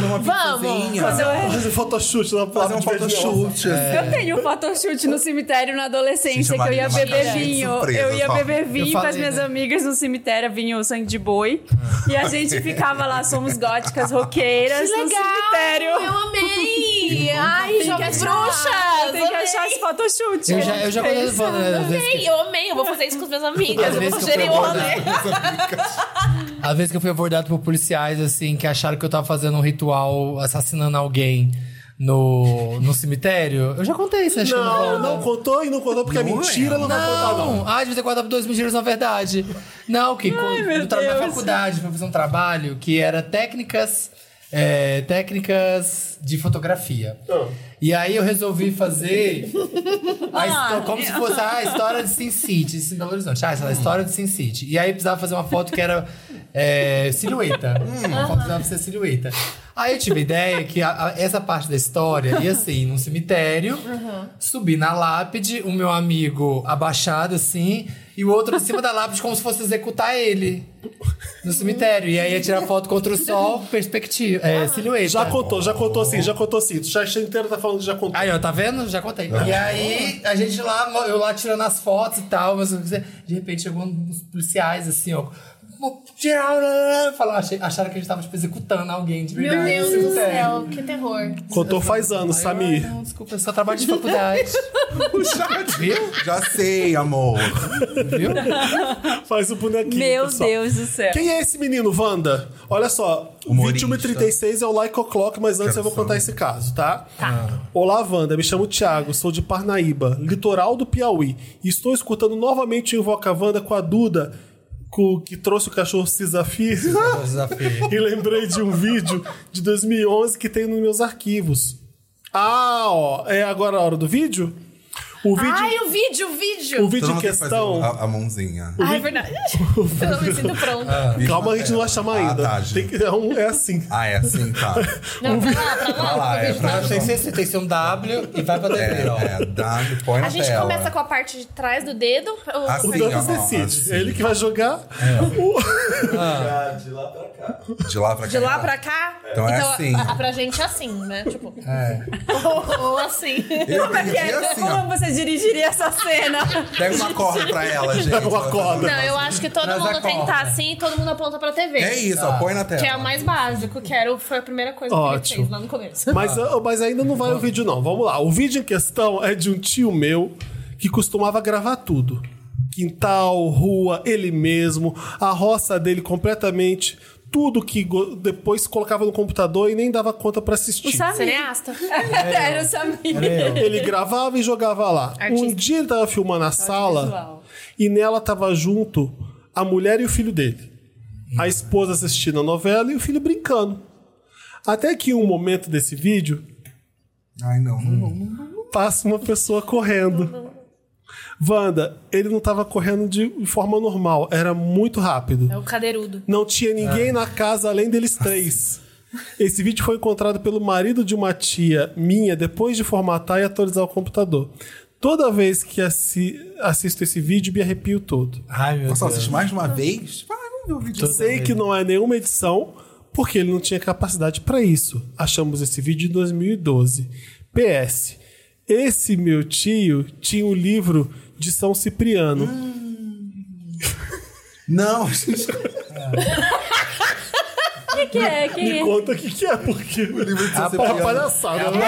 Numa
Vamos!
pizzazinha.
né?
Fazer um photoshoot na
Fazer um
lápide verde neon.
photoshoot. assim.
Eu tenho um photoshoot no cemitério na adolescência,
Gente, a
que eu ia
Marina
beber
tá cheia de
vinho.
surpresa,
eu ia
só.
beber vinho com as
falei,
minhas
né?
amigas no cemitério, vinho sangue de boi. e a gente ficava lá, somos góticas, roqueiras,
Que
no
legal!
cemitério.
Eu amei! Ai,
Tem que
jovens
achar, Tem
bruxas!
que
amei.
achar esse photoshoot.
Eu já, eu já quando eu vou- É, né? às vezes que-
Amei, eu amei, eu vou fazer isso com as minhas amigas,
Às
eu vou
vezes que eu
sugerir um
fui
rolê.
A vez que eu fui abordado por policiais, assim, que acharam que eu tava fazendo um ritual assassinando alguém no, no cemitério. Eu já contei isso, acho que
Não,
eu
não contou e não contou porque é
Não
mentira,
é.
não, vai contar, não.
Não, ah, devia ter guardado dois mentiras na verdade. Não, que quando
meu
eu tava
Deus.
na faculdade, fui fazer um trabalho que era técnicas, é, técnicas de fotografia.
Tá
E aí eu resolvi fazer a histó- como se fosse a história de Sin City, em Belo Horizonte. Ah, essa é a história de Sin City. E aí precisava fazer uma foto que era é, silhueta. Uma foto precisava ser silhueta. Aí eu tive a ideia que a- a- essa parte da história ia assim, num cemitério, subir na lápide, o meu amigo abaixado assim, e o outro em cima da lápide como se fosse executar ele. No cemitério. E aí ia tirar foto contra o sol, perspectiva, é, silhueta.
Já contou, já contou sim, já contou sim. O chat inteiro tá falando que já contou.
Aí, ó, tá vendo? Já contei. E aí, a gente lá, eu lá tirando as fotos e tal, mas de repente chegou uns policiais assim, ó. Geral, falaram, achei- acharam que a gente tava tipo, executando alguém de verdade. assim,
Meu Deus do
Sério.
céu, que terror.
É,
Contou faz anos,
Aí eu,
Samir.
"Ah, não, desculpa, eu só trabalho de faculdade. Viu?
Já sei, amor.
Viu?
Faz o bonequinho.
Meu
pessoal.
Deus do céu.
Quem é esse menino, Wanda? Olha só,
Humorista.
21h36 é o Like O'Clock, mas antes
Quero
eu vou
saber.
contar esse caso, tá? Tá. Olá, Wanda, me chamo Thiago, sou de Parnaíba, litoral do Piauí, e estou escutando novamente o Invoca Wanda com a Duda, co- que trouxe o cachorro Cisafi. e lembrei de um vídeo de 2011 que tem nos meus arquivos. Ah, ó, é agora a hora do vídeo? O vídeo,
Ai, o vídeo, o vídeo!
o vídeo em questão...
A, a mãozinha.
Ai, é verdade. Eu não me sinto
Ah,
pronta.
Calma, a gente não vai chamar
Ah,
ainda.
tá, gente.
Tem que- é, um- é assim.
Ah, é assim, tá.
Não, pra lá, pra lá.
Vai lá, é pra...
Tem que ser assim, tem que ser um W e vai pra
É,
TV, ó.
é, dá, põe na
A gente
tela.
começa com a parte de trás do dedo. o-
Assim,
O Dantas
ó,
decide.
assim.
um Ele que vai jogar.
Ah, de lá pra cá.
De lá pra cá.
De lá pra cá.
Então é assim. É.
a- a- pra gente é assim, né? Tipo. Ou, ou assim.
Eu
Como, que é?
entendi assim, ó.
Como você dirigiria essa cena?
Pega uma corda pra ela, tá gente.
Pega uma corda.
Não, eu acho que todo
Nós
mundo tem que estar
acorda.
assim e todo mundo aponta pra TV.
É isso, ó, põe na tela.
Que é o mais básico, que era, o- foi a primeira coisa que
Ótimo.
ele fez lá no começo.
Mas, ah, mas ainda não vai o vídeo, não. Vamos lá. O vídeo em questão é de um tio meu que costumava gravar tudo. Quintal, rua, ele mesmo, a roça dele completamente, tudo que go- depois colocava no computador e nem dava conta pra
O
assistir.
Samir.
Cineasta.
É,
Era o Samir.
Ele gravava e jogava lá.
Artista.
Um dia ele tava filmando a sala
visual.
e nela tava junto a mulher e o filho dele. A esposa assistindo a novela e o filho brincando. Até que em um momento desse vídeo,
Ai, não. não, não.
passa uma pessoa correndo. Wanda, ele não tava correndo de forma normal, era muito rápido.
É o cadeirudo.
Não tinha ninguém na casa além deles três. Esse vídeo foi encontrado pelo marido de uma tia minha depois de formatar e atualizar o computador. Toda vez que assi- assisto esse vídeo, me arrepio todo.
Ai, meu
Nossa,
Deus.
assiste mais de uma vez? Ah, vamos ver o vídeo.
Sei que não é nenhuma edição, porque ele não tinha capacidade para isso. Achamos esse vídeo em 2012. PS. Esse meu tio tinha o livro de São Cipriano.
Não, gente,
O que, que é?
Me
Que...
conta o que, que é, porque o livro de São Cipriano. É palhaçada. né?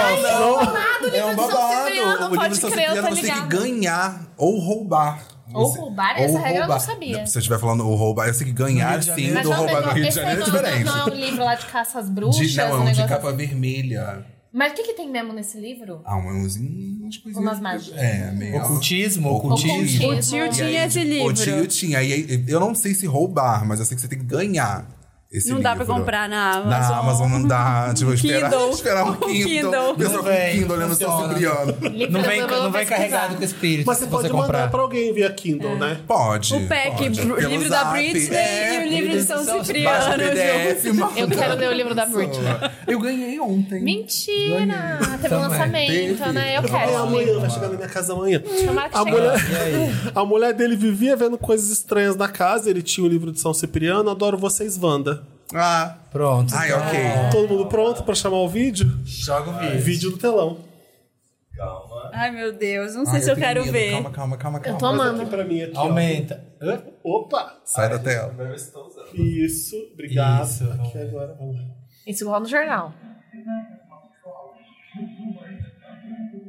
é um
livro de São Cipriano,
babado. O livro
pode
de São
crer, eu
Cipriano
tô
você tem que
ligada.
ganhar ou roubar.
Ou
Você-
roubar? Essa regra eu não
roubar.
sabia.
Se eu estiver falando ou roubar, eu sei que
No Rio
ganhar
de
sim
Janeiro.
Mas
do
não,
roubar no Rio de
esse
Janeiro é
não, não,
diferente.
não é um livro lá de caça às bruxas,
De, não,
um
é um de
negócio assim.
capa vermelha.
Mas o que, que tem mesmo nesse livro?
Ah, um- uns, umas coisinhas.
Umas mágicas.
É, meio.
Ocultismo,
Tipo,
ocultismo.
Ocultismo.
O tio
E aí,
tinha é esse
O
livro.
tio tinha. E aí, eu não sei se roubar, mas eu sei que você tem que ganhar esse
Não
livro.
dá pra comprar na Amazon.
Na Amazon não dá. Tipo, esperar,
Kindle.
esperar o
O
Kindle.
Kindle.
Pessoal com
Vem,
Kindle olhando o seu
funciona.
Cipriano.
Livro
Não
eu
vem,
vou- eu vou
não vem
pesquisar.
carregado com espírito
Mas
se
você pode
você
mandar
comprar.
pra alguém via Kindle, né?
Pode.
O pack,
pode.
o
Pelo
livro da
zap,
Britney
é.
e o livro de São
Baixa o
Cipriano.
PDF, manda.
Eu quero ler o livro da Britney.
Eu ganhei ontem.
Mentira! Teve um
Também.
lançamento,
Teve.
né? Eu
É
quero.
amanhã, vai chegar na minha casa amanhã.
Tomara que
A
chegue.
mulher,
E aí?
a mulher dele vivia vendo coisas estranhas na casa. Ele tinha o livro de São Cipriano. Adoro vocês, Wanda.
Ah.
Pronto.
Ai, ok.
Todo mundo pronto pra chamar o vídeo?
Joga o vídeo.
Vídeo no telão.
Calma.
Ai, meu Deus, não sei
Ai,
se eu
tenho
quero
medo.
ver.
Calma, calma, calma,
Eu
calma.
tô
Aqui
amando.
pra mim, aqui. ó.
Aumenta. Hã?
Opa!
Sai da tela.
Primeiro vocês estão usando.
Isso, obrigado.
Isso.
Aqui agora, vamos lá.
Isso igual no jornal.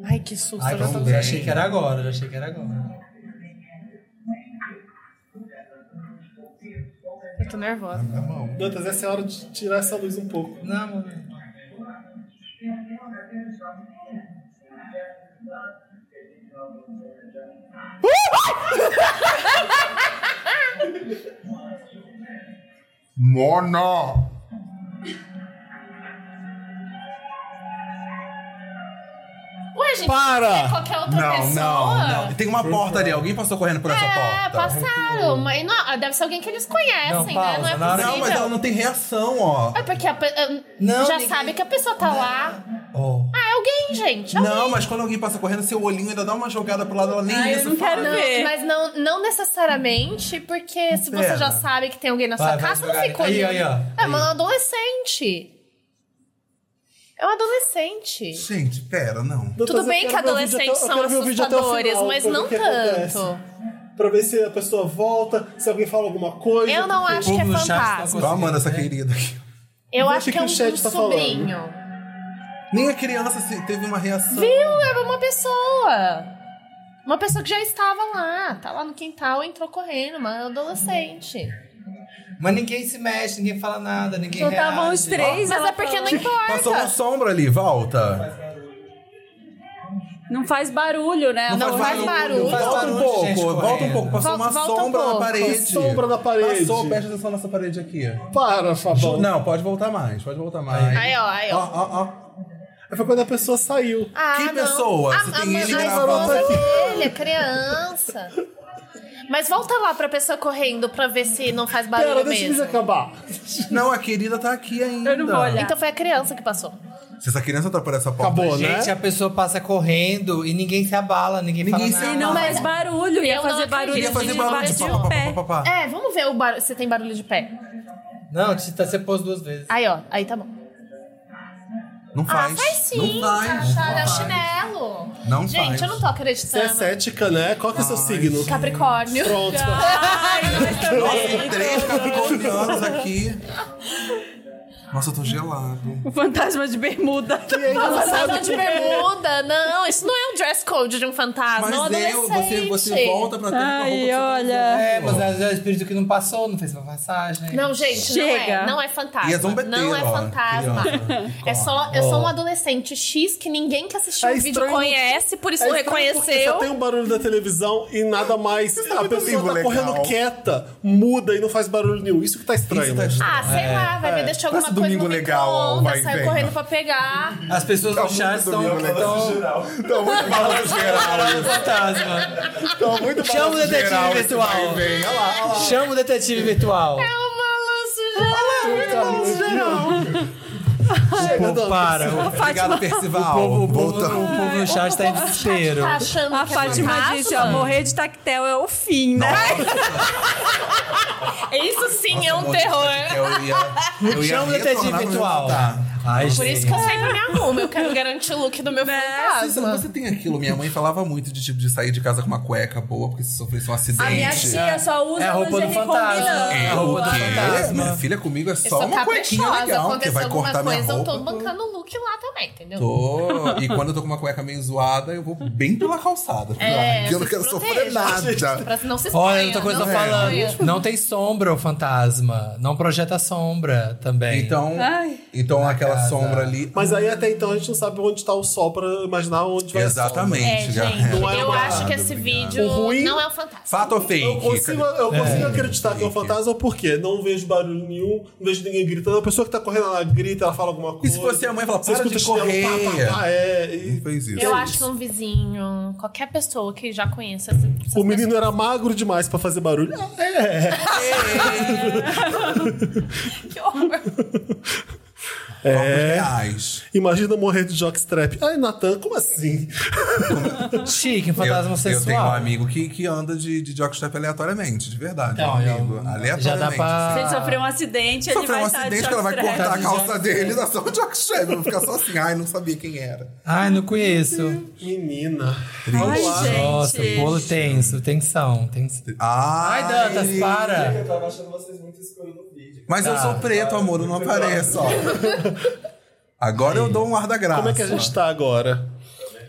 Ai, que susto.
Ai,
eu já tô-
vamos ver. Achei que era agora, já achei que era agora.
eu tô nervosa.
Na mão.
Dantas, essa é a hora de tirar essa luz um pouco.
Não, mano.
Mona!
Ué, gente,
Para!
é qualquer outra
Não,
pessoa?
não, não. Tem uma porta ali. Alguém passou correndo por essa
É,
porta.
passaram. Mas não, deve ser alguém que eles
Não,
conhecem,
pausa,
né? Não
na
é
hora-
possível.
Não, mas ela não tem reação, ó.
É porque a pe- eh,
Não,
já
ninguém-
sabe que a pessoa tá lá.
Oh.
Ah, é alguém, gente. Alguém.
Não, mas quando alguém passa correndo, seu olhinho ainda dá uma jogada pro lado, ela nem
Ai, eu
isso
não quero
Ah, Não,
ver.
mas não, não necessariamente, porque se você
Pera.
já sabe que tem alguém na
Vai,
sua
vai
casa,
jogar
não
ali.
ficou
Aí,
ali.
aí, ó.
É um adolescente. É um adolescente.
Gente, pera, não.
Dantas,
Tudo
eu
bem que
quero ver o vídeo
adolescentes
até- eu
são
quero ver o vídeo até o
assustadores,
final,
mas
pra ver
não
o que acontece.
tanto.
Pra ver se a pessoa volta, se alguém fala alguma coisa.
Eu não acho
povo
que é
no chat tá
fantasma.
Olha a Amanda, essa querida aqui.
Eu
Vê o
acho
que
que é
que
um,
o chat
um
tá falando.
sobrinho.
Nem a criança se- teve uma reação.
Viu? Era uma pessoa. Uma pessoa que já estava lá. Tá lá no quintal, entrou correndo, uma adolescente.
Mas ninguém se mexe, ninguém fala nada, ninguém
Só
reage.
estavam Então tá os três.
Mas
ela
é porque
falou.
não importa.
Passou uma sombra ali, volta.
Não faz barulho, né?
Não faz barulho.
Volta
Faz
um
barulho,
pouco,
gente,
volta um
correndo.
pouco. Passou
Volta-
uma
volta um
sombra na
pouco.
parede.
Sombra na parede.
Passou, presta atenção nessa parede aqui.
Para,
Ju-
Fabão.
Não, pode voltar mais, pode voltar mais.
Aí, ó, aí,
Ó,
ó.
ó, ó.
É, Foi quando a pessoa saiu.
Ah,
que
não.
pessoa?
A,
Se
a,
tem ele
a
gravando.
esposa dele, a criança. Mas volta lá pra pessoa correndo pra ver se não faz barulho
Pera, deixa eles
mesmo.
acabar.
Não, a querida tá aqui ainda.
Eu não vou olhar.
Então foi a criança que passou.
Se essa criança tá por essa porta.
Acabou, né?
Gente, a pessoa passa correndo e ninguém se abala, ninguém,
Ninguém
fala
se
E
nada.
não
Não,
faz barulho. Ia
Eu não
fazer
acredito.
barulho assim
Ia fazer
de
barulho de
bater
pá,
o
pá,
pé.
pá, pá, pá.
É, vamos ver o barulho, se tem barulho de pé.
Não, você tá- você pôs duas vezes.
Aí, ó. Aí tá bom.
Não faz.
Ah, faz sim.
Não faz.
Cachada, é o
Não faz.
chinelo.
Não
Gente,
faz.
eu não tô
Você é
acreditando.
cética, né? Qual que é o seu signo?
Capricórnio.
Pronto. É
Ai, mas
tá
Tem três
também.
capricornianos aqui. Nossa, eu tô gelado.
O fantasma de bermuda.
Nossa, fantasma
é
de bermuda. Não, isso não é um dress code de um fantasma. é um
Mas eu,
adolescente.
você, você volta pra ter
Ai,
roupa que você tá
olha.
usando.
É, mas mas é o espírito que não passou, não fez uma passagem.
Não, gente,
Chega.
não é. Não é
E
fantasma.
é zombeteiro,
não é
ó,
fantasma.
criança.
É só, é só um adolescente X que ninguém que assistiu
É
o vídeo
estranho,
conhece, por isso
É
não
estranho porque Só
reconheceu.
tem o barulho da televisão e nada mais. A pessoa
livro
tá
legal.
correndo quieta, muda e não faz barulho nenhum. Isso que tá estranho.
Isso tá estranho.
Ah, sei lá, vai ver, deixou alguma
é. Parece
coisa
domingo
no
legal,
micro-ondas,
vai e
saiu
vem.
correndo pra pegar.
As pessoas
Tá
no
muito
chat estão.
domingo, né?
estão-
Geral.
Então, muito balanço
Caralho,
geral.
fantasma.
Então, muito
Chama o
balanço
detetive
geral. esse
virtual.
vai e vem. Olha lá, olha lá.
Chama o detetive virtual.
É
É
um balanço geral.
Pô, para. O
Obrigado, Percival. um
povo, o povo, o
Voltando.
povo no chat tá em desespero.
Tá achando
A
que é
Fátima
fantasma?
disse, ó, morrer de tactel é o fim, né?
Isso sim é um
Nossa,
terror.
Eu ia, eu ia
Chama
retornar
o detetive
pra
virtual.
perguntar.
Ai,
Por isso que eu sempre me arrumo, eu quero garantir o look do meu
Você,
fantasma.
você tem aquilo, minha mãe falava muito de tipo de sair de casa com uma cueca boa, porque se sofresse um acidente.
A minha tia só usa
é a roupa do
lingerie
fantasma.
combinando.
É a roupa do
Porque
fantasma.
Minha filha comigo é
Eu
só
sou
uma cuequinha
caprichosa,
legal, que
aconteceu
vai cortar
alguma
minha
coisa, eu
roupa.
tô bancando o look lá também, entendeu?
Tô. E quando eu tô com uma cueca meio zoada, eu vou bem pela calçada.
É,
porque eu não
se
quero sofrer
proteja.
nada.
Pra não se exponha.
Olha, outra coisa que
não é.
eu tô
se exponha.
falando. Não tem sombra o fantasma. Não projeta sombra também.
Então,
Ai.
então aquela
casa.
sombra ali.
Mas aí até então a gente não sabe onde tá o sol pra imaginar onde vai né?
Exatamente.
É,
já-
gente,
Não é
eu
obrigado,
acho que esse
obrigado.
vídeo
O ruim-
não é um fantasma.
Fato ou fake?
O sol. Eu consigo, eu consigo acreditar que é um fantasma porque não vejo barulho nenhum, não vejo ninguém gritando. A pessoa que tá correndo, ela grita, ela fala alguma
E
coisa.
se você é a mãe, fala,
Você
para
escuta
de
chinelo,
correr.
pá, pá, pá, é, e-
Quem fez isso?
Eu acho que um vizinho, qualquer pessoa que já conheça essa essa
O menino era magro demais pra fazer barulho.
pessoa, que horror.
É. Reais.
Imagina morrer de jockstrap. Ai, Natan, como assim?
Chique, um
Eu,
fantasma
eu
sexual.
tenho um amigo que, que anda de, de jockstrap aleatoriamente, de verdade.
Então,
um
eu-
amigo.
já dá
aleatoriamente. assim.
pra-
Se ele sofreu um acidente, ele
Sofreu
vai
um
estar de
acidente que ela vai
short
cortar a
de
calça
jockstrap.
dele e dá só um jockstrap. Eu vou ficar só assim, ai, não sabia quem era.
Ai, não conheço.
Menina.
Ai, gente.
Nossa, bolo tenso, tensão, tensão. Ai, Dantas, para.
Eu tava achando vocês muito escuros no vídeo.
Mas eu
Tá.
sou preto, amor, eu não apareço, ó. Agora eu dou um ar da graça.
Como é que a gente tá agora?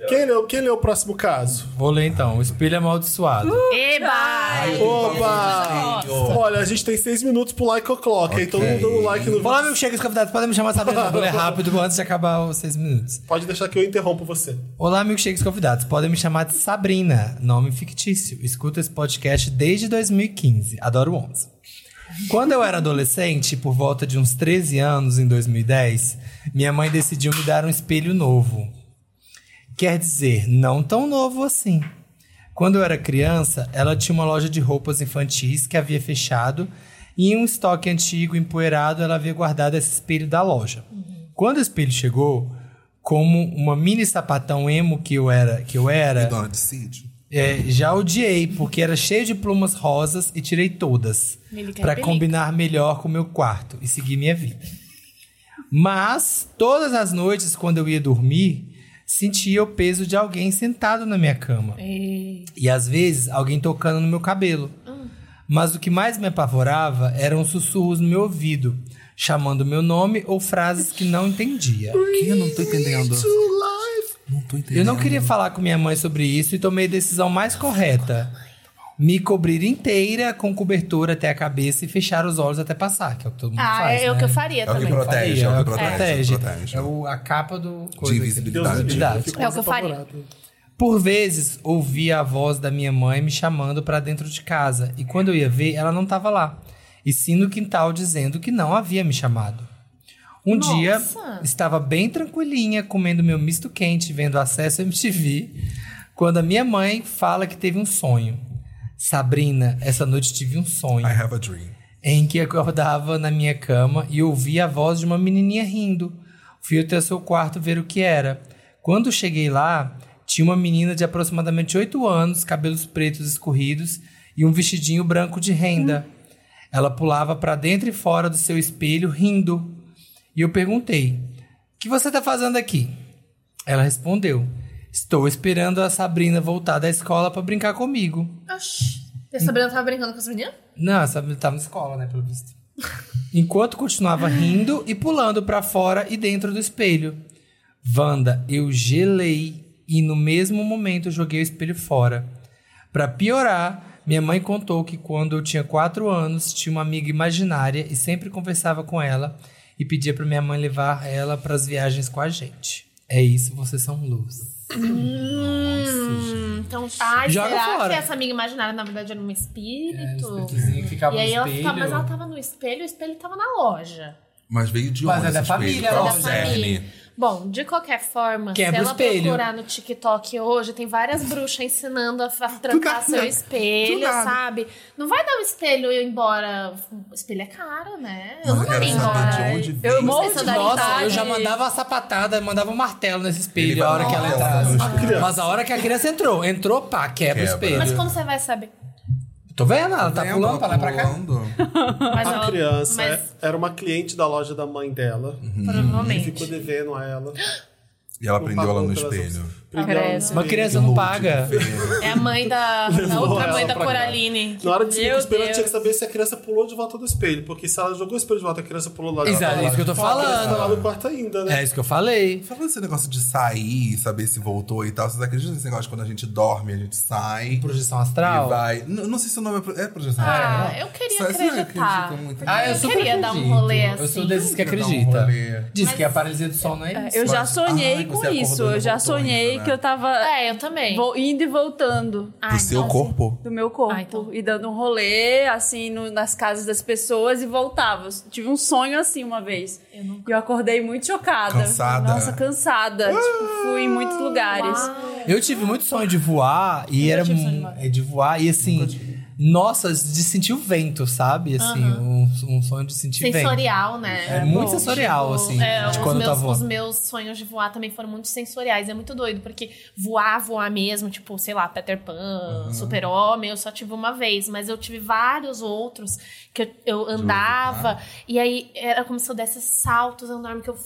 Quem leu, quem leu o próximo caso?
Vou ler então. O espelho amaldiçoado.
Eba!
Opa! Olha, a gente tem seis minutos pro like o'clock, aí todo mundo dando um like no
Olá,
vídeo.
meu chega, os convidados podem me chamar sabendo. Vou ler rápido antes de acabar os seis minutos.
Pode deixar que eu interrompo você.
Olá, milkshakes convidados. Podem me chamar de Sabrina, nome fictício. Escuto esse podcast desde 2015. Adoro 11. Quando eu era adolescente, por volta de uns 13 anos, em 2010, minha mãe decidiu me dar um espelho novo. Quer dizer, não tão novo assim. Quando eu era criança, ela tinha uma loja de roupas infantis que havia fechado e em um estoque antigo empoeirado ela havia guardado esse espelho da loja. Quando o espelho chegou, como uma mini sapatão emo que eu era, que eu era,
Dona de sítio.
é, já odiei, porque era cheio de plumas rosas e tirei todas.
Melica e
Pra
Pelica.
combinar melhor com o meu quarto e seguir minha vida. Mas, todas as noites, quando eu ia dormir, sentia o peso de alguém sentado na minha cama. E às vezes, alguém tocando no meu cabelo. Mas o que mais me apavorava eram sussurros no meu ouvido, chamando meu nome ou frases que não entendia.
Que eu não tô entendendo. Não tô entendendo.
Eu não queria falar com minha mãe sobre isso e tomei a decisão mais correta. Me cobrir inteira com cobertura até a cabeça e fechar os olhos até passar, que é o que todo mundo
Ah,
faz.
é o
né?
que eu
É
faria
o que
também.
protege.
Faria,
é o que protege,
protege.
é o que protege.
É o- a capa do...
De
coisa aqui.
Deus me
invisibilidade.
livre, eu
Verdade.
fico
É o que eu faria.
apavorado.
Por vezes, ouvia a voz da minha mãe me chamando pra dentro de casa. E quando eu ia ver, ela não tava lá. E sim no quintal dizendo que não havia me chamado. Um
Nossa.
dia, estava bem tranquilinha, comendo meu misto quente, vendo acesso MTV, quando a minha mãe fala que teve um sonho. Sabrina, essa noite tive um sonho
I have a dream.
em que acordava na minha cama e ouvia a voz de uma menininha rindo. Fui até o seu quarto ver o que era. Quando cheguei lá, tinha uma menina de aproximadamente 8 anos, cabelos pretos escorridos e um vestidinho branco de renda. Ela pulava para dentro e fora do seu espelho, rindo. E eu perguntei: O que você está fazendo aqui? Ela respondeu: Estou esperando a Sabrina voltar da escola para brincar comigo.
Oxi. E a Sabrina tava brincando com essa menina?
Não, essa estava na escola, né, pelo visto. Enquanto continuava rindo e pulando pra fora e dentro do espelho. Wanda, eu gelei e no mesmo momento joguei o espelho fora. Pra piorar, Minha mãe contou que quando eu tinha quatro anos, tinha uma amiga imaginária e sempre conversava com ela e pedia pra minha mãe levar ela pras viagens com a gente. É isso, vocês são luz.
Hum, então tá. Ai,
Joga
será
fora.
que essa amiga imaginária, na verdade, era um
É,
espírito?
ficava
e aí ela ficava, mas ela
espelho.
tava no espelho, o espelho tava na loja.
Mas veio de
Mas
onde?
é da
esse espelho?
família,
Qual
né?
o
Da família.
germe?
Bom, de qualquer forma,
Quebra o
se ela
espelho.
procurar no TikTok hoje, tem várias bruxas ensinando a fa- trancar seu espelho,
Do nada.
sabe? Não vai dar um espelho e eu ir embora. O espelho é caro, né?
Mas
Eu não
eu quero
daria
saber de
embora.
onde
Eu
veio.
morro
Vocês
de
são da
vontade.
idade.
Eu já mandava a sapatada, mandava um martelo nesse
Ele
espelho
vai
a hora que ela
matar
entrasse.
ela.
Criança.
Mas a hora que a criança entrou, entrou, pá, quebra, o
Quebra.
espelho.
Mas como você vai saber?
Tô vendo? Ela tá
Lembra?
pulando pra lá e pra cá.
Pulando.
Mas
A
ela-
criança
Mas
é- era uma cliente da loja da mãe dela. E
provavelmente.
ficou devendo a ela.
E Uhum. ela
Não
prendeu ela
pagou
no
pelas
espelho.
outras- prendeu ela no
Credo.
Uma
espelho.
criança não paga.
É a mãe da, da
Levou
outra
ela
mãe da
pra cá.
Coraline.
Na hora de desligar o
Meu
espelho, ela tinha
Deus.
que saber se a criança pulou de volta do espelho. Porque se ela jogou o espelho de volta, a criança pulou lá de
Exato,
volta.
é isso que eu tô
A criança tá lá
falando.
no quarto ainda, né?
É isso que eu falei.
Falando esse negócio de sair, saber se voltou e tal, vocês acreditam nesse negócio de quando a gente dorme, a gente sai
Projeção
e
astral.
vai. N- não sei se o nome é, pro- é projeção.
Ah,
astral?
eu queria
Só- vocês não
acreditar.
acreditam muito né?
Ah, eu
Eu
super
queria dar um
acredito.
rolê
Eu sou
assim.
desses que
Dar um
acredita.
rolê.
Diz que a paralisia do sol não é isso.
Eu já
Mas-
sonhei
Ai,
com
você
isso.
acordou e
Eu já
voltou
sonhei
ainda, né?
que eu tava
É, eu também.
vo- indo e voltando
Ah,
Pro seu
então,
corpo.
do meu corpo.
Ah, então.
E dando um rolê, assim, no- nas casas das pessoas e voltava. Eu tive um sonho assim uma vez.
Eu nunca-
E eu acordei muito chocada.
Cansada.
Nossa, cansada. Tipo, fui em muitos lugares.
Eu tive muito sonho de voar e era
tive sonho de
mu-
voar.
é, de voar e assim, nossa, de sentir o vento, sabe? Assim, um, um sonho de sentir vento.
Sensorial,
É,
né?
muito
Bom,
sensorial,
tipo,
assim,
é,
de
os
quando
meus,
tá voando.
Os meus sonhos de voar também foram muito sensoriais. É muito doido, porque voar, voar mesmo, tipo, sei lá, Peter Pan,
Uhum.
Super-Homem, eu só tive uma vez. Mas eu tive vários outros que eu, eu andava.
tá?
E aí era como se eu desse saltos enormes que eu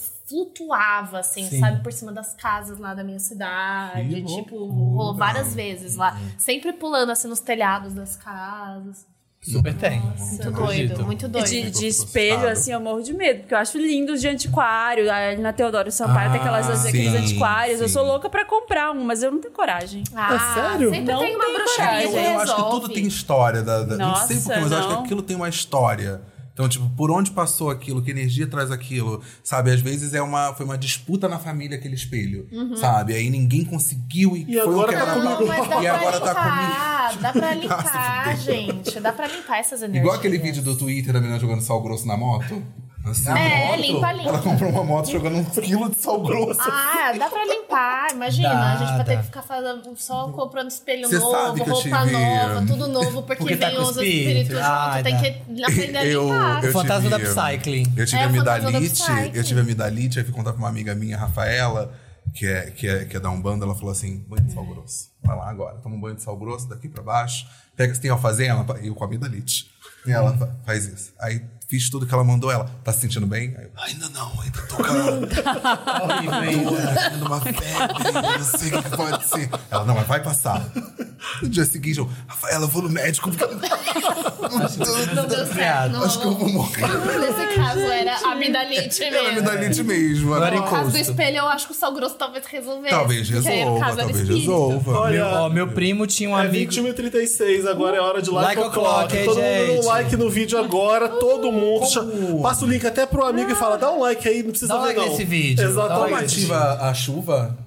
flutuava, assim,
Sim.
sabe? Por cima das casas lá da minha cidade.
Que
tipo,
loucura.
rolou
Uhum.
várias vezes lá. Sempre pulando, assim, nos telhados das casas.
Super tem.
Muito
acredito.
doido, muito
E
doido.
de, de
Ficou
espelho,
assustado.
assim, eu morro de medo. Porque eu acho lindos de antiquário. Ali na Teodoro Sampaio tem aquelas,
Ah,
aqueles
sim,
antiquários. Eu
sim.
sou louca pra comprar um, mas eu não tenho coragem.
Ah,
É sério?
Sempre
Não
tem uma
tem
bruxaria
coragem.
que
Eu, eu acho que tudo
resolve.
tem história. Da, da- não sei
Nossa,
porquê, mas eu acho que
não.
aquilo tem uma história. Então, tipo, por onde passou aquilo, que energia traz aquilo, sabe? Às vezes é uma, foi uma disputa na família aquele espelho, sabe? Aí ninguém conseguiu e,
E
foi um
agora tá
quebra-pau.
Não, mas dá
E
pra
agora tá comigo.
limpar, dá pra
Ah,
limpar,
se fudeu.
gente. Dá pra limpar essas energias.
Igual aquele vídeo do Twitter da menina jogando sal grosso na moto. Assim,
É,
moto,
limpa, limpa.
Ela comprou uma moto jogando um quilo de sal grosso.
Ah, dá pra limpar, imagina.
Dá,
a gente vai ter
dá.
que ficar fazendo, só comprando espelho
Você Uhum. sabe
novo,
que eu
roupa
tive- um
nova, tudo novo, porque,
Porque tá
vem
com
os
espírito.
espíritos junto.
Ah,
tem
dá.
que aprender a
Eu,
limpar.
eu tive-
Fantasma da Upcycling.
Eu tive
É,
a
fantasma da
amidalite,
Upcycling.
eu tive amidalite, aí fui contar pra uma amiga minha, Rafaela, que é, que é, que é da Umbanda, ela falou assim, banho de sal grosso. Vai lá agora, toma um banho de sal grosso daqui pra baixo, pega se tem alfazema, pa- eu com amidalite. E ela fa- faz isso. Aí fiz tudo que ela mandou, ela, tá se sentindo bem? Aí eu, ainda não, ainda tô calando. Tô tendo uma febre, não sei o que pode ser. Ela, não, mas vai passar. No dia seguinte, eu, Rafaela, eu vou no médico, porque
Não deu certo.
Viado.
Não,
acho que eu
rolou.
vou morrer.
Nesse caso era amidalite
um Era
mesmo.
amidalite mesmo. Era
Agora
No
uma
caso do
encosto.
espelho, eu acho que o sal grosso talvez resolvesse.
Talvez
porque aí, é no
resolva,
caso, era
talvez
espírito.
resolva.
Olha,
Meu, ó, meu primo tinha um
É
amigo.
21h36, agora é hora de like,
Like o'clock, hein,
todo mundo dá
gente?
um like no vídeo agora, todo mundo. cha- Passa o link até pro amigo e fala, dá um like aí, não precisa
Dá um
ver
like
não.
nesse vídeo, dá um like
Exatamente.
nesse
Ativa a chuva?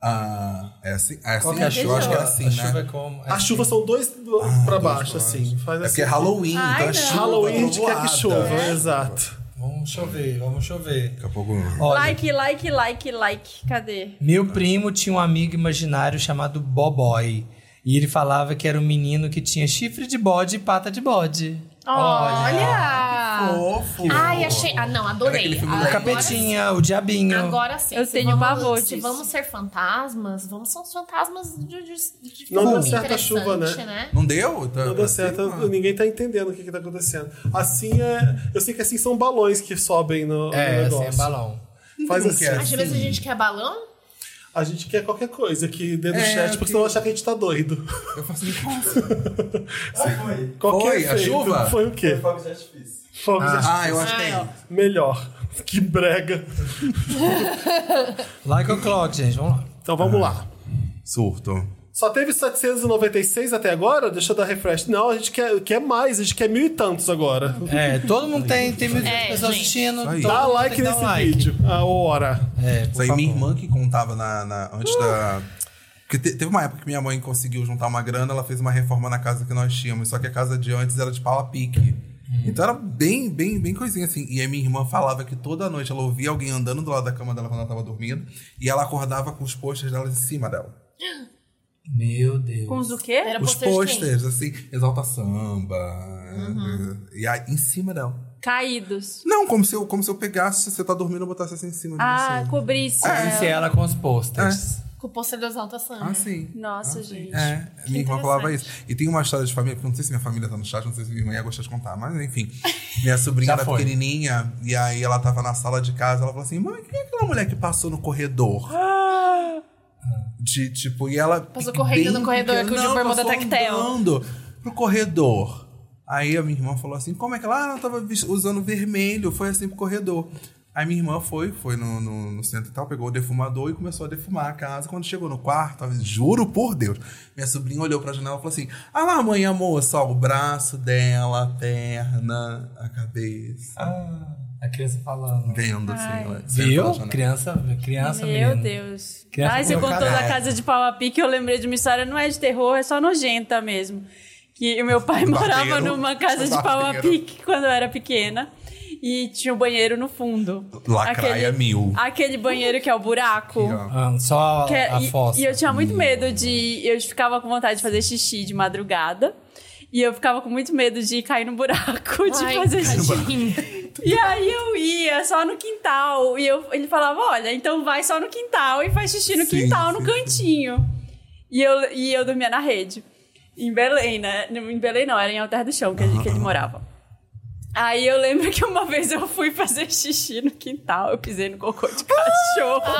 Ah, é assim? É assim?
Qual que é a
Eu
chuva?
acho que é assim,
a
né?
chuva é como.
A chuva são
Ah,
dois do- pra baixo, assim. Faz
É
assim.
porque é Halloween, então é chuva.
Halloween
tá
a gente quer que
trovoada.
chova, exato.
Vamos chover, vamos chover.
Daqui a pouco.
Olha,
Like, like, like, like. Cadê?
Meu primo tinha um amigo imaginário chamado Boboy. E ele falava que era um menino que tinha chifre de bode e pata de bode.
Olha!
Fofo.
Ah. Ai, achei. Ah, não,
Era aquele filme
adorei. Ah,
do
O
agora
capetinha, o diabinho.
Agora sim.
Eu
se
tenho
vamos-
pavor
Se
disso.
vamos ser fantasmas, vamos ser uns fantasmas de, de, de
Não
filme
deu certo a
interessante,
chuva, né?
Não deu? Tá-
Não
tá
deu certo,
assim, mano.
ninguém tá entendendo o que, que tá acontecendo. Assim é. Eu sei que assim são balões que sobem no, no
É, assim,
negócio.
é balão.
Faz
Não
assim.
quero.
Às vezes a gente quer balão.
A gente quer qualquer coisa aqui dentro do
É,
chat, porque
que-
senão achar que a gente tá doido.
Eu faço assim, nossa.
Ah, Foi.
Qualquer
Foi, a
efeito.
chuva?
Foi o
Foi
quê?
fogo de artifício.
Fogo de artifício.
Ah, eu acho que é. isso.
Melhor. Que brega.
Like o'clock, gente, vamos lá.
Então vamos lá.
Surto.
Só teve 796 até agora? Deixa eu dar refresh. Não, a gente quer, quer mais, a gente quer mil e tantos agora.
É, todo mundo tem, tem mil
É,
pessoas
gente.
assistindo.
Isso aí.
todo
Dá
mundo
like
tem que dar um
nesse
like.
vídeo. A hora.
É,
Isso
por
aí,
favor.
minha irmã que contava na, na- antes da. Porque te- teve uma época que minha mãe conseguiu juntar uma grana, ela fez uma reforma na casa que nós tínhamos, só que a casa de antes era de pau a pique. Então era bem, bem, bem coisinha assim. E a minha irmã falava que toda noite ela ouvia alguém andando do lado da cama dela quando ela tava dormindo, e ela acordava com os posters dela em cima dela.
Meu Deus.
Com os do quê?
Era
os
poster de É quem?
posters, assim, exalta samba. E aí, em cima dela.
Caídos.
Não, como se eu, como se eu pegasse, você tá dormindo, eu botasse assim em cima de
Ah,
você.
cobrisse.
Disse ela com os
É.
posters.
Com o pôster do Exalta Samba.
Ah, sim.
Nossa, gente.
É, minha irmã
interessante.
falava isso. E tem uma história de família, porque eu não sei se minha família tá no chat, não sei se minha irmã ia gostar de contar, mas enfim. Minha sobrinha
Já
era
foi.
pequenininha, e aí ela tava na sala de casa, ela falou assim: mãe, quem é aquela mulher que passou no corredor?
Ah!
De, tipo, e ela.
Passou correndo
bem
no corredor,
pequena,
que o de
não,
bermuda
passou
tactel.
andando pro corredor. Aí a minha irmã falou assim: como é que ela, ah, ela tava vis- usando vermelho? Foi assim pro corredor. Aí minha irmã foi, foi no, no- no centro e tal, pegou o defumador e começou a defumar a casa. Quando chegou no quarto, eu juro por Deus, minha sobrinha olhou pra janela e falou assim: Ah lá, mãe, a moça, ó, o braço dela, a perna, a cabeça.
Ah, a criança falando.
Vendo assim, ela saindo pela
Viu?
janela.
Criança, criança,
Meu
menino.
Deus.
é
Criança
Ai, você
com
contou da
caralho.
casa de pau a pique, eu lembrei de uma história, não é de terror, é só nojenta mesmo. Que o meu pai morava
Barbeiro.
numa casa de pau a
Barbeiro.
pique quando eu era pequena. E tinha um banheiro no fundo.
Lacraia mil.
Aquele banheiro que é o buraco.
Aqui, ó.
Ah, só
Que é-
a
e-
fossa.
E, eu tinha muito medo de. Eu ficava com vontade de fazer xixi de madrugada. E eu ficava com muito medo de cair no buraco, de
Ai,
fazer xixi.
tadinho.
E aí eu ia só no quintal. E eu, ele falava: olha, então vai só no quintal e faz xixi no
Sim,
quintal, no
sim,
cantinho. E eu, e eu dormia na rede. Em Belém, né? Em Belém não, era em Alter do Chão que, ele- que ele morava. Aí eu lembro que uma vez eu fui fazer xixi no quintal, eu pisei no cocô de cachorro.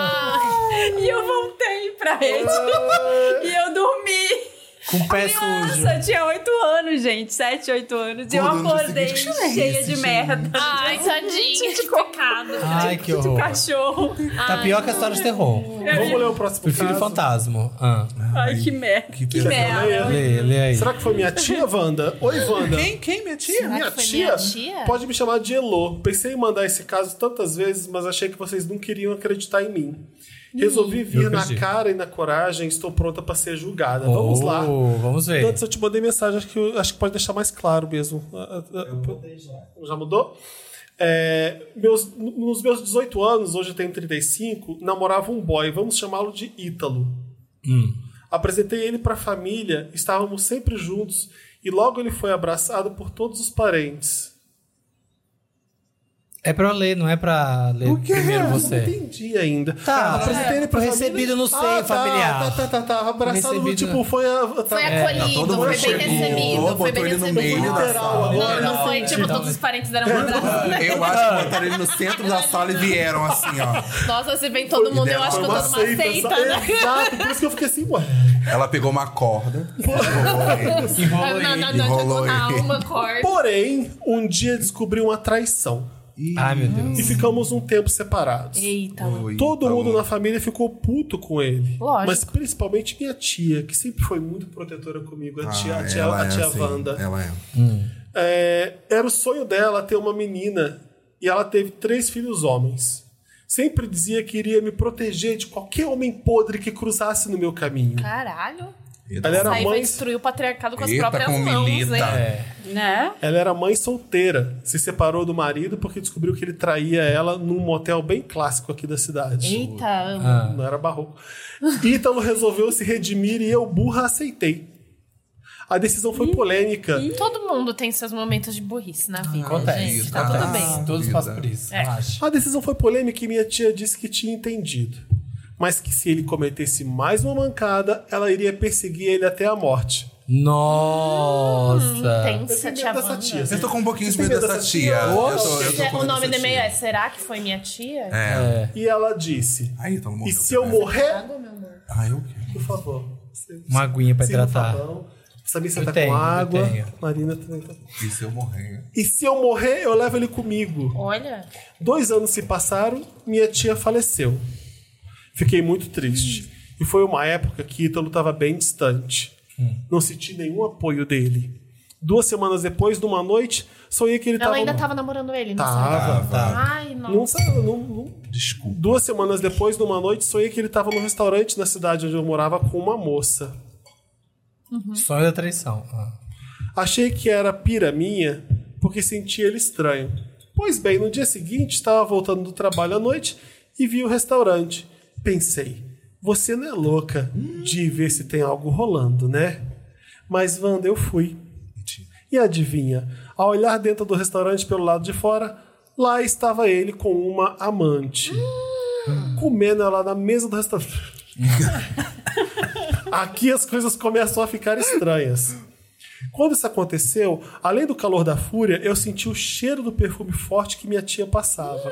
E eu voltei pra rede.
Ah!
e eu dormi.
Com o pé sujo.
Nossa, eu tinha 8 anos, gente. 7, 8 anos. E eu
Acordou no dia
acordei
seguinte, "Que cheiro é
cheia
esse,
de
gente?"
merda.
Ai, tadinha, que pecado.
Ai, que
Do
horror.
cachorro.
Tá pior que a história de terror.
Vamos ler o próximo
Prefiro
caso.
fantasma. Ah,
Ai, que merda.
que
Que,
pesado.
merda.
lê, lê aí.
Será que foi minha tia, Wanda? Oi, Wanda.
Quem, quem, minha tia?
Será
Minha
que foi
tia,
minha tia?
pode me chamar de Elô. Pensei em mandar esse caso tantas vezes, mas achei que vocês não queriam acreditar em mim. Resolvi vir
Eu
na
acredito.
cara e na coragem, estou pronta para ser julgada. Vamos
Oh,
lá.
Vamos ver.
Antes Então, eu te mandei mensagem, acho que, acho que pode deixar mais claro mesmo. Ah, ah, ah, Já mudou? É, meus- nos meus 18 anos, hoje eu tenho 35, namorava um boy, vamos chamá-lo de Ítalo.
Hum.
Apresentei ele para a família, estávamos sempre juntos e logo ele foi abraçado por todos os parentes.
É pra eu ler, não é pra ler
O quê?
primeiro
Eu Não
você.
entendi ainda.
Tá,
apresentei ele pra
foi
família.
recebido no seio
Ah, tá,
familiar.
Tá, tá, tá, tá. Abraçado, no
Recebido- né?
tipo, foi a.
Foi
tá-
acolhido,
É, todo mundo
foi bem
chegou,
recebido,
botou
foi bem
ele no
recebido.
meio da sala.
Não, não foi tipo,
Então,
todos os parentes deram um abraço.
Eu acho que botaram ele no centro da sala e vieram assim, ó.
Nossa, se vem todo mundo, eu acho que eu tô numa seita,
sabe?
né?
Exato, por isso que eu fiquei assim, ué.
Ela pegou uma corda. colocou ele.
Enrolou
Na, na,
ele.
na
Enrolou ele.
diagonal, uma corda.
Porém, um dia descobri uma traição
Ai, meu Deus.
e ficamos um tempo separados.
Eita,
Oi,
Todo
tá
mundo
bom.
na família ficou puto com ele.
Lógico.
Mas principalmente minha tia, que sempre foi muito protetora comigo, a
Ah,
tia, a tia,
ela
a
é
tia
assim,
Wanda.
Ela é.
É, era o sonho dela ter uma menina e ela teve três filhos homens. Sempre dizia que iria me proteger de qualquer homem podre que cruzasse no meu caminho.
caralho.
Ela era
Aí vai
mãe,
destruir o patriarcado com as
Eita,
próprias
com
mãos,
milita.
hein?
É.
Né?
ela era mãe solteira, se separou do marido porque descobriu que ele traía ela num motel bem clássico aqui da cidade.
Eita, amo.
Ah.
Não era barroco. Ítalo resolveu se redimir e eu, burra, aceitei. A decisão foi polêmica.
Todo mundo tem seus momentos de burrice na vida,
Acontece.
gente. Tá tudo
acontece.
bem.
Todos passam por isso. Relaxa.
A decisão foi polêmica e minha tia disse que tinha entendido. Mas que se ele cometesse mais uma mancada, ela iria perseguir ele até a morte.
Nossa.
Tensa, tia
medo dessa
Wanda.
tia.
Eu tô com um pouquinho de
Você tem
medo dessa tia. Eu tô- eu tô com
O
medo
nome do
dessa
e-mail
tia.
é Será que foi minha tia?
É.
E ela disse:
Aí, então morreu.
E se eu morrer,
Ai, Ah, eu quero.
Tá por favor.
Uma aguinha pra
Siga o
hidratar.
Fabão. Samissa
Eu
tá
tenho,
com
eu
água.
tenho.
Marina também tá.
E se eu morrer?
E se eu morrer, eu levo ele comigo.
Olha.
Dois anos se passaram, minha tia faleceu. Fiquei muito triste. E foi uma época que Ítalo estava bem distante. Não senti nenhum apoio dele. Duas semanas depois, numa noite, sonhei que ele estava.
Ela ainda tava namorando ele, não
Tava.
sabe? Ai, nossa.
Não, sa- não- não-
Desculpa.
Duas semanas depois, numa noite, sonhei que ele estava no restaurante na cidade onde eu morava com uma moça.
Sonho da traição. Ah.
Achei que era pira minha, porque sentia ele estranho. Pois bem, no dia seguinte estava voltando do trabalho à noite e vi o restaurante. Pensei, você não é louca de ver se tem algo rolando, né? Mas, Wanda, eu fui. E adivinha, ao olhar dentro do restaurante pelo lado de fora, lá estava ele com uma amante. Comendo ela na mesa do restaurante. Aqui as coisas começam a ficar estranhas. Quando isso aconteceu, além do calor da fúria, eu senti o cheiro do perfume forte que minha tia passava.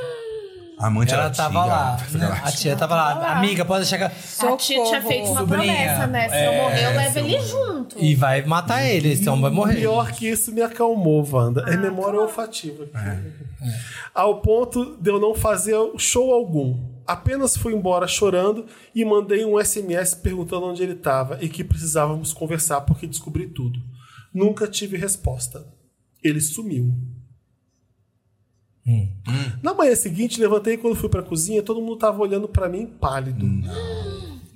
A amante
Ela
era tia.
tava lá.
Fica
né? A tia tava lá. Amiga, pode chegar.
A tia tinha feito uma
Sobrinha.
promessa, né? Se eu
É,
morrer, eu levo
se eu
ele junto.
E vai matar ele, esse homem vai morrer.
Pior que isso me acalmou, Wanda. É memória olfativa. Ao ponto de eu não fazer show algum. Apenas fui embora chorando e mandei um SMS perguntando onde ele estava e que precisávamos conversar porque descobri tudo. Nunca tive resposta. Ele sumiu. Na manhã seguinte, levantei e quando fui pra cozinha, todo mundo tava olhando pra mim pálido.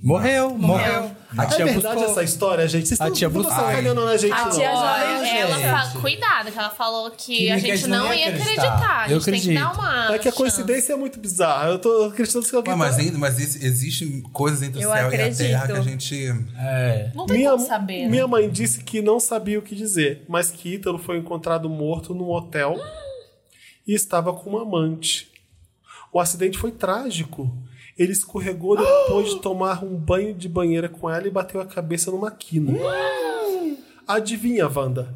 Morreu, morreu. A
É verdade essa história, gente? Vocês
A
estão
tia
não estão
buscou.
sacaneando na gente,
A
não.
tia
Olha,
jovem.
ela
gente.
fala, cuidado, que ela falou que,
Que
a
ninguém
gente não ia acreditar. A gente
Eu
tem que dar
acredito.
uma.
É que a
chance.
coincidência é muito bizarra. Eu tô acreditando que
Ué,
alguém tá-
mas ainda, mas esse- existem coisas entre o
Eu
céu
acredito.
e a terra que a gente.
É.
Não tem como saber. né?
minha mãe disse que não sabia o que dizer, mas que Ítalo foi encontrado morto num hotel e estava com uma amante. O acidente foi trágico. Ele escorregou depois de tomar um banho de banheira com ela e bateu a cabeça numa quina. Adivinha, Wanda?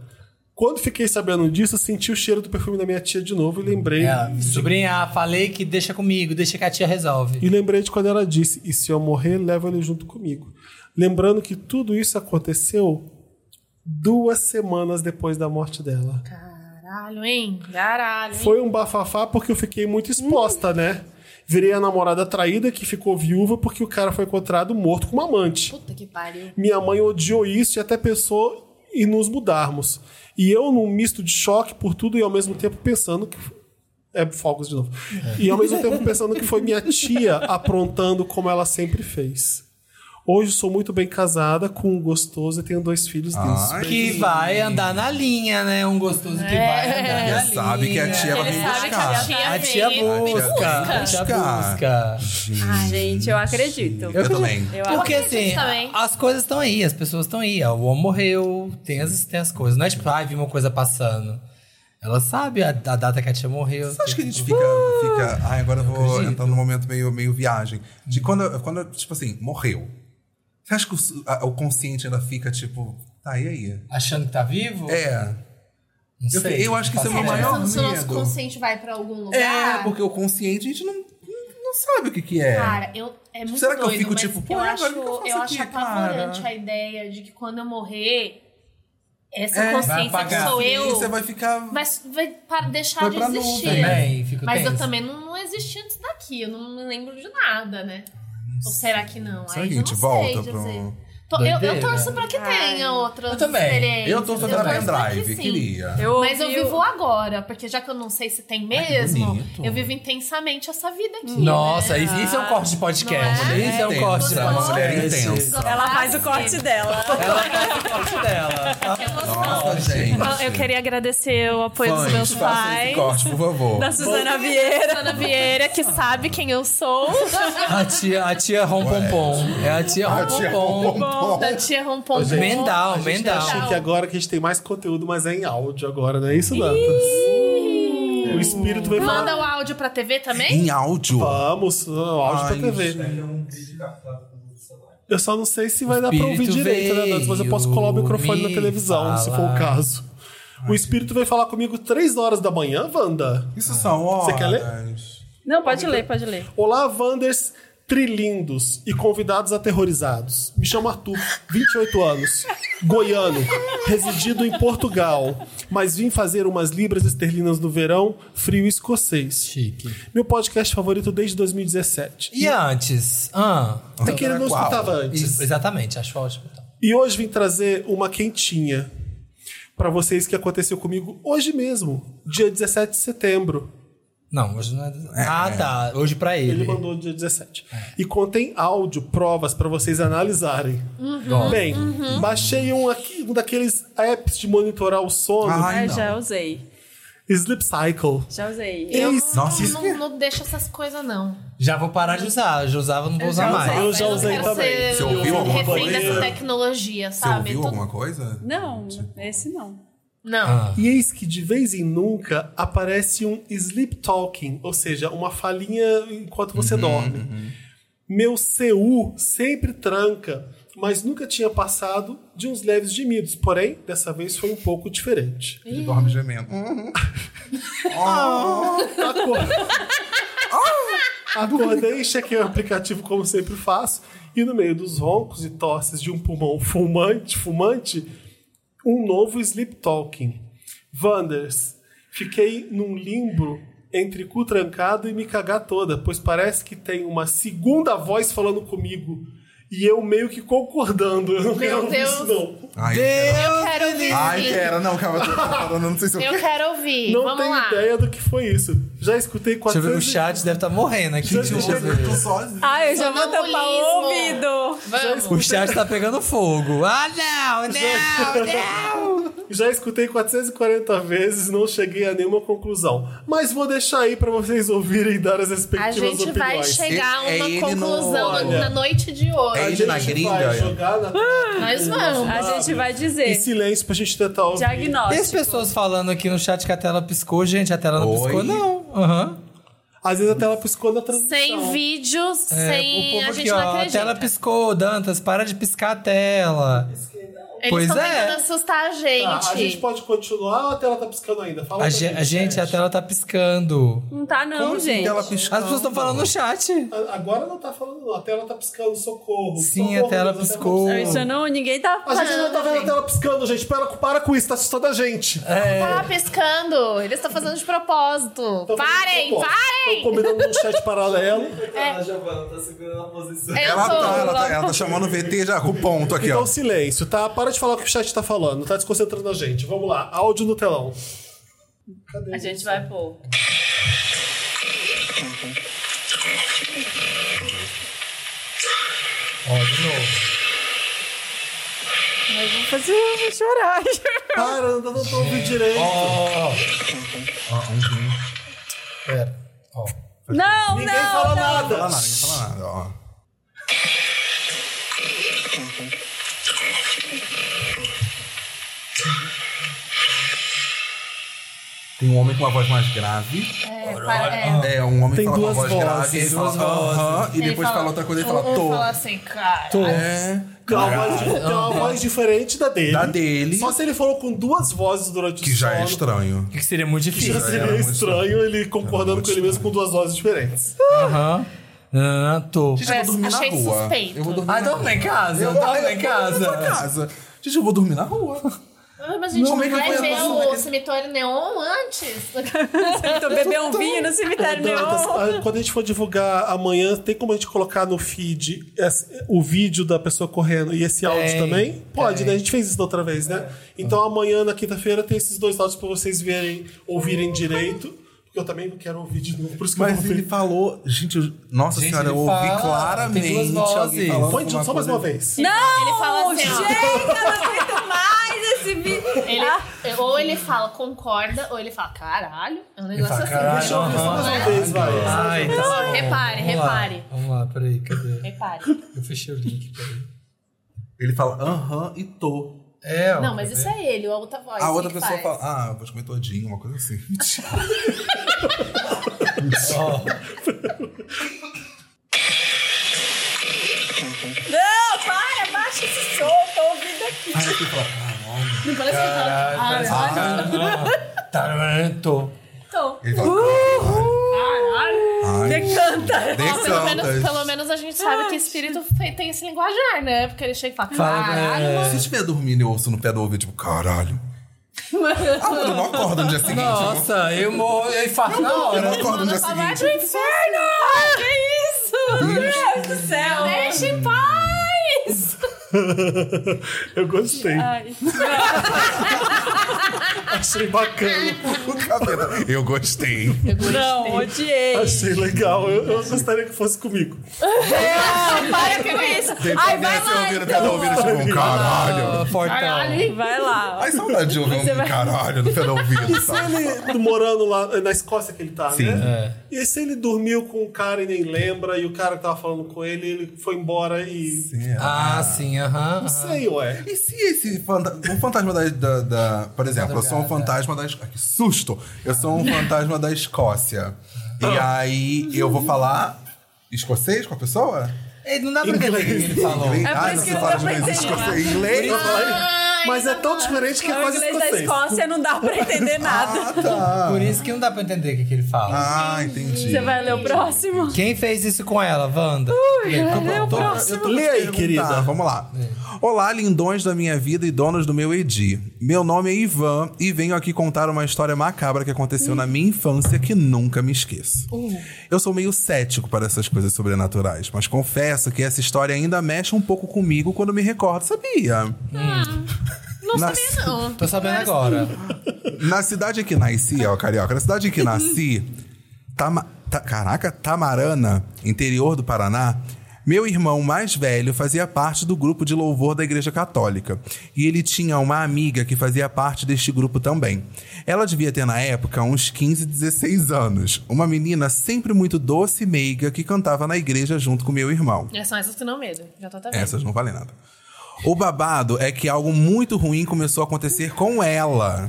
Quando fiquei sabendo disso, senti o cheiro do perfume da minha tia de novo e lembrei.
É, sobrinha, falei que deixa comigo, deixa que a tia resolve.
E lembrei de quando ela disse: E se eu morrer, leva ele junto comigo. Lembrando que tudo isso aconteceu duas semanas depois da morte dela.
Caralho, hein? Caralho. Hein?
Foi um bafafá porque eu fiquei muito exposta, né? Virei a namorada traída que ficou viúva porque o cara foi encontrado morto com uma amante.
Puta que pariu.
Minha mãe odiou isso e até pensou em nos mudarmos. E eu, num misto de choque por tudo e ao mesmo tempo pensando que. É fogos de novo. E ao mesmo tempo pensando que foi minha tia aprontando como ela sempre fez. Hoje sou muito bem casada com um gostoso e tenho dois filhos lindos.
Ah, Ai,
Que vai andar na linha, né? Um gostoso que vai andar na
já
linha.
sabe que a tia vai
Ele
vir
sabe que a
buscar.
tia-
A tia
vem-
busca. A tia
busca.
busca.
Gente, eu acredito.
Eu também.
Eu
Porque
acredito.
assim,
também.
as coisas estão aí, as pessoas estão aí. ó, O homem morreu, tem as, tem as coisas. Não é tipo, ai, vi uma coisa passando. Ela sabe a, a data que a tia morreu.
Você acha que a gente fica. fica ai, agora eu vou entrar num momento meio, meio viagem. De quando, quando, tipo assim, morreu. Você acha que o, su- a- o consciente ainda fica, tipo, tá, e aí?
Achando que tá vivo?
É.
Não
Eu-
sei.
eu acho que
não
isso é
faço
uma
ideia.
maior-
Se, se o nosso
medo.
consciente vai pra algum lugar.
É, porque o consciente a gente não, não sabe o que, que é.
Cara, eu, é muito
Será que eu
doido,
fico
mas
tipo, pô,
eu
agora
acho,
o que eu faço
eu
aqui,
acho apavorante
cara?
a ideia de que quando eu morrer, essa
É, vai
consciência que
apagar.
sou
E
eu
você vai ficar.
Mas é vai para deixar
Foi
de
pra
existir.
nuvem, né?
Também, fico
Mas eu
tenso.
também não, não existi antes daqui, eu não me lembro de nada, né? Ou será que não?
Será
Aí
que a
eu
gente
não
volta
sei dizer.
pro-
Tô- eu, eu
Doideira.
torço pra que tenha outras
Eu também.
experiências.
Eu tô fazendo
torço
a
pra
pendrive,
que sim.
queria.
Eu
Mas eu
ouvi o-
vivo agora, porque já que eu não sei se tem mesmo,
bonito.
eu vivo intensamente essa vida aqui.
Nossa,
né?
isso isso é um corte de podcast.
Não é?
Isso é um
Intensa,
corte de
uma
mulher
podcast.
intensa.
Ela faz o
Ah,
corte dela.
Ela faz o corte dela.
Nossa, gente.
Eu queria agradecer o apoio dos
Fãs,
meus
façam esse
pais.
corte, por favor.
Da Suzana Vieira.
Ana Vieira, que sabe quem eu sou.
A tia, a tia Rompompom. É a tia
Ah, tia,
Rompompom.
bom, bom.
da tia Rompom.
é
Mendal, mendal.
Achei que agora que a gente tem mais conteúdo, mas é em áudio agora, não é isso, Dantas? O espírito vai falar.
Manda o áudio pra TV também?
Em áudio.
Vamos, o áudio
Ai,
pra TV.
Ele é um vídeo captado pelo celular.
Eu só não sei se vai dar pra ouvir
espírito
direito, né,
veio,
Dantas? Mas eu posso colar o microfone na
me
televisão, se for o
fala.
caso. O espírito veio falar comigo três horas da manhã, Wanda?
Isso são horas.
Você quer ler?
Não, pode ler, pode ler.
Olá, Wanders. trilindos e convidados aterrorizados. Me chamo Arthur, 28 anos, goiano, residido em Portugal, mas vim fazer umas libras esterlinas no verão, frio escocês.
Chique.
Meu podcast favorito desde 2017.
E antes? Ah,
É que ele não
Qual?
escutava antes.
isso, exatamente, acho ótimo. então.
E hoje vim trazer uma quentinha pra vocês que aconteceu comigo hoje mesmo, dia 17 de setembro.
Não, hoje não é. Ah, tá. Hoje pra ele.
Ele mandou dia 17. E contém áudio, provas pra vocês analisarem.
Gosto.
Bem, baixei um, aqui, um daqueles apps de monitorar o sono,
Ai,
É,
não.
já usei.
Sleep Cycle.
Já usei.
Eu,
Nossa, isso é-
Não, não deixa essas coisas, não.
Já vou parar de usar. Já usava, não vou usar
já
mais.
usei.
eu já usei
quero
também.
ser
Você ouviu alguma
refém
coisa?
dessa tecnologia,
Você
sabe?
ouviu
Tudo-
alguma Ah. coisa?
Não, esse não.
Não.
Ah.
E eis que de vez em nunca aparece um sleep talking, ou seja, uma falinha enquanto você dorme. Meu CU sempre tranca, mas nunca tinha passado de uns leves gemidos. Porém, dessa vez foi um pouco diferente.
Ele dorme gemendo.
Acor- Ah! Acordei, chequei o aplicativo como sempre faço, e no meio dos roncos e tosses de um pulmão fumante, fumante, um novo sleep talking. Wanders, fiquei num limbo entre cu trancado e me cagar toda, pois parece que tem uma segunda voz falando comigo. E eu meio que concordando. Eu não quero ouvir isso,
Deus.
não.
Ai,
Eu quero ouvir.
Ai,
sim.
pera, não, calma, eu tô falando, não sei se eu.
Eu quero ouvir.
Não
Vamos
tenho
lá.
ideia do que foi isso. Já escutei
Deixa eu ver,
400
o chat deve estar morrendo aqui.
Gente,
Deixa eu
tô
ver.
sozinho.
Ah, eu já vou tampar o
Sonambulismo.
ouvido.
Vamos.
O chat tá pegando fogo. Ah, não, não, não.
Já escutei 440 vezes, não cheguei a nenhuma conclusão. Mas vou deixar aí pra vocês ouvirem e dar as
A
respectivas
gente
opiniões.
vai chegar a
É
uma
ele no-
conclusão na-
olha.
na noite de hoje.
É
a
ele
gente
na gringa,
vai
é.
jogar na...
Nós vamos.
A gente vai
em
dizer.
silêncio pra gente tentar ouvir.
E as
Diagnóstico.
pessoas falando aqui no chat que a tela piscou, gente, a tela não
Oi.
piscou, não. Aham.
Às vezes a tela piscou na transmissão.
Sem vídeos,
É, o
sem.
povo
A
aqui,
gente
ó,
não
a
acredita.
tela piscou, Dantas, para de piscar a tela.
Eles
Pois
estão
é.
tentando assustar a gente.
Tá, a gente pode continuar ou a tela tá piscando ainda? Fala
A,
pra
ge-
mim,
a gente, a
chat.
tela tá piscando.
Não tá, não,
Como assim,
gente.
tela
As
piscando?
pessoas estão falando no chat.
A- Agora não tá falando, não. A tela tá piscando, socorro.
Sim,
socorro,
a tela
Deus,
piscou.
tá
Não, Isso não, ninguém tá
piscando. A gente não tá vendo a
falando.
tela piscando, gente. Para, para com isso, tá assustando a gente.
Tá piscando. Eles estão fazendo de propósito.
Tão fazendo
parem,
propósito. Tão tá
parem!
combinando um chat paralelo.
A Giovana tá segurando a posição.
Eu
Ela
sou.
tá, ela tá, ela tá chamando o VT já com o ponto aqui, ó.
Então, silêncio, tá? Para de falar o que o chat tá falando, tá desconcentrando a gente. Vamos lá, áudio no telão.
A gente vai pôr.
Ó, de novo.
Eu vou fazer eu vou chorar.
Para, eu não tô ouvindo direito.
Ó, pera. Ó.
Não,
Ninguém
não,
fala
não.
nada.
Fala nada, ninguém fala nada, ó. Tem um homem com uma voz mais grave.
É, para- é.
É, um homem
Tem
fala com uma
voz
voz
vozes,
grave, ele fala
duas
aham, e
Ele
depois fala, outra coisa e fala,
um- um
tô.
fala assim, cara.
É.
Tem uma voz, tem uma voz diferente da dele.
Da dele.
Só se ele falou com duas vozes durante o
Que já é
sono,
estranho.
Que seria muito
que Já
difícil. né?
seria
Era muito é
estranho ele concordando
muito
com ele mesmo com duas vozes diferentes.
Aham. Ah, tô.
Gente, eu vou dormir
Achei
na rua.
suspeito.
Eu vou dormir
Ah,
na
então
rua.
tá em casa,
Eu
tá
eu-
em
eu-
casa.
Eu tô em casa. Gente, eu vou dormir na rua.
Ah, Mas a gente
Não,
não,
mas que
vai
coisa
ver
absurda
o
que-
cemitério neon antes?
Então, beber um vinho no cemitério
Dantas,
neon.
a- ah, quando a gente for divulgar amanhã, tem como a gente colocar no feed esse- o vídeo da pessoa correndo e esse áudio
Tem,
também? Pode,
tem. É.
né? A gente fez isso da outra vez, né? Então amanhã, na quinta-feira, tem esses dois áudios pra vocês verem, ouvirem direito. Porque eu também não quero ouvir de novo. Por isso que eu
Mas
vou
ele
ouvir.
falou. Gente, eu- nossa
Gente,
senhora, eu
ele
ouvi
fala, tem
claramente
duas
alguém
vozes.
falando.
Põe de- um, só mais
coisa-
uma vez.
Não,
Ele fala assim, ó.
gente, eu não aguento mais esse vídeo.
Ele- ou ele fala concorda, ou ele fala caralho. É um negócio
fala,
assim.
"Caralho,
Deixa eu ouvir
Só
só
mais
mais
uma
um.
vez, vai.
Ai, tá. bom.
repare,
Vamos lá,
repare.
Vamos lá, peraí, cadê?
Repare.
Eu fechei o link, peraí.
Ele fala aham e tô.
É, ó,
Não, mas
quer
isso
ver?
é ele, a outra voz.
A
que
outra
que
pessoa
faz.
fala, ah, eu vou te comer todinho, uma coisa assim.
Não, para, baixa esse som, tô ouvindo aqui.
Aí você fala, caralho.
Não parece que ele fala.
Caralho,
Caralho.
Tá, tô.
Então,
Ele fala,
caralho.
caralho.
Tem Santa.
Nem
Bom, pelo, menos,
Santas.
pelo menos a gente sabe que espírito fe- tem esse linguajar, né? Porque ele chega e fala, "Ah,
Fala,
caralho,
né?
mano.
Se estiver dormindo e eu ouço no pé do ouvido, tipo, caralho. Ah, mas eu não acordo no dia seguinte. eu não-
Nossa, eu morro, eu infarto na
Eu não
hora.
acordo no dia
Fala, vai
seguinte.
pro inferno! Que isso?
Meu Deus do céu.
Deixa em paz!
Eu gostei.
Ai.
Achei bacana.
O cabelo. Eu gostei.
Não, odiei.
Achei legal. Eu, eu gostaria que fosse comigo.
Não, para com
é
isso. Ai, vai
Você
lá,
ouvindo o pé do
então.
ouvido, tipo, caralho.
Ah, Fortão.
Vai lá.
Ai, saudade de ouvir um caralho no pé do ouvido, sabe? É.
Ele morando lá na Escócia que ele tá,
Sim.
né? E se ele dormiu com o cara e nem lembra, e o cara que tava falando com ele, ele foi embora e.
Ah, sim, aham. aham.
Sei, ué.
É. E se esse fanta- um fantasma da, da- da- Por exemplo, eu sou um fantasma da Escócia. Que susto! Eu sou um fantasma da Escócia. E aí eu vou falar escocês com a pessoa?
Ei, Não dá pra entender o que ele falou.
Inglês?
É por
Ah,
isso
não
que
se
ele
fala
tá
mais
aprendendo.
escocês. Inglês?
Eu falei, Mas é tão diferente que é
O
quase
inglês da
escocês.
Escócia não dá pra entender nada.
Ah, tá.
Por isso que não dá pra entender o que que ele fala.
Ah, entendi.
Você vai ler o próximo?
Quem fez isso com ela, Wanda?
Meu
Tô-
próximo.
Eu tô É.
Lê
pra te
aí,
perguntar.
querida.
Vamos lá. Olá, lindões da minha vida e donos do meu Edi. Meu nome é Ivan e venho aqui contar uma história macabra que aconteceu na minha infância que nunca me esqueço. Eu sou meio cético para essas coisas sobrenaturais, mas confesso que essa história ainda mexe um pouco comigo quando me recordo, sabia?
Ah, Não
Nossa.
sabia, não.
Tô sabendo agora.
Na cidade em que nasci, ó, carioca, na cidade em que nasci, Tama- Ta- caraca, Tamarana, interior do Paraná, meu irmão mais velho fazia parte do grupo de louvor da Igreja Católica. E ele tinha uma amiga que fazia parte deste grupo também. Ela devia ter, na época, uns 15, 16 anos. Uma menina sempre muito doce e meiga que cantava na igreja junto com meu irmão.
Já é, são essas que não medo. Já tô até vendo.
Essas não valem nada. O babado é que algo muito ruim começou a acontecer com ela.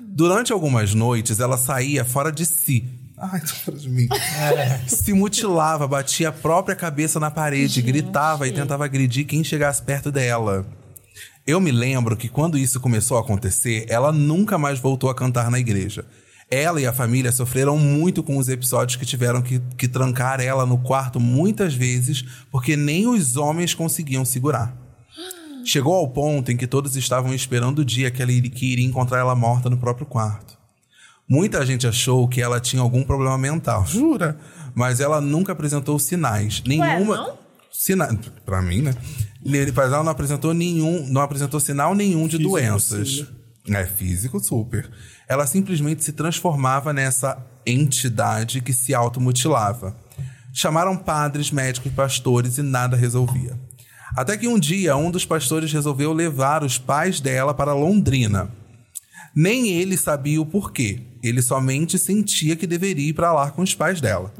Durante algumas noites, ela saía fora de si. Ai, tô fora de mim.
É,
Se mutilava, batia a própria cabeça na parede, gritava e tentava agredir quem chegasse perto dela. Eu me lembro que quando isso começou a acontecer, ela nunca mais voltou a cantar na igreja. Ela e a família sofreram muito com os episódios que tiveram que, que trancar ela no quarto muitas vezes, porque nem os homens conseguiam segurar. Chegou ao ponto em que todos estavam esperando o dia que ela iria, que iria encontrar ela morta no próprio quarto. Muita gente achou que ela tinha algum problema mental, jura? Mas ela nunca apresentou sinais. Nenhuma.
não?
Sina... Pra mim, né? Ele- Mas ela não apresentou nenhum. Não apresentou sinal nenhum de
Físico,
doenças.
sim, né?
É físico, super. Ela simplesmente se transformava nessa entidade que se automutilava. Chamaram padres, médicos, pastores e nada resolvia. Até que um dia, um dos pastores resolveu levar os pais dela para Londrina. Nem ele sabia o porquê. Ele somente sentia que deveria ir para lá com os pais dela.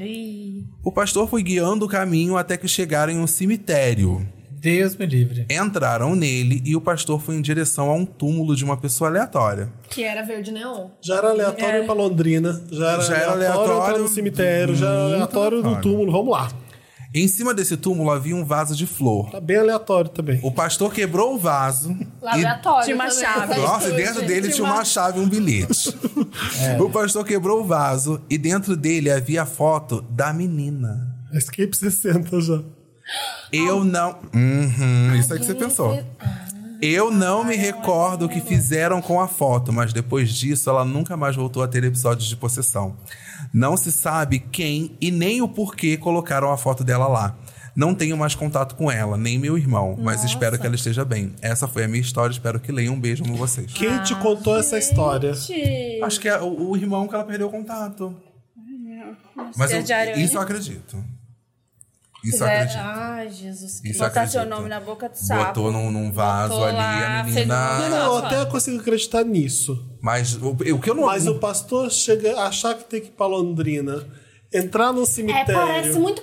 O pastor foi guiando o caminho até que chegaram em um cemitério.
Deus me livre.
Entraram nele e o pastor foi em direção a um túmulo de uma pessoa aleatória.
Que era verde neon.
Já era aleatório ir pra Londrina. Já era,
Já era
aleatório,
aleatório
entrar no cemitério. Já era
muito
aleatório no
aleatório.
túmulo. Vamos lá.
Em cima desse túmulo havia um vaso de flor.
Tá bem aleatório também.
O pastor quebrou o vaso. e...
Laboratório.
Tinha uma
também.
chave.
Nossa, e dentro dele tinha uma chave e um bilhete. O pastor quebrou o vaso e dentro dele havia a foto da menina.
Escape 60 já.
Eu não. Uhum, isso é que você pensou. Eu não me recordo o que fizeram com a foto, mas depois disso ela nunca mais voltou a ter episódios de possessão. Não se sabe quem e nem o porquê colocaram a foto dela lá. Não tenho mais contato com ela, nem meu irmão, mas espero que ela esteja bem. Essa foi a minha história, espero que leiam. Um beijo com vocês.
Quem te contou essa história?
Gente.
Acho que é o, o irmão que ela perdeu o contato. Mas eu-
é de aranha.
isso eu acredito. Isso eu
Fizer-
acredito.
Ai, Jesus.
Isso
Botar
acredito.
seu nome na boca do sapo.
Botou num, num vaso
Botou
ali,
lá,
a
Não,
menina.
não, eu até consigo acreditar nisso.
Mas o, o que eu não.
Mas o pastor chega a achar que tem que ir pra Londrina, entrar no
É, parece
cemitério.
muito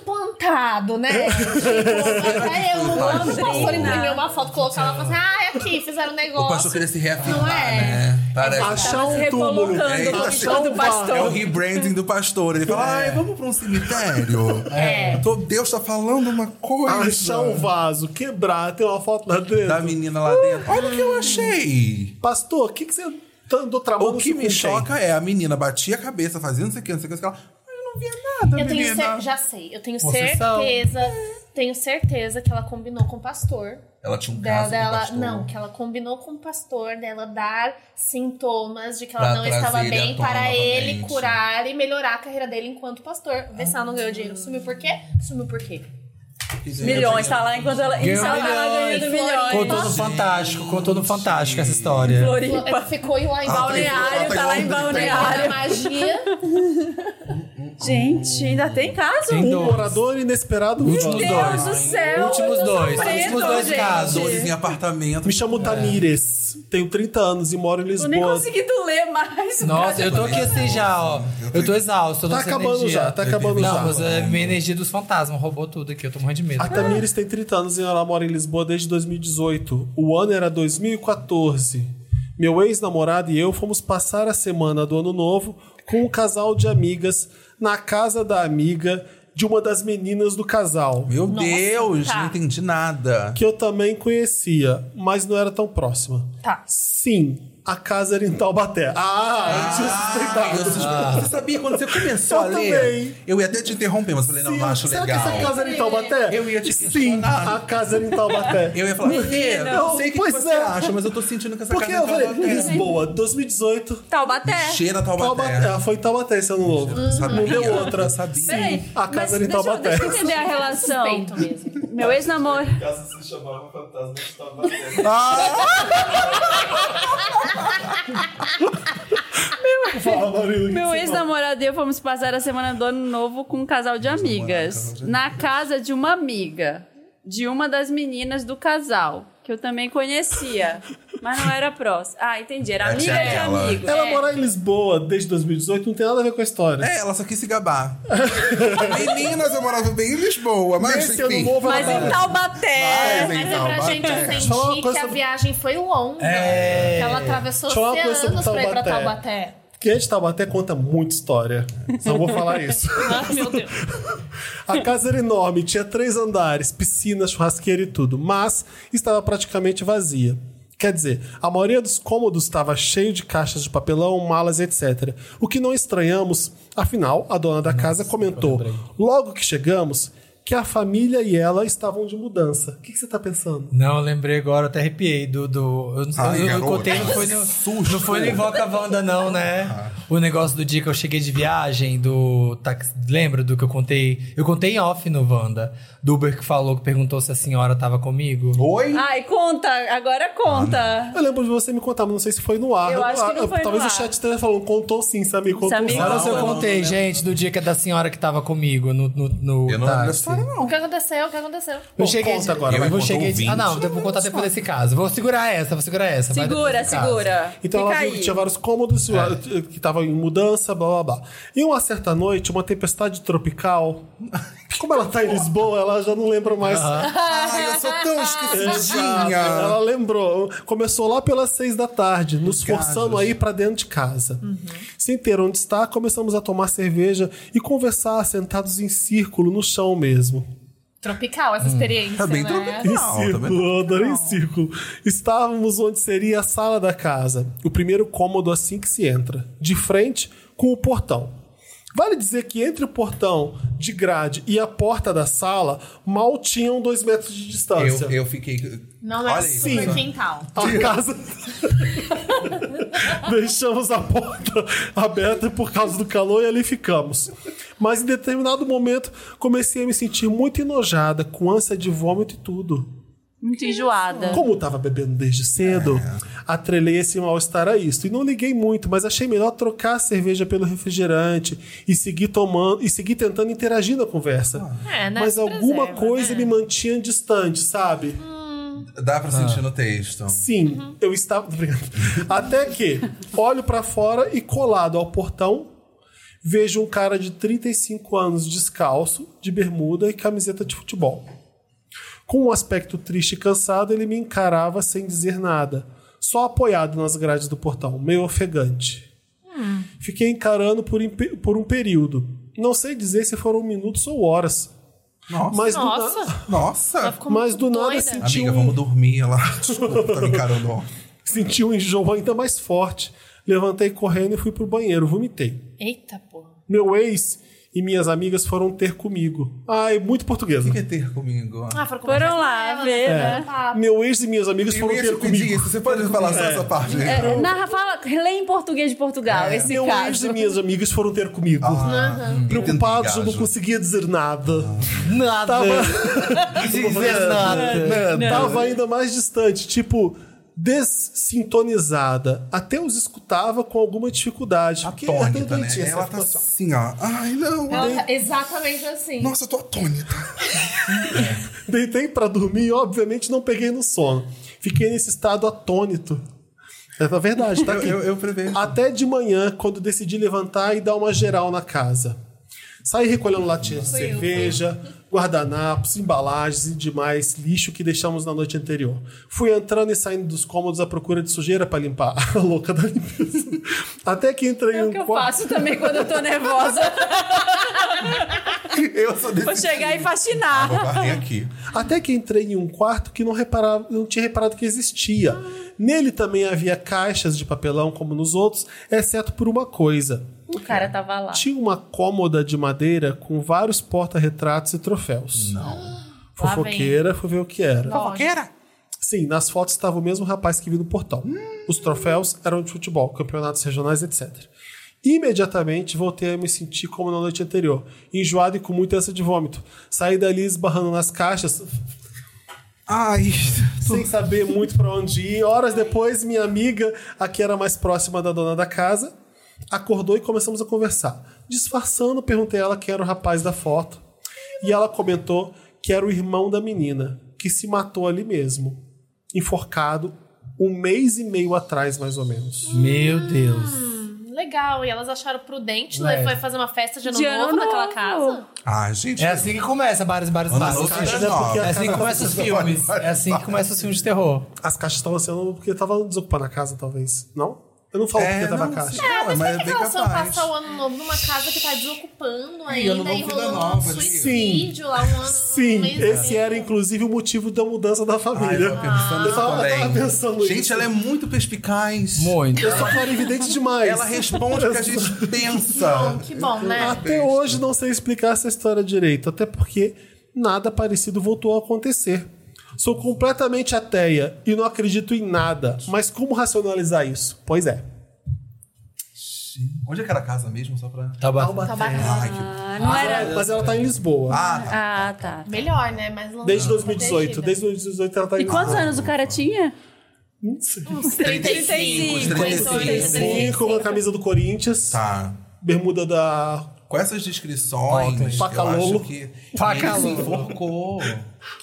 plantado, né? tipo, é, eu amo o pastor imprimir uma foto, colocar lá e falar assim, ah, aqui, fizeram um
o
negócio.
pastor queria se
Não
reafirmar,
é?
né? Parece.
achar um túmulo.
recolocando
É,
o
assim,
nome do
É o
pastor.
rebranding do pastor. Ele fala, ai, vamos pra um cemitério. É. Deus tá falando uma
Achar um
coisa.
vaso, quebrar, tem uma foto lá dentro.
Da menina lá dentro. Olha o que eu achei.
Pastor, o que, que você tá- andou
O
tramando
que
isso
me
com
choca é a menina batia a cabeça, fazendo não sei o que, não sei o que, não sei o que. Ela, mas eu não via nada,
Eu tenho
menina.
cer- já sei, eu tenho
Possessão.
certeza, tenho certeza que ela combinou com o pastor.
Ela tinha um
Dela,
caso com o
dela,
pastor.
não, que ela combinou com o pastor dela dar sintomas de que ela
Pra
não
trazer
estava
ele à
bem
tona
para ele
novamente.
curar e melhorar a carreira dele enquanto pastor. Vê se ela não ganhou dinheiro. Sumiu por quê? Sumiu por quê?
Milhões, tá lá enquanto ela.
Ganhou
Isso ela tá lá
milhões.
ganhando milhões.
Contou no Fantástico, contou no Fantástico essa história.
Ela
Floripa.
Ficou lá em um
Ah,
Balneário, tá lá em
Balneário,
Balneário.
magia.
Gente, ainda tem caso?
Tem
Um
dois.
morador inesperado
Últimos
vivo.
Meu Deus do
dois.
céu.
Últimos
eu tô
dois.
sofrendo,
Últimos dois
gente.
casos.
Dois em apartamento.
Me chamo Tamires, tenho 30 anos e moro em
Tô nem
Lisboa.
conseguindo ler mais.
Nossa, eu tô aqui assim já, ó. Eu tô exausto, eu tô
Tá
sem
acabando
energia.
já, tá acabando
não,
já.
mas é minha energia dos fantasmas roubou tudo aqui, eu tô morrendo de
Ah,
medo.
A
tá
Tamires tem 30 anos e ela mora em Lisboa desde 2018. O ano era 2014. Meu ex-namorado e eu fomos passar a semana do ano novo com um casal de amigas na casa da amiga de uma das meninas do casal,
Meu
Nossa,
Deus,
tá.
não entendi nada.
que eu também conhecia, mas não era tão próxima.
Tá.
Sim, a casa era em Taubaté. Ah, eu tinha
eu
suspeitado.
suspe- Você sabia quando você começou
Eu
a ler?
também.
Eu ia até te interromper, mas falei, não, não acho
Será
legal.
que essa casa era em Taubaté?
Eu ia te
Sim,
questionar.
a casa era em Taubaté.
Eu ia falar, Fê, não sei o que, que
Pois
você
é.
acha, mas eu tô sentindo que essa
Porque
casa
eu
é
falei,
Taubaté.
Lisboa, 2018,
É.
Taubaté.
Cheira Taubaté.
Taubaté. Ela foi em Taubaté esse ano novo.
Sabia,
Não deu outra.
eu sabia.
Peraí,
a
mas
casa era em
deixa, eu-
Taubaté.
deixa eu entender a relação.
Peito mesmo.
Meu ex-namoro.
Em casa se chamava fantasma de Taubaté.
Ah.
Fala, Murilo, o que
Meu
você fala?
ex-namorado e eu fomos passar a semana do ano novo com um casal de amigas. Na casa de uma amiga. De uma das meninas do casal. Que eu também conhecia. Mas não era próxima. Ah, entendi. Era
É,
amiga
tinha
de
aquela.
amigo.
Ela
é.
morar em Lisboa desde 2018 não tem nada a ver com a história.
É, ela só quis se gabar. Meninas, eu morava bem em Lisboa, mas
Esse ano
É, enfim.
novo ela
Mas em
tá-
Taubaté.
Mas,
Mas é
então,
pra
bate-
gente
Só uma
sentir
coisa
que a
sobre-
viagem foi longa.
É.
Que ela atravessou
Só uma coisa sobre
oceanos pra ir pra
Taubaté.
Taubaté.
Quem é de Taubaté conta muita história. Só vou falar isso.
Ah, meu Deus.
A casa era enorme, tinha três andares, piscina, churrasqueira e tudo, mas estava praticamente vazia. Quer dizer, a maioria dos cômodos estava cheio de caixas de papelão, malas, etc. O que não estranhamos, afinal, a dona da casa comentou, logo que chegamos, que a família e ela estavam de mudança. O que, que você está pensando?
Não, eu lembrei agora, eu até arrepiei do. do eu não-
Ai,
eu, eu
garota.
contei, não foi, no,
Susto.
não foi no Invoca a Wanda, não,
Ah.
né? O negócio do dia que eu cheguei de viagem, do. táxi- lembra do que eu contei? Eu contei em off no Wanda. Do Uber que falou, que perguntou se a senhora tava comigo.
Oi?
Ai, conta. Agora conta.
Eu lembro de você me contar, mas não sei se foi no ar.
Eu acho que não
Ah,
foi no
Talvez
ar.
o chat esteja falando, contou sim, Samir, contou
Samir
sim.
Olha
contou.
se eu
não,
contei,
não.
gente, do dia que é da senhora que tava comigo no, no, no
Eu não lembro dessa
táxi.
história, não.
O que aconteceu? O que aconteceu?
Eu cheguei
conta agora,
eu
vai,
vou
conta
cheguei de-
ouvinte.
Ah, não, eu vou contar depois desse caso. Vou segurar essa, vou segurar essa. vai
Segura,
depois desse caso.
segura.
Então
Fica
ela viu
aí.
que tinha vários cômodos eh, que estavam em mudança, blá blá blá. E uma certa noite, uma tempestade tropical. Como ela tá em Lisboa, ela já não lembra mais.
Ai, eu sou tão
Exato.
esquecidinha.
Ela lembrou. Começou lá pelas seis da tarde, nos
Gases.
forçando a ir pra dentro de casa. Sem ter onde estar, começamos a tomar cerveja e conversar sentados em círculo no chão mesmo.
Tropical
Hum.
essa experiência,
Tá bem
né?
Em
tropical. tá
círculo,
bem
eu adorei em círculo. Estávamos onde seria a sala da casa, o primeiro cômodo assim que se entra, de frente com o portão. Vale dizer que entre o portão de grade e a porta da sala, mal tinham dois metros de distância.
Eu, eu fiquei...
Não
Olha
é
aí,
super
Fernanda.
quintal.
A casa. Deixamos a porta aberta por causa do calor e ali ficamos. Mas em determinado momento comecei a me sentir muito enojada, com ânsia de vômito e tudo.
Muito enjoada.
Como eu tava bebendo desde cedo,
É.
atrelei esse mal-estar a isso. E não liguei muito, mas achei melhor trocar a cerveja pelo refrigerante e seguir tomando e seguir tentando interagir na conversa.
É, né?
mas
Se
alguma
preserva,
coisa
né?
me mantinha distante, sabe?
Dá pra sentir no texto.
Sim,
Uhum.
eu estava. Obrigado. Até que olho pra fora e colado ao portão, vejo um cara de 35 anos descalço, de bermuda e camiseta de futebol. Com um aspecto triste e cansado, ele me encarava sem dizer nada, só apoiado nas grades do portão, meio ofegante.
Hum.
Fiquei encarando por, impe- por um período. Não sei dizer se foram minutos ou horas.
Nossa.
Mas do, na-
Nossa, ela
Nossa.
ficou
mas do
muito
nada
doida.
senti
Amiga,
um
vamos dormir. Ela... Desculpa, tá me encarando. ó.
Senti um enjoo ainda mais forte. Levantei correndo e fui pro banheiro, vomitei.
Eita, porra.
Meu ex e minhas amigas foram ter comigo. Ai, muito portuguesa.
O que é ter comigo?
Ah, foram
Foram
conversar
lá
com ela,
ver,
É.
né?
né?
Ah,
Meu ex e minhas amigas
Eu
foram
ia
ter
te pedir
comigo.
isso. Você pode falar só
É.
essa parte?
É, narra, fala, lê em português de Portugal esse
É. Meu ex
caso.
e minhas amigas foram ter comigo.
Ah,
Preocupados, eu não conseguia dizer nada.
Nada.
Tava,
Não dizer Tá nada.
né, tava ainda mais distante, tipo, dessintonizada. Até os escutava com alguma dificuldade. Porque é tão
Atônita, né?
doentia essa
Ela tá
situação.
assim, ó. Ai, não.
Ela tá exatamente assim.
Nossa, eu tô atônita.
Deitei pra dormir e, obviamente, não peguei no sono. Fiquei nesse estado atônito. É na verdade, tá
Eu-
aqui.
eu- eu prevejo.
Até de manhã, quando decidi levantar e dar uma geral na casa. Saí recolhendo latinhas de cerveja, guardanapos, embalagens e demais lixo que deixamos na noite anterior. Fui entrando e saindo dos cômodos à procura de sujeira pra limpar. A louca da limpeza. Até que entrei
É o
em
que
um
eu
quarto.
faço também quando eu tô nervosa.
Eu sou desse
Vou chegar e
Ah, Vou
fascinar.
varrer aqui.
Até que entrei em um quarto que não, reparava, não tinha reparado que existia. Nele também havia caixas de papelão, como nos outros, exceto por uma coisa.
O cara tava lá.
Tinha uma cômoda de madeira com vários porta-retratos e troféus.
Não.
Fofoqueira, fui ver o que era.
Fofoqueira?
Sim, nas fotos estava o mesmo rapaz que vi no portal. Os troféus eram de futebol, campeonatos regionais, etc. Imediatamente voltei a me sentir como na noite anterior, enjoado e com muita ânsia de vômito. Saí dali esbarrando nas caixas,
Ai.
sem saber muito pra onde ir. Horas depois, minha amiga, a que era mais próxima da dona da casa, acordou e começamos a conversar. Disfarçando, perguntei a ela quem era o rapaz da foto. E ela comentou que era o irmão da menina, que se matou ali mesmo, enforcado, um mês e meio atrás, mais ou menos.
Meu Deus.
Legal, e elas acharam prudente,
É.
né? Foi fazer uma festa de ano,
De
novo,
ano
naquela
novo.
casa.
Ah, gente.
É assim que começa vários, vários,
Ana
vários.
Lúcia,
Cara, não, porque
É assim que
cara-
começam os filmes. É assim que começam os filmes de terror.
As caixas estavam sendo porque tava desocupando a casa, talvez. Não? Eu não falo
É,
porque tava
não,
a caixa.
sim. Não,
Ah,
mas
mas por
é
que que tá
bem
elas foram
capaz.
passar o ano novo numa casa que tá desocupando
E ano
ainda e
novo, vida
rolando um
nova, né? ali.
suicídio lá um ano? um
Sim,
mês
esse
inteiro?
era inclusive o motivo da mudança da
Ai, eu
família.
tava pensando
eu
isso
tava, Ah, eu tava
também.
pensando
gente,
isso.
ela é muito perspicaz.
Muito.
Eu sou clarividente demais.
Ela responde o que a gente pensa.
Bom, que bom, né?
Até hoje não sei explicar essa história direito, até porque nada parecido voltou a acontecer. Sou completamente ateia e não acredito em nada, mas como racionalizar isso? Pois é.
Gente, Onde é que era a casa mesmo? Só pra.
Tá bom.
Tá bacana.
Ai, que...
Ah, não era.
Mas ela tá em Lisboa.
Ah, tá.
Ah, tá.
Melhor, né? Mais longe.
Desde
da
2018.
protegida.
Desde 2018 ela tá em
E quantos
Lisboa.
anos o cara tinha?
Não sei.
Uns 35.
35.
35.
Cinco, com a camisa do Corinthians,
tá.
bermuda da
Com essas descrições,
Faca
eu acho
Lolo.
que.
Faca
ele se
Lolo.
enforcou.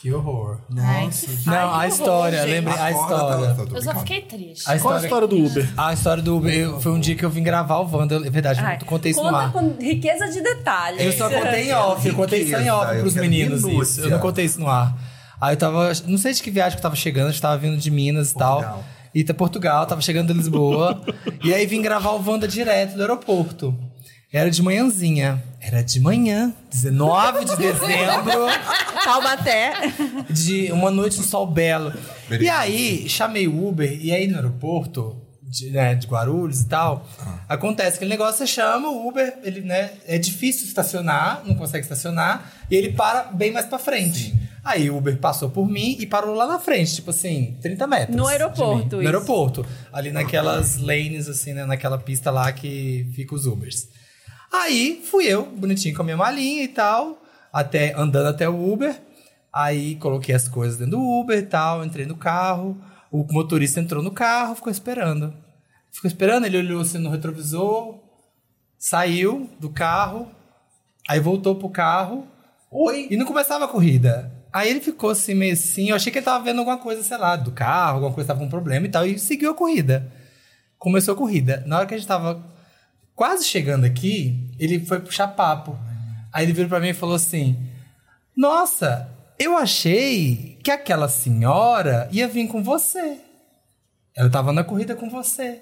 Que horror.
Ai, que
Não,
Ai,
a
que
história,
horror, gente.
lembrei a
Acorda,
história.
tá, tá, tô
Eu só
brincando.
fiquei
A
triste.
Qual a
história,
história do Uber?
a história do eu- foi um dia que eu vim gravar o Wanda, é verdade, eu
Ai,
não contei isso no
conta
ar.
com riqueza de detalhes.
Eu só contei em off, eu contei isso em off
Riqueza,
pros
eu quero
meninos isso.
minúcia.
Eu não contei isso no ar. Aí eu tava, não sei de que viagem que eu tava chegando, a gente tava vindo de Minas e tal.
Portugal.
E tá Portugal, tava chegando de Lisboa. e aí vim gravar o Wanda direto do aeroporto. Era de manhãzinha. Era de manhã, 19 de dezembro.
Taubaté.
de uma noite no sol belo. E aí, chamei o Uber, e aí no aeroporto, de, né, de Guarulhos e tal, acontece aquele negócio, você chama o Uber, ele, né, é difícil estacionar, não consegue estacionar, e ele para bem mais pra frente. Aí o Uber passou por mim e parou lá na frente, tipo assim, 30 metros.
No
de
aeroporto,
mim. No
isso.
aeroporto. Ali naquelas lanes, assim, né, naquela pista lá que fica os Ubers. Aí fui eu, bonitinho com a minha malinha e tal, até andando até o Uber. Aí coloquei as coisas dentro do Uber e tal, entrei no carro. O motorista entrou no carro, ficou esperando. Ficou esperando, ele olhou assim no retrovisor, saiu do carro, aí voltou pro carro. Oi! E não começava a corrida. Aí ele ficou assim, meio assim, eu achei que ele tava vendo alguma coisa, sei lá, do carro, alguma coisa, tava com um problema e tal, e seguiu a corrida. Começou a corrida. Na hora que a gente tava quase chegando aqui, ele foi puxar papo. Aí ele virou pra mim e falou assim: Nossa, eu achei que aquela senhora ia vir com você. Ela tava na corrida com você.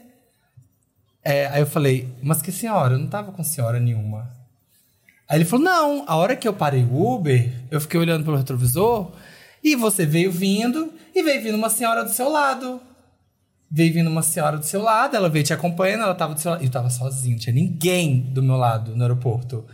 É, aí eu falei, mas que senhora? Eu não tava com senhora nenhuma. Aí ele falou, não, a hora que eu parei o Uber, eu fiquei olhando pelo retrovisor e você veio vindo e veio vindo uma senhora do seu lado. Veio vindo uma senhora do seu lado, ela veio te acompanhando, ela tava do seu lado. Eu tava sozinho, não tinha ninguém do meu lado no aeroporto.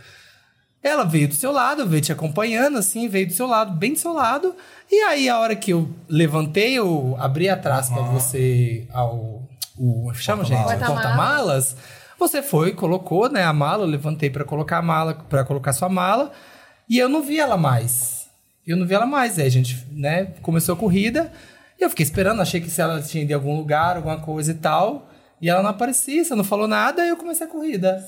Ela veio do seu lado, veio te acompanhando, assim, veio do seu lado, bem do seu lado. E aí, a hora que eu levantei, eu abri atrás pra você ao. O, como é chama, gente? O
Porta-malas.
porta-malas. Você foi, colocou, né, a mala, eu levantei pra colocar a mala, para colocar sua mala. E eu não vi ela mais. Eu não vi ela mais. Aí a gente, né, começou a corrida. E eu fiquei esperando, achei que se ela tinha ido em algum lugar, alguma coisa e tal. E ela não aparecia, você não falou nada, aí eu comecei a corrida.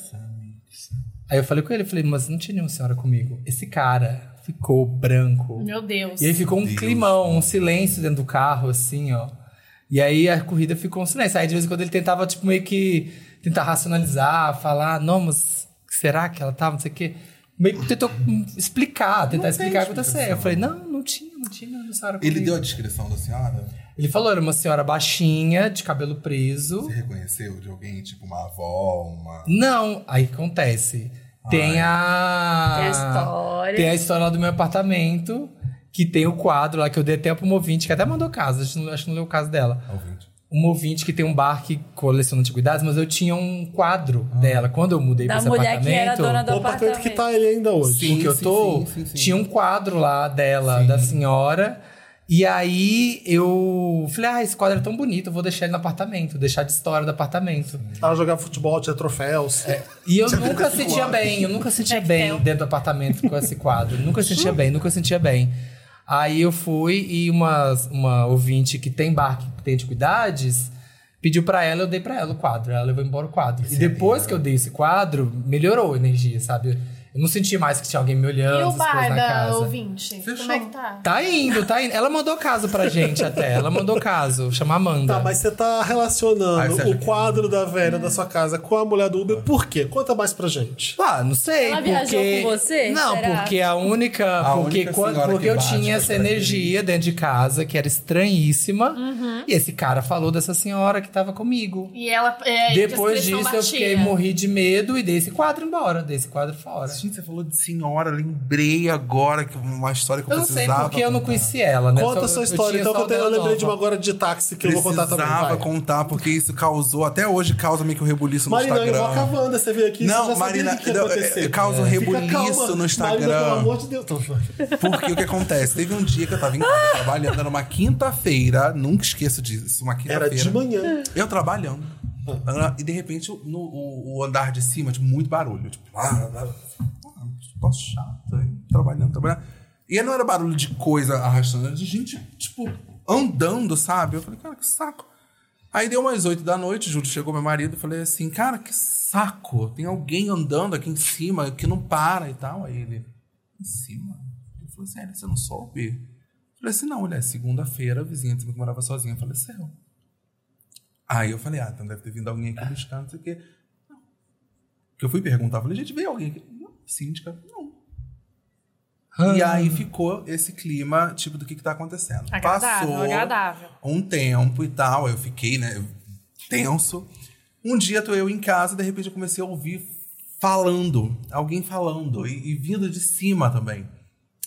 Aí eu falei com ele, eu falei, mas não tinha nenhuma senhora comigo. Esse cara ficou branco.
Meu Deus.
E aí ficou um
Deus.
climão, um silêncio dentro do carro, assim, ó. E aí a corrida ficou um silêncio. Aí de vez em quando ele tentava, tipo, meio que tentar racionalizar, falar, não, mas será que ela tava, não sei o quê. Meio que tentou hum, explicar, tentar explicar o que aconteceu. Eu falei, não, não tinha, não tinha nenhuma senhora comigo.
Ele deu a descrição da senhora?
Ele falou, era uma senhora baixinha, de cabelo preso.
Você reconheceu de alguém, tipo uma avó, uma.
Não, aí o que acontece. Tem a.
Tem a história.
Tem a história lá do meu apartamento, que tem o quadro lá que eu dei até pra uma ouvinte, que até mandou caso, acho que não- acho que não leu o caso dela.
Ouvinte.
Uma ouvinte que tem um bar que coleciona antiguidades, mas eu tinha um quadro
Ah.
dela. Quando eu mudei pra
Da
esse
mulher
apartamento.
que era dona do
O apartamento
apartamento.
que tá ele ainda hoje.
Sim, que eu
sim,
tô,
sim, sim, sim.
tinha um quadro lá dela, da senhora. E aí eu falei, ah, esse quadro é tão bonito, eu vou deixar ele no apartamento, deixar de história do apartamento.
Ela jogava futebol, tinha troféus.
É,
E eu nunca sentia bem, eu nunca
É
sentia
um-
bem dentro do apartamento com esse quadro. Nunca sentia bem, nunca sentia bem. Aí eu fui e uma, uma ouvinte que tem bar, que tem antiguidades, pediu pra ela, eu dei pra ela o quadro. Ela levou embora o quadro.
é
E depois que eu dei esse quadro, melhorou a energia, sabe? Eu não senti mais que tinha alguém me olhando,
E o
essas coisas
bar
na
da
casa.
ouvinte? Como é que tá?
Tá indo, tá indo. Ela mandou caso pra gente até. Ela mandou caso, chama Amanda.
Tá, mas você tá relacionando
É. Aí você acha
o
que- Ah.
quadro da velha
Hum.
da sua casa com a mulher do Uber, por quê? Conta mais pra gente.
Ah, não sei.
Ela
porque...
viajou com você?
Não,
Será?
porque a única.
A
porque
única
quando-
senhora
porque
que
eu
bate
tinha
as
essa energia dentro de casa que era estranhíssima.
Uhum.
E esse cara falou dessa senhora que tava comigo.
E ela. É, e a
Depois
descrição
disso, eu fiquei,
batia.
morri de medo e dei esse quadro embora. Dei esse quadro fora.
Gente, você falou de senhora, lembrei agora que uma história que eu,
Eu não sei
precisava.
porque eu não
contar.
conheci ela, né?
Conta
Só-
a sua
eu
história,
tinha
então,
só
que eu, tenho- eu
dela
lembrei
nova.
de uma agora de táxi que eu vou contar também.
Precisava
vai.
contar, porque isso causou, até hoje causa meio que um rebuliço no
Marina,
Instagram.
invoca a Wanda, você veio aqui,
Não,
você já
Marina,
sabia o que ia
não,
acontecer.
é, causa um
Fica
rebuliço
calma.
no Instagram.
Marina, pelo amor de Deus. Tô-
Porque o que acontece? Teve um dia que eu tava em casa trabalhando, era uma quinta-feira, nunca esqueço disso, uma quinta-feira.
Era de manhã.
Eu trabalhando. Ah, E de repente, no, o, o andar de cima, tipo, muito barulho. Tipo, ah, ah, ah, tô chato, hein? trabalhando, trabalhando. E não era barulho de coisa arrastando, era de gente, tipo, andando, sabe? Eu falei, cara, que saco. Aí deu umas oito da noite, Júlio chegou meu marido, eu falei assim, cara, que saco. Tem alguém andando aqui em cima que não para e tal. Aí ele, em cima? Ele falou, sério, você não soube? Eu falei assim, não, mulher, segunda-feira, a vizinha de cima que morava sozinha faleceu. Aí eu falei, ah, então deve ter vindo alguém aqui buscar, não sei o quê. Não. Que eu fui perguntar, eu falei, gente, veio alguém aqui? Não, síndica, não. E aí
Ah.
ficou esse clima, tipo, do que que tá acontecendo.
Agradável, agradável.
um tempo e tal, eu fiquei, né, tenso. Um dia tô eu em casa, de repente eu comecei a ouvir falando, alguém falando, e, e vindo de cima também.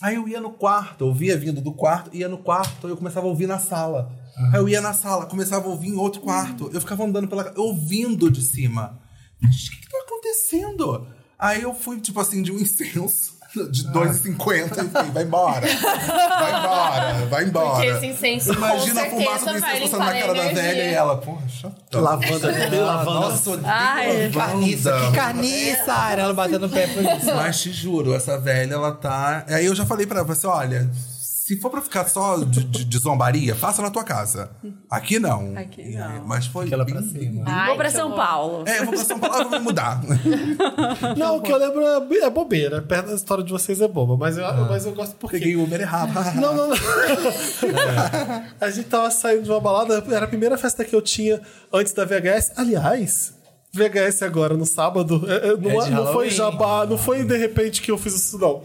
Aí eu ia no quarto, ouvia vindo do quarto, ia no quarto, eu começava a ouvir na sala. Aí eu ia na sala, começava a ouvir em outro quarto. Eu ficava andando pela casa, ouvindo de cima. Mas o que, que tá acontecendo? Aí eu fui, tipo assim, de um incenso de 2,50 e falei, vai embora. Vai embora, vai embora.
Porque esse incenso, com
Imagina a
certeza,
fumaça do
vai
incenso passando
limpar
na
a
cara da
energia.
velha e ela, poxa.
Lavanda, bem lavanda.
Tá. Nossa, odeio
Ai,
lavanda.
Carniça, que carniça! Era Ela batendo o pé assim, por isso.
Mas te juro, essa velha, ela tá. Aí eu já falei pra ela, falei assim: olha, se for pra ficar só de, de- de zombaria, faça na tua casa. Aqui não.
Aqui
E-
não.
Mas foi.
Aquela pra
bem-
cima.
Ai,
Vou pra
que
São
horror.
Paulo.
É, eu vou pra São Paulo, eu vou me mudar.
Não, o que eu lembro é é bobeira. Perto da história de vocês é boba, mas
Ah.
eu, mas eu gosto porque.
Peguei o Uber errado.
Não, não, não. É. A gente tava saindo de uma balada, era a primeira festa que eu tinha antes da VHS. Aliás, VHS agora, no sábado, é, é, não,
É de
não foi
Halloween.
jabá, não foi de repente que eu fiz isso, não.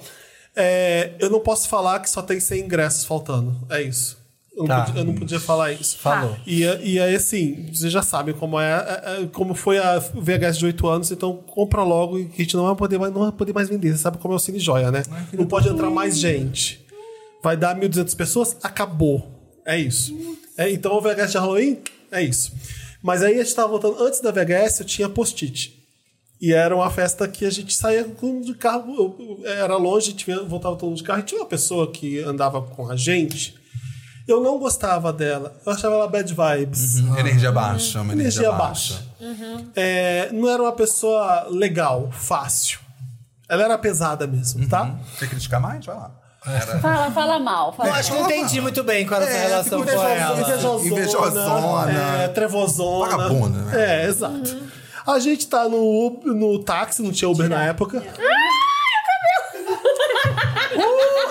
É, eu não posso falar que só tem 100 ingressos faltando. É isso. Eu não,
Tá.
podia, eu não podia falar isso.
Falou.
E, e aí, assim, vocês já sabem como é, é, é, como foi a VHS de 8 anos, então compra logo que a gente não vai poder mais, não vai poder mais vender. Você sabe como é o Cine Joia, né? Não pode entrar mais gente. Vai dar 1.200 pessoas, acabou. É isso. É, então o VHS de Halloween, é isso. Mas aí a gente tava voltando, antes da VHS eu tinha post-it. E era uma festa que a gente saía com- de carro, eu- eu- era longe, tinha, voltava todo mundo de carro. E tinha uma pessoa que andava com a gente. Eu não gostava dela. Eu achava ela bad vibes.
Hum, Energia baixa, uma Uhum. energia,
Energia
baixa.
baixa. É, não era uma pessoa legal, fácil. Ela era pesada mesmo, tá?
Quer criticar mais? Vai lá.
É.
Fala, fala mal. Fala
Eu acho que
mal.
não entendi muito bem qual era a sua relação com
fica
ela.
invejosona,
Invejosona.
é, trevosona.
Vagabunda, né?
É, exato. A gente tá no, Uber- no táxi, não tinha Uber na época.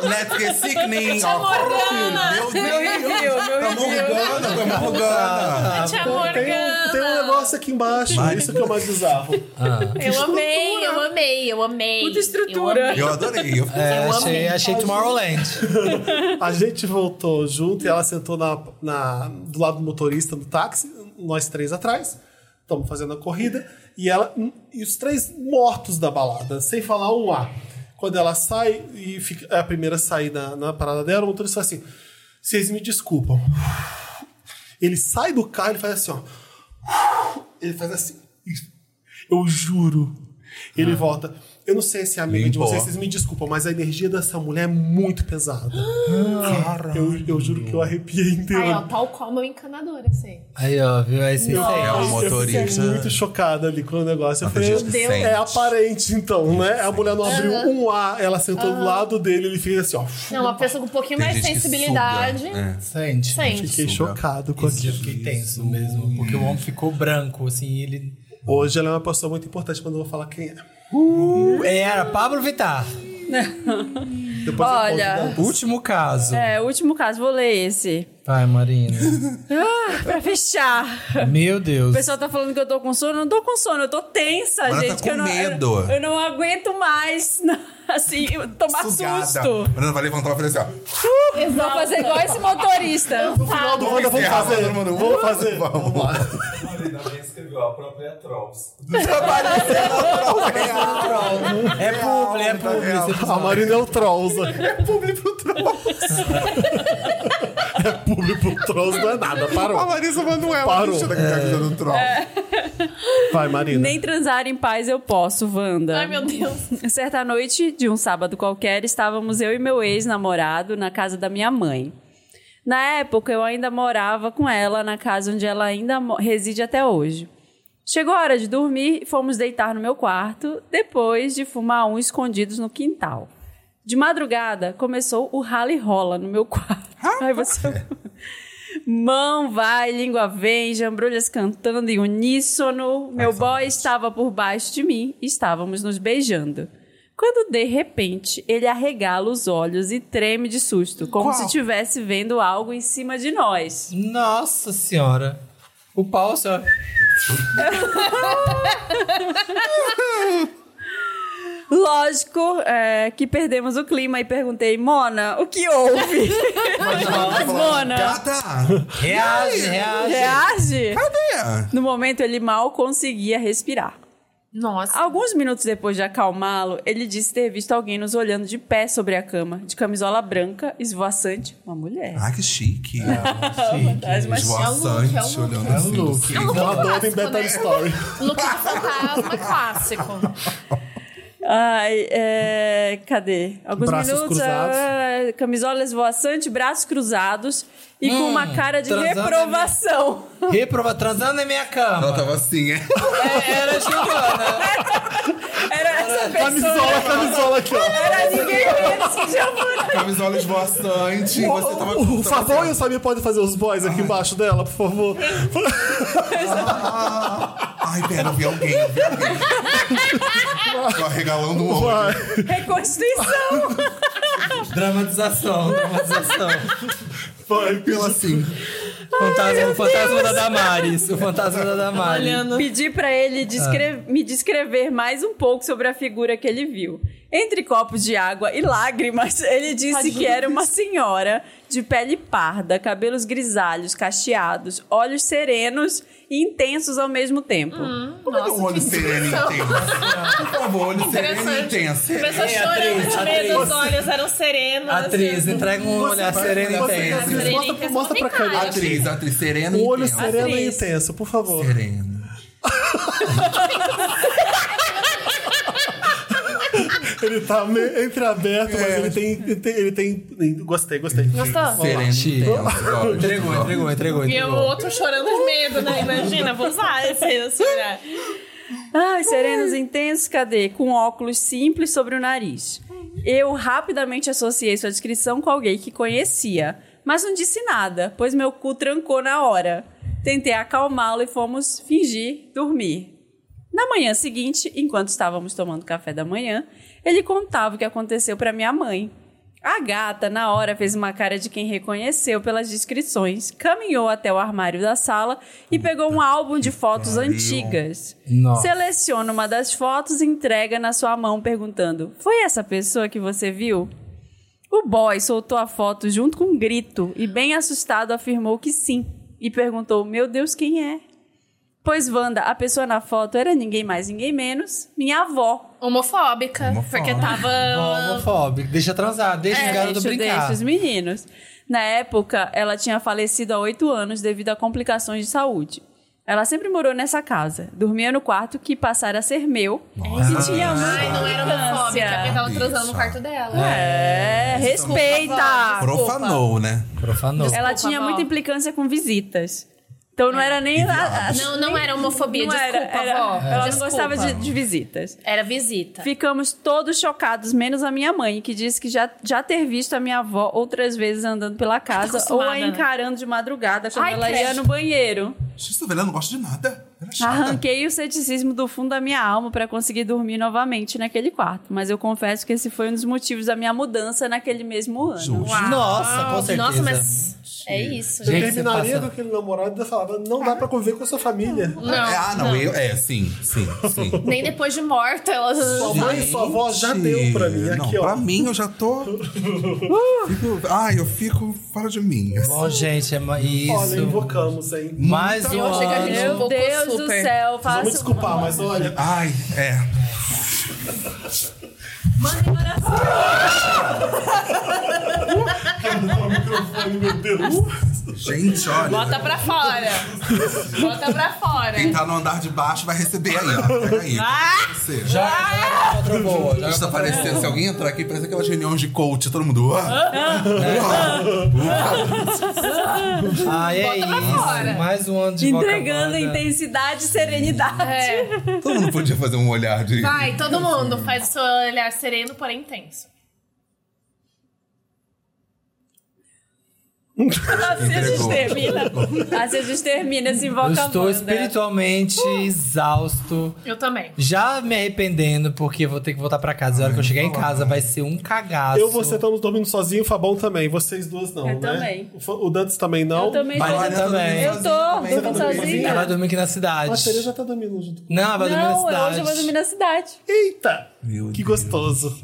Let's get Né? é sickening. Ó,
Morgana.
Meu Deus. Tá morgana, tá morgana.
Tia
Tem, um- tem um
Morgana.
negócio aqui embaixo,
Mas-
isso que é o mais bizarro.
Eu amei, eu amei, eu amei.
Puta estrutura.
Eu
Eu amei.
adorei. assim, Eu fiquei
É,
Eu
achei,
amei.
achei Tomorrowland.
A gente voltou junto e ela sentou na, na- do lado do motorista do táxi, nós três atrás. Estamos fazendo a corrida. E ela. E os três mortos da balada, sem falar um A. Quando ela sai e fica, é a primeira a sair na, na parada dela, o motorista fala assim: vocês me desculpam. Ele sai do carro e faz assim, ó. Ele faz assim. Eu juro. Ele volta. Eu não sei se é amigo de
Limpou.
vocês, vocês me desculpam, mas a energia dessa mulher é muito pesada.
assim,
Eu, eu juro que eu arrepiei
Aí, ó,
inteiro.
tal qual meu encanador, assim.
Aí, ó, viu? Aí você
É o
Eu fiquei
motorista.
muito chocada ali com o negócio. Eu
Não,
falei,
a gente sente.
é aparente então, né? A mulher não abriu um A, ela sentou do lado dele, ele fez assim, ó.
Não, uma pessoa com um pouquinho
Tem
mais de
gente que
sensibilidade.
suga, é.
sente.
Sente.
Fiquei
Suga.
chocado com
Esse dia eu
aquilo.
fiquei tenso mesmo, porque o homem ficou branco, assim, ele...
Hoje ela é uma pessoa muito importante, mas não vou falar quem é.
Era Pablo Vittar.
Depois eu conto né?
Olha.
da-
Último caso.
É, último caso, vou ler esse.
Vai, Marina.
Ah, pra fechar.
Meu
O
Deus.
pessoal tá falando que eu tô com sono, eu não tô com sono, eu tô tensa,
Mas
gente.
tá
que eu
com
não,
medo.
Eu, eu não aguento mais, assim, eu tomar susto.
Bruna vai levantar e vai fazer assim, ó.
Vou fazer igual esse motorista.
No final do Wanda, vamos
encerrar,
fazer.
todo mundo.
Vamos fazer.
Vamos.
Vamos lá.
Marina bem escreveu a própria Trolls.
É publi, é publi.
real.
esse
A Marina é o Trolls. É público pro Trolls. é público pro Trolls, não é nada.
A
Parou.
Larissa Manoela.
Parou.
bicha da camisa do Troll.
Vai, Marina.
Nem transar em paz eu posso, Wanda.
Ai, meu Deus.
Certa noite de um sábado qualquer, estávamos eu e meu ex-namorado na casa da minha mãe. Na época, eu ainda morava com ela na casa onde ela ainda mo- reside até hoje. Chegou a hora de dormir e fomos deitar no meu quarto, depois de fumar um escondidos no quintal. De madrugada, começou o rala e rola no meu quarto. Ai, você... Mão vai, língua vem, jambrulhas cantando em uníssono. Meu boy estava por baixo de mim e estávamos nos beijando. Quando de repente ele arregala os olhos e treme de susto, como se estivesse vendo algo em cima de nós.
Nossa senhora. O pau assim, só...
Lógico é, que perdemos o clima e perguntei, Mona, o que houve? Mona,
Gata!
Reage, reage.
reage?
Cadê?
No momento ele mal conseguia respirar.
Nossa.
Alguns minutos depois de acalmá-lo, ele disse ter visto alguém nos olhando de pé sobre a cama, de camisola branca, esvoaçante, uma mulher.
Ah, que chique.
Mas- mas-
Esvoaçante,
é o look.
olhando
É o
assim.
look.
um
Então,
assim.
Voadora em
clássico,
Beta
né?
Story.
Look de fantasma clássico.
Ai, é, cadê? Alguns
Braços
minutos,
cruzados.
ah, camisola esvoaçante, braços cruzados e com
Hum,
uma cara de
transando,
reprovação.
Reprova, transando na minha
Ela
cama.
tava assim, é.
Era Juliana.
Era essa
Camisola,
pessoa.
camisola aqui, ó.
Era ninguém menos que Giovanna.
Camisola esvoaçante. Você tava...
O
tava
Favão
assim,
e o Samir podem fazer os boys aqui embaixo dela, por favor.
ó. Ah. Ai, pera, eu vi alguém. Eu vi alguém. Tô arregalando o ombro.
Vai.
Reconstituição.
Dramatização, dramatização.
Vai, pela assim.
Fantasma, o fantasma da Damares. O fantasma da Damares.
Pedi pra ele descre- me descrever mais um pouco sobre a figura que ele viu. Entre copos de água e lágrimas, ele disse que era uma senhora de pele parda, cabelos grisalhos, cacheados, olhos serenos e intensos ao mesmo tempo.
Nossa, um olho
que
sereno e
discussão.
intenso. Por favor, olho sereno e
Interessante.
intenso.
Começou
Ei,
chorando
atriz,
de medo,
atriz.
os olhos eram serenos.
Atriz,
assim.
entrega um olhar sereno e
você-
intenso.
você- Mostra, mostra pra câmera.
Atriz, atriz, sereno e
O olho
intenso.
sereno e
Atriz.
intenso, por favor.
Sereno.
Ele tá meio entreaberto, mas
É.
ele tem, ele tem. Ele tem. Gostei, gostei.
Gostou?
Sereno,
Chique.
intenso, gosto.
É
Entregou, entregou, entregou,
E o
entregou.
outro chorando de medo, né? Imagina, vou usar esse, esse olhar.
Ai, serenos intensos, cadê? Com óculos simples sobre o nariz. Eu rapidamente associei sua descrição com alguém que conhecia, mas não disse nada, pois meu cu trancou na hora. Tentei acalmá-lo e fomos fingir dormir. Na manhã seguinte, enquanto estávamos tomando café da manhã, ele contava o que aconteceu para minha mãe. A gata, na hora, fez uma cara de quem reconheceu pelas descrições, caminhou até o armário da sala e pegou um álbum de fotos
pariu.
antigas.
Nossa.
Seleciona uma das fotos e entrega na sua mão, perguntando: Foi essa pessoa que você viu? O boy soltou a foto junto com um grito e, bem assustado, afirmou que sim. E perguntou: Meu Deus, quem é? Pois, Wanda, a pessoa na foto era ninguém mais, ninguém menos, minha avó.
Homofóbica,
Homofóbica.
porque tava.
Homofóbico. Deixa transar,
É,
deixa os garotos
É, deixa,
brincar.
deixa os meninos. Na época, ela tinha falecido há oito anos devido a complicações de saúde. Ela sempre morou nessa casa. Dormia no quarto que passara a ser meu.
Ah.
E tinha
Ai, não era homofóbica, porque tava transando no quarto dela.
É,
tá
respeita!
Profanou, né?
Profanou.
Ela
Desculpa,
tinha
vó.
muita implicância com visitas. Então não era nem... a- a-
É. Não, não era homofobia,
não
desculpa,
era, era-
vó.
Ela não
Desculpa.
gostava de- de visitas.
Era visita.
Ficamos todos chocados, menos a minha mãe, que disse que já, já ter visto a minha avó outras vezes andando pela casa ou
acostumada,
a encarando de madrugada quando
Ai,
ela ia
credo.
no banheiro.
Vocês estão vendo? Eu não gosto de nada. Era chata.
Arranquei o ceticismo do fundo da minha alma para conseguir dormir novamente naquele quarto, mas eu confesso que esse foi um dos motivos da minha mudança naquele mesmo ano.
Justo.
Nossa, com certeza.
Nossa, mas. É isso,
Eu
Gente,
gente.
você
terminaria
passa-
com aquele namorado e falava: não dá pra conviver com a sua família.
Não,
É, ah, não,
não.
eu. É, sim, sim, sim.
Nem depois de morta ela.
Sua mãe e sua avó já deu pra mim.
Não,
Aqui, ó.
pra mim eu já tô. Fico- ai, eu fico fora de mim. assim.
Bom, gente, é ma-
Olha,
isso.
invocamos, hein?
Mais um
Eu achei que a gente
ano.
Meu
invocou
Deus do
super.
céu,
Vamos me
faço
desculpar, mas olha.
Ai, é. Gente, olha.
Bota pra fora. Bota pra fora.
Quem tá no andar de baixo vai receber aí, ó. Pega aí.
Ah!
Você.
Já, já encontrou boa. Já
Isso tá parecendo, se alguém entrar aqui, parece aquelas reuniões de coach, todo mundo. "Ah,
Ah, é
Bota pra fora.
isso. Mais um ano de
entregando
Bocabana.
intensidade e serenidade.
É.
Todo mundo podia fazer um olhar de.
Vai, todo mundo faz o seu olhar sereno, porém intenso.
Assim a gente
Entregou.
termina. Assim a gente termina esse
Eu
invocamento.
né?
estou espiritualmente
Uh!
exausto.
Eu também.
Já me arrependendo, porque vou ter que voltar pra casa. E a hora que eu chegar em casa vai ser um cagaço.
Eu e você estamos dormindo sozinho, o Fabão também. Vocês duas não,
Eu
né?
também.
O Fa- O Dantes também não.
Eu também
Mas
tô-
Olha,
eu
todo mundo
também.
Eu tô,
sozinho
tô
também, todo mundo
sozinha.
Ela vai dormir aqui na cidade.
A Tereza já tá dormindo junto.
Não, ela vai dormir na
é
Não,
cidade.
hoje eu vou dormir na cidade.
Eita!
Meu
que
Deus.
gostoso.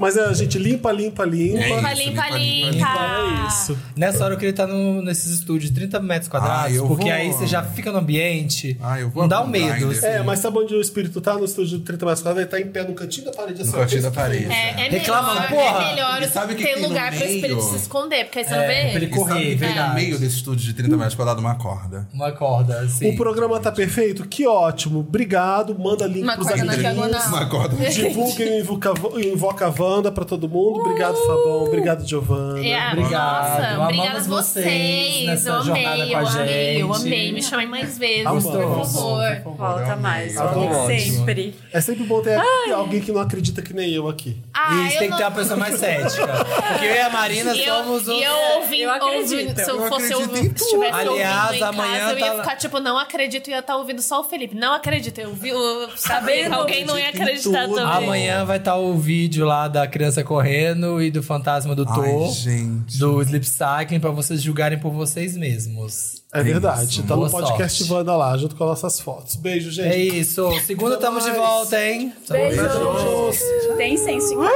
Mas é, a gente limpa, limpa, limpa.
É
Limpa,
isso,
limpa,
limpa,
limpa.
limpa.
É isso.
Nessa hora eu queria estar no, nesses estúdios de 30 metros quadrados,
Ah, eu
porque
vou-
aí você já fica no ambiente.
Ah, eu vou
não dá um
abrir um
medo.
grinder.
assim.
É, mas sabe onde o espírito tá? No estúdio de 30 mais quadrado, ele tá em pé no cantinho da parede.
No
assim, ó.
cantinho da parede.
É, é
Reclamando,
melhor,
porra.
é melhor
E sabe o que
ter
tem no
lugar pro
meio?
espírito se esconder, porque aí você não
É,
vê
pra ele
ele.
E sabe
correr,
que tem
verdade.
no meio desse estúdio de 30 metros quadrados uma corda.
Uma corda, assim.
O programa tá perfeito? Que ótimo. Obrigado. Manda link
Uma
pros
corda na
amiguinhos.
diagonal.
um, Uma corda.
Divulguem o Invoca, o Invoca a Wanda pra todo mundo. Obrigado, Fabão. Obrigado, Giovana.
É,
Né? Obrigado,
Nossa, obrigada a
amamos vocês
vocês.
nessa
Eu
jornada
amei,
com
eu
a
amei, eu
gente. Tá
amei. Me chamem mais vezes,
Gostou?
por
Por
favor.
favor, eu
Volta
amei.
mais,
Eu
volta
ótimo.
sempre.
É sempre bom ter alguém que não acredita que nem eu aqui.
Ah,
e tem que
eu
ter
não-
uma pessoa mais cética. Porque eu e a Marina
E
somos
eu,
os.
e eu ouvi,
eu acredito.
ouvi- se eu
Eu
fosse
acredito
ouvi,
em
se tivesse
Aliás,
ouvindo em
amanhã
casa, eu ia
tá-
ficar tipo, não acredito, e ia estar ouvindo só o Felipe. Não acredito, eu vi o
vendo?
sabendo, alguém não ia acreditar
tudo.
também.
Amanhã vai estar o vídeo lá da criança correndo e do fantasma do
Ai,
Thor,
gente.
do Sleep Cycling, pra vocês julgarem por vocês mesmos.
É
Tem
verdade.
isso.
Tá no
Boa
podcast
sorte.
Wanda lá, junto com as nossas fotos. Beijo, gente.
É isso. Segunda
Até
estamos de
mais.
volta, hein?
Beijos. Tem senso em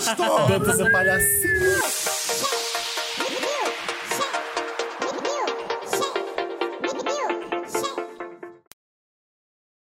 Susto!
Dantas é palhacinho.